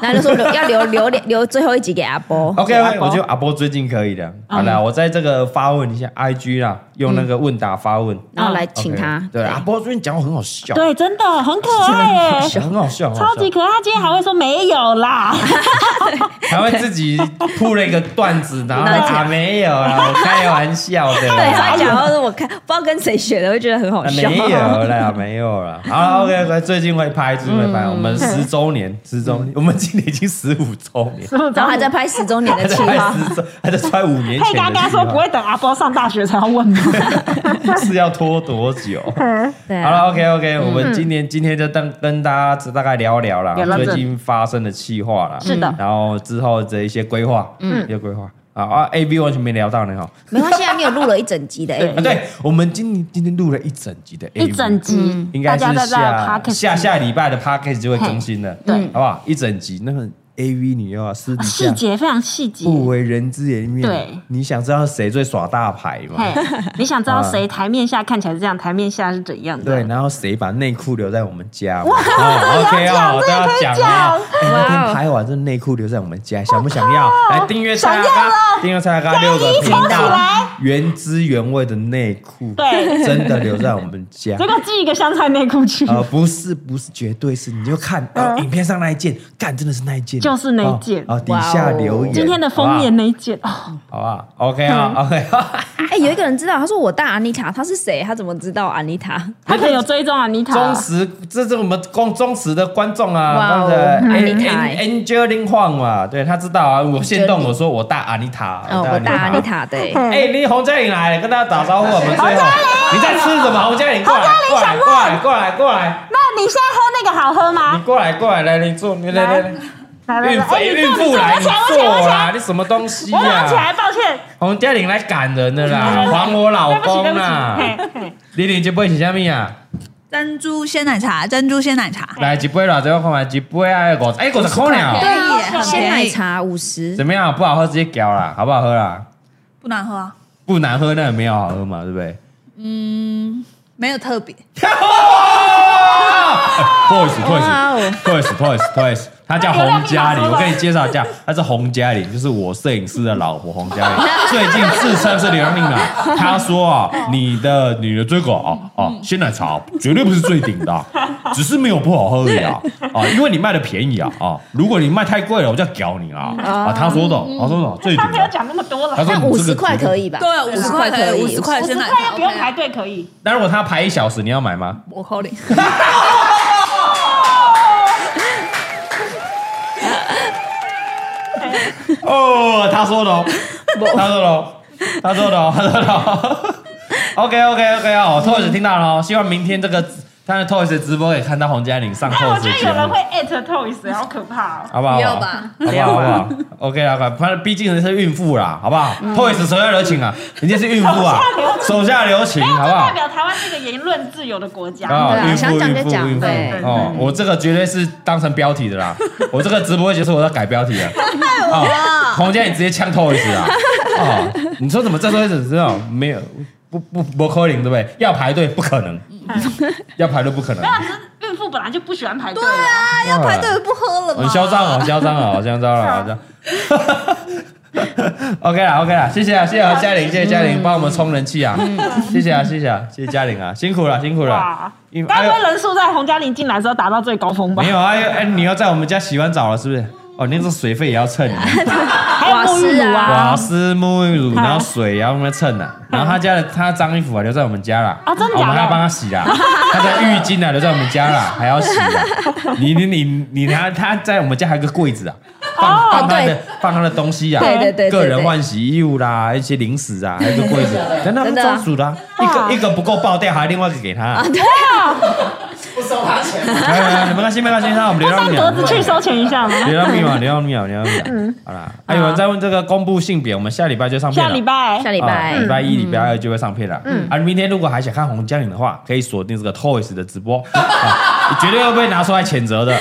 然后就说留要留留留最后一集给阿波。 OK，阿 OK，波我觉得阿波最近可以的。好嗯了，我在这个发问一下 IG 啦，用那个问答发问，然后来请他 OK，。对，啊阿波最近讲话很好笑，对，真的很可爱耶，很好笑，很好超笑级可爱。他今天还会说没有啦， *laughs* *laughs* 还会自己铺了一个段子，然后然后啊没有啦，我开玩笑的啦。对，他讲到是我看不知道跟谁学的，我觉得很好啊、没笑。有啦，没有啦。好了，OK OK，最近会拍，最近会拍。我们十周年，十周年，我们今年已经十五周年，然后还在拍十周年的还在企拍划，十周，还在拍五年佩 *laughs* 前的啊嘎嘎计说划。不会等阿波上大学才要问吗？ *laughs* 是要拖多久？哎对好啊，了，OK OK，我嗯们今年今天就当跟大家大概聊聊啦聊，到最这近发生的气划啦，是的然后之后的一些规划，嗯，一些规划。啊啊！A B 完全没聊到呢哈，没关系啊，你有录了一整集的啊， AV，对我们今天今天录了一整集的 A 一整集，嗯应大该家是在在下 podcast 下下礼拜的 podcast 就会更新了，对好不好？一整集那个 AV 女优啊，私底细下节非常细节。不为人知的一面，对，你想知道谁最耍大牌吗？嘿，你想知道谁台面下看起来是这样，台面下是怎样啊对，的？然后谁把内裤留在我们家嘛？哇，OK 啊，我都要讲啊！哎那天拍完这内裤留在我们家，想不想要？来订阅蔡阿嘎，订阅蔡阿嘎六个频道，原汁原味的内裤，对真的留在我们家。结果寄一个香菜内裤去，呃，不是，不是，绝对是，你就看呃，影片上那一件，干真的是那一件，嗯就是那一件哦，哦底下留言， *laughs* 今天的封面嗯那一件哦，好不好，好不好？OK 啊，OK，哎，有一个人知道，他说我大安妮塔，他是谁？他怎么知道安妮塔？他可能有追踪啊，妮塔忠实，这是我们公忠实的观众哇啊，哦那个嗯 An- 安妮塔 An- Angelina Huang 嘛，对他知道嗯啊，我先动我说我大安妮塔，哦，我大安妮。塔，对，哎，你洪嘉玲来了，跟大家打招呼。我啊们最后，你在吃什么？洪嘉玲，过来，过来，过来，过来，过来，那你现在喝那个好喝你吗？过来，过来，来，你坐，你来来来。来来孕来，妇哎，你孕坐，你妇坐，来，我你起来，我起来，我坐起来，啦！你什么东西我要起呀、来，抱歉，洪嘉玲来赶人的啦，还我对老不起，对公不起啦！嘿，嘿玲玲一杯是啥物啊？珍珠鲜奶茶，珍珠鲜奶茶，来一杯啦，这个看卖一杯啊，五哎五十块了，对耶，很鲜奶便宜，茶五十，怎么样？不好喝直接屌啦，好不好喝啦？不难喝啊，不难喝，那也没有好喝嘛，对不对？没有特别。 Twice Twice 啊哇哦， Twice Twice Twice，她叫洪嘉玲，我给你介绍一下，她是洪嘉玲，就是我摄影师的老婆洪嘉 *laughs* 玲，最近自称是流量令郎。她说啊，你的你的这个啊啊嗯鲜奶茶绝对不是最顶的啊，只是没有不好喝而已啊啊，因为你卖的便宜啊啊，如果你卖太贵了，我就要屌你啊啊！她说的，她说的最顶嗯他没有的，讲那么多了她，说那你五这十个块可以吧？对，啊五十块可以，五十块五十鲜奶块茶又不用 OK 啊排队可以，那如果她排一小时，你要买吗？我扣零。哦，他说的哦，他说的哦，他说的哦，他说的哦。OK OK OK 哦，Toys 听到了哦，希望明天这个他的 Toys 直播也看到洪嘉玲上但我 Toys 觉的得节有人目会。艾特 Toys，好可怕哦。好不好？不要吧好不好？好不好？OK 啦，反正毕竟是孕妇啦，好不好？Toys 手下留情啊，人家是孕妇啊， *laughs* 手下留情，好这不好代？表台湾是个言论自由的国家，啊，对啊孕妇想讲孕就妇讲孕妇对哦，我这个绝对是当成标题的啦， *laughs* 我这个直播结束我要改标题了。哦，洪家你直接呛透一次啊！哦，你说怎么这说只知道没有不不不可能对不对？要排队不可能，要排队不可能，哦孕妇本来就不喜欢排队啊，啊，要排队不喝了嘛？很嚣张哦，很嚣张哦，好嚣张了，好嚣。OK 啦，OK 啦，谢谢啊，谢谢啊嘉玲，谢谢嘉玲帮我们充人气啊，谢谢啊，谢谢啊，谢谢嘉玲啊，辛苦了，辛苦了哇。因为哎该呦不会人数在洪嘉玲进来之后达到最高峰吧没？有啊，哎、你要在我们家洗完澡了是不是？哦，那这水费也要称啊，还有沐浴乳瓦啊，斯、沐浴乳，啊然后水也要那么称啊。然后他家的他脏衣服啊留在我们家啦，哦啊真的假的我们还要帮他洗啦。他的浴巾啊留在我们家啦，还要洗啦。你你你你拿他在我们家还有个柜子啊，放放他的放他的东西啊，对对对对个人换洗衣物啦，一些零食啊，还有个柜子，等他们真的啊专属的啊，一哇个一个不够爆掉，还有另外一个给他啊。 *laughs* 不收他钱，来来哎来，没关系没关系，那我们留到上你啊格子去收钱一下吗？流浪密码，流浪密码，流浪密码。嗯好啦，还有人在问这个公布性别，我们下礼拜就上片下了。礼拜下礼拜啊礼拜一、礼拜二就会上片了。嗯，啊，明天如果还想看红江影的话，可以锁定这个 Toys 的直播， *laughs* 啊绝对会被拿出来谴责 *laughs* 的，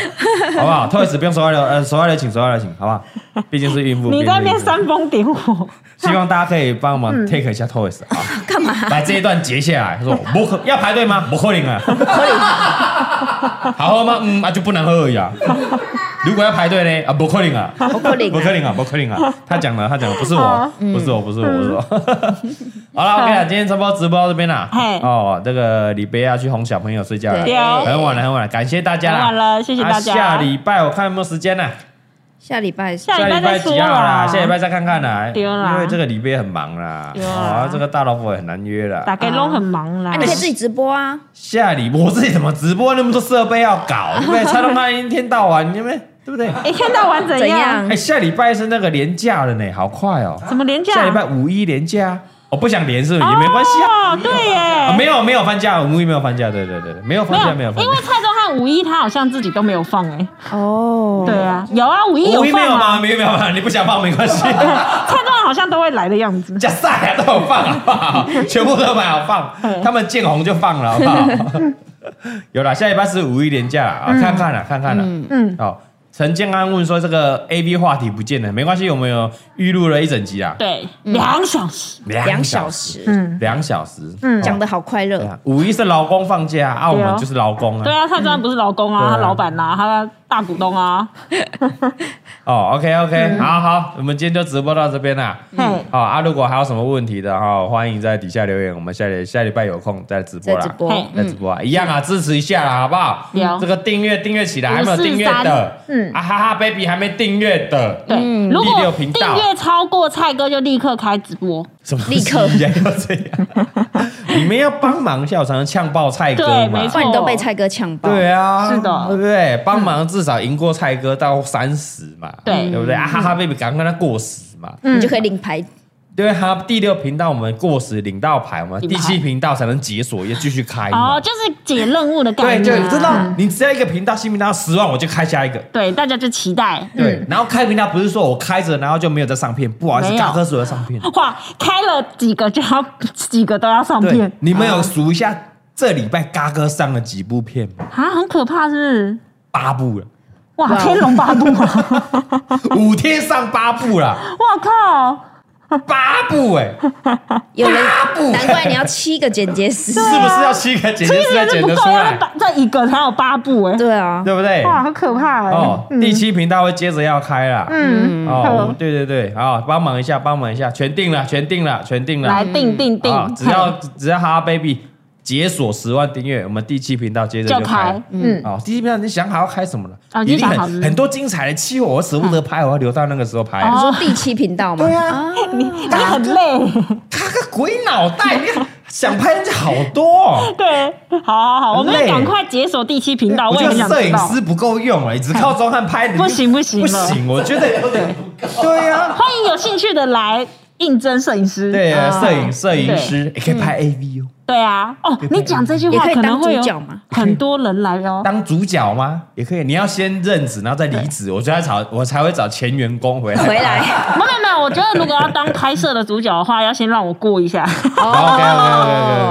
好不好？Toys 不用手爱的，呃，手爱的请，手爱的请，好不好？毕竟是孕妇，你在那毕竟边嗯是孕妇煽风点火， *laughs* 希望大家可以帮忙 take 一下 Toys 啊，干嘛？把这一段截下来，说不可要排队吗？不可能啊，好喝吗？嗯，啊就不能喝而已啊。如果要排队呢？啊，不可能啊，不可能啊不可能啊，不可能啊。他讲了，他讲了，不是我好，嗯不是我，不是我，不是我。 *laughs* 好了，OK 了，今天差不多直播到这边啦嘿。哦，这个李贝要去哄小朋友睡觉了，对很晚了，很晚了，感谢大家啦，很晚了谢谢大家啊下礼拜我看有没有时间呢？啊下礼拜是下下礼礼拜拜再几说号啦？啦，下礼拜再看看啦。对啦因为这个礼拜很忙啦，对啦啊，这个大老虎也很难约啦。打开都很忙哎啦哎啊，你。可以自己直播啊，下礼我自己怎么直播那么多设备要搞，对不对？蔡东他一天到晚，你们对不对？一天到晚怎怎样？样哎，？下礼拜是那个连假了呢，好快哦！怎么廉价？下礼拜五一连假，我不想连是不是哦也没关系啊。对啊耶，没有没有放假，五一没有放假，对对对，对哦没有放假没有放因假为。蔡宗汉五一他好像自己都没有放哎。哦，对啊，有啊，五一五一没放有吗？啊。没有没有放，你不想放没关 *laughs* 系。 *laughs* 蔡宗汉好像都会来的样子。加赛啊都有放好不好？全部都买好放，他们见红就放了好不好？有啦，下礼拜是五一连假啦啊，看看啦，看看啦。嗯，哦，陈建安问说这个 A B 话题不见了，没关系，我们有预录了一整集啊，对，两小时。两小，时，嗯，两小时。嗯哦讲的好快对乐，啊五一是劳工放假啊，啊我对哦们就是劳工对啊。啊，蔡宗汉不是老公啊，对啊他老板呐，他大股东啊。哦，OK OK，好好，我们今天就直播到这边啦。嗯嘿，好啊，如果还有什么问题的哈，欢迎在底下留言，我们下礼下礼拜有空再直播在啦。直播嘿，来直播啊，一样啊，支持一下啦，好不好？嗯有这个订阅订阅起来，还没有订阅的，嗯，啊哈哈 baby 还没订阅的，对，如第六果频订道阅超过蔡哥，就立刻开直播。什么立刻呀要这样，你们要帮忙一下，我才能呛爆蔡哥对嘛没。不错然你都被蔡哥呛爆。对啊，是的对不对？帮忙至少赢过蔡哥到三十嘛，对对不对？啊哈哈 baby 赶快让他过十嘛，你就可以领牌，因为他第六频道我们过十领到牌，我们领第牌七频道才能解锁，也继续开嘛哦，。就是解任务的概哎对，念。啊就知道你只要一个频道新频道十万，我就开下一个。对，大家就期待。对，然后开频道不是说我开着，然后就没有在上片，不好意思，没有大哥所有在上片。哇，开了几个就要 *laughs* 几个都要上对片，啊你们有数一下这礼拜嘎哥上了几部片吗？啊，很可怕是八部 *laughs* 了，不是？哇，天龙八部啊！ *laughs* 五天上八部啦，我靠，八部哎、有人八部难怪你要七个剪接师，嗯是不是要七个剪七接师才啊个剪不得够，出要来？再再一个才有八部哎！对啊，对不对？哇，很可怕哎哦！，第七频道会接着要开啦。嗯，哦，对对对，啊、帮忙一下，帮忙一下，全定了，全定了，全定了。来定定啊，定，只要只要哈哈 baby 解锁十万订阅，我们第七频道接着就就开开。，嗯，哦，第七频道你想好要开什么了？哦一定你想好很了很多精彩的期，我舍不得拍，我要留到那个时候拍。你哦说第七频道吗？对啊，但很累，他个鬼脑袋，你 *laughs* 想拍人家好多、哦。对，好好好，我们很要累赶快解锁第七频道，我我觉也得很想摄知影道。师不够用了，只靠钟汉拍不行不行不了行，我觉 *laughs* 得有点不够。对呀、啊，欢迎有兴趣的来应征摄影师，对啊，啊摄影摄影师也可以嗯拍 AV 哦，对啊，哦，你讲这句也话可以可当能会主有角嘛很多人来 *laughs* 哦。当主角吗？也可以，你要先任职，然后再离职，我才找我才会找前员工回来。回来，没有没有，我觉得如果要当拍摄的主角的话，要先让我过一下。 OK OK OK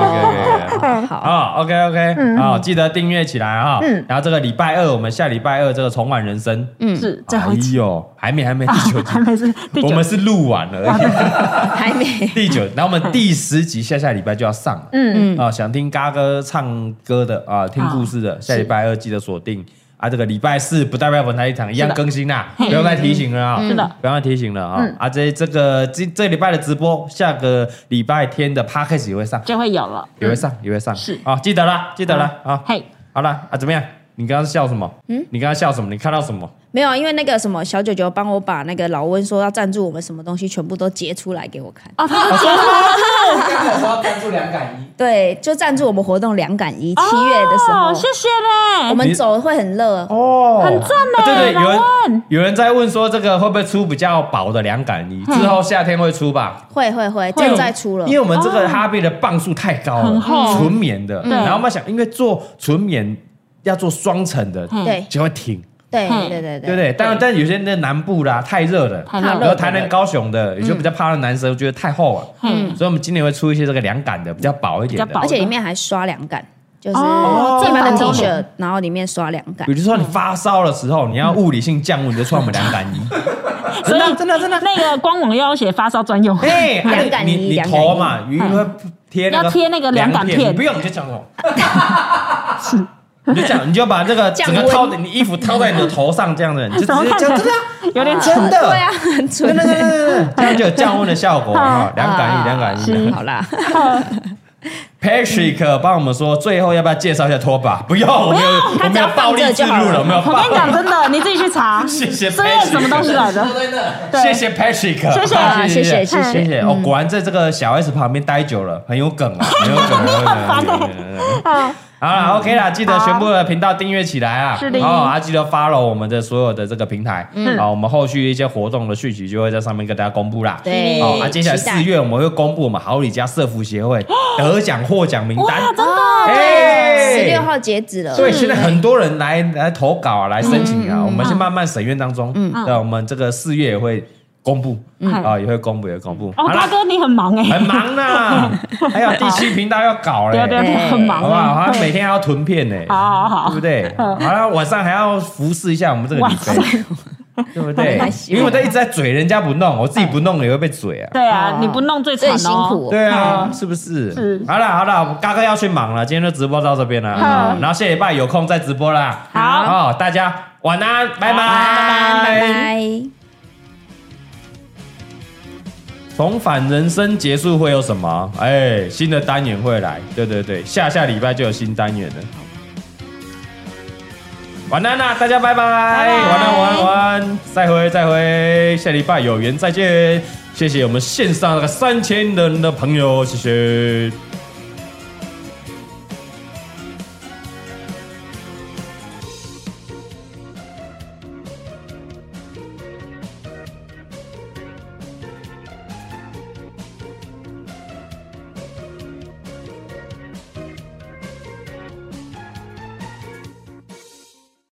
OK OK。好，啊、o k 嗯 OK，啊、记得订阅起来啊、然后这个礼拜二，我们下礼拜二这个重返人生，嗯是最哎后一集呦，还没还哎没第啊九，集还，没是第我九们集，啊是录完了而还没已，第九，然后我们第十集下下礼拜就要上了，嗯，啊、想听嘎哥唱歌的啊、听故事的，下礼拜二记得锁定。啊，这个礼拜四不代表本台立场，一样更新啦，不用再提醒了啊！嗯是的，嗯不用再提醒了啊！啊，这这个这这礼拜的直播，下个礼拜天的 p a c k a g e 也会上，就会有了。也会上，也会上。嗯是啊，记得啦，记得啦啊！嘿，好了啊，怎么样？你你刚刚笑什么？嗯，你刚刚笑什么？你看到什么？没有，因为那个什么小九九帮我把那个老温说要赞助我们什么东西全部都截出来给我看。哦，他是刚刚有说要赞助两感一，对，就赞助我们活动两感一，七月的时候，哦谢谢嘞，我们走会很热。哦，很赞啊欸对对，有人老万有人在问说这个会不会出比较薄的凉感嗯衣？之后夏天会出吧？会会会，因为现在出了因，为我们这个哈贝的磅数太高了，哦很厚嗯纯棉的。然后我们想，因为做纯棉要做双层的，对就会挺，对嗯对对对不对？当然，但有些那南部啦太热了，太热了然后台南、高雄的有些比较怕的男生觉得太厚了，嗯所以我们今年会出一些这个凉感的，比较薄一点比的较薄。而且里面还刷凉感，就是哦一般的这 T 蛮好恤，然后里面刷凉感比。如说你发烧的时候，你要物理性降温，你就穿我们凉感衣。所以真的真的那个官网要写发烧专用，哎，啊凉感你衣你凉感头衣嘛，鱼会贴那个要贴那个凉感片你不用你就讲哦，你就讲，你就把这个降整个温套你衣服套在你的头上这样的，你就直怎么接看起这来样真的啊真的，有点蠢对啊，很对蠢对。对对对，这样就有降温的效果哈，凉感衣，啊凉感衣。好啦， Patrick 帮我们说，最后要不要介绍一下拖把？不用，我们有我他们只有要暴力放之这就路好了了，我们有我暴跟你讲真的，你自己去查，谢谢这页 Patrick，什么东西 *laughs* 来的？都在那，谢对，谢 Patrick，谢谢啊谢谢谢谢谢哦，果然在这个小 S 旁边待久了，很有梗啊，很有梗，很有梗很有梗。很有梗啊，好了，OK 啦，记得全部的频道订阅起来啊，是的哦，还记得 follow 我们的所有的这个平台，嗯好，我们后续一些活动的讯息就会在上面跟大家公布啦。对，哦，啊，接下来期待四月我们会公布我们好礼家社服协会得奖获奖名单，真的哎十六号截止了，对，现在很多人来来投稿啊，来申请嗯啊，我们先慢慢审阅当中。嗯，那我们这个四月也会公布，啊，也会公布，也会公布。嗯哦，好瓜啦，哥你很忙哎，很忙 *laughs* 呐，还有第七频道要搞嘞对，对对，很忙好不好？哎，好像每天还要囤片呢，好好嗯好对不对？好了，晚上还要服侍一下我们这个晚李上飞，对不 *laughs* 对？因为我在一直在嘴人家不弄，我自己不弄也会被嘴啊。对啊哦，你不弄最惨最哦，辛苦哦，对啊，是不是？是好了好了，我们嘎哥要去忙了，今天就直播到这边了。嗯然后下礼拜有空再直播啦。好哦，大家晚安，拜拜拜拜拜。重返人生结束会有什么？哎，新的单元会来，对对对，下下礼拜就有新单元了。晚安啦、啊大家拜拜，晚安晚安晚安，再会再会，下礼拜有缘再见，谢谢我们线上那个三千人的朋友，谢谢。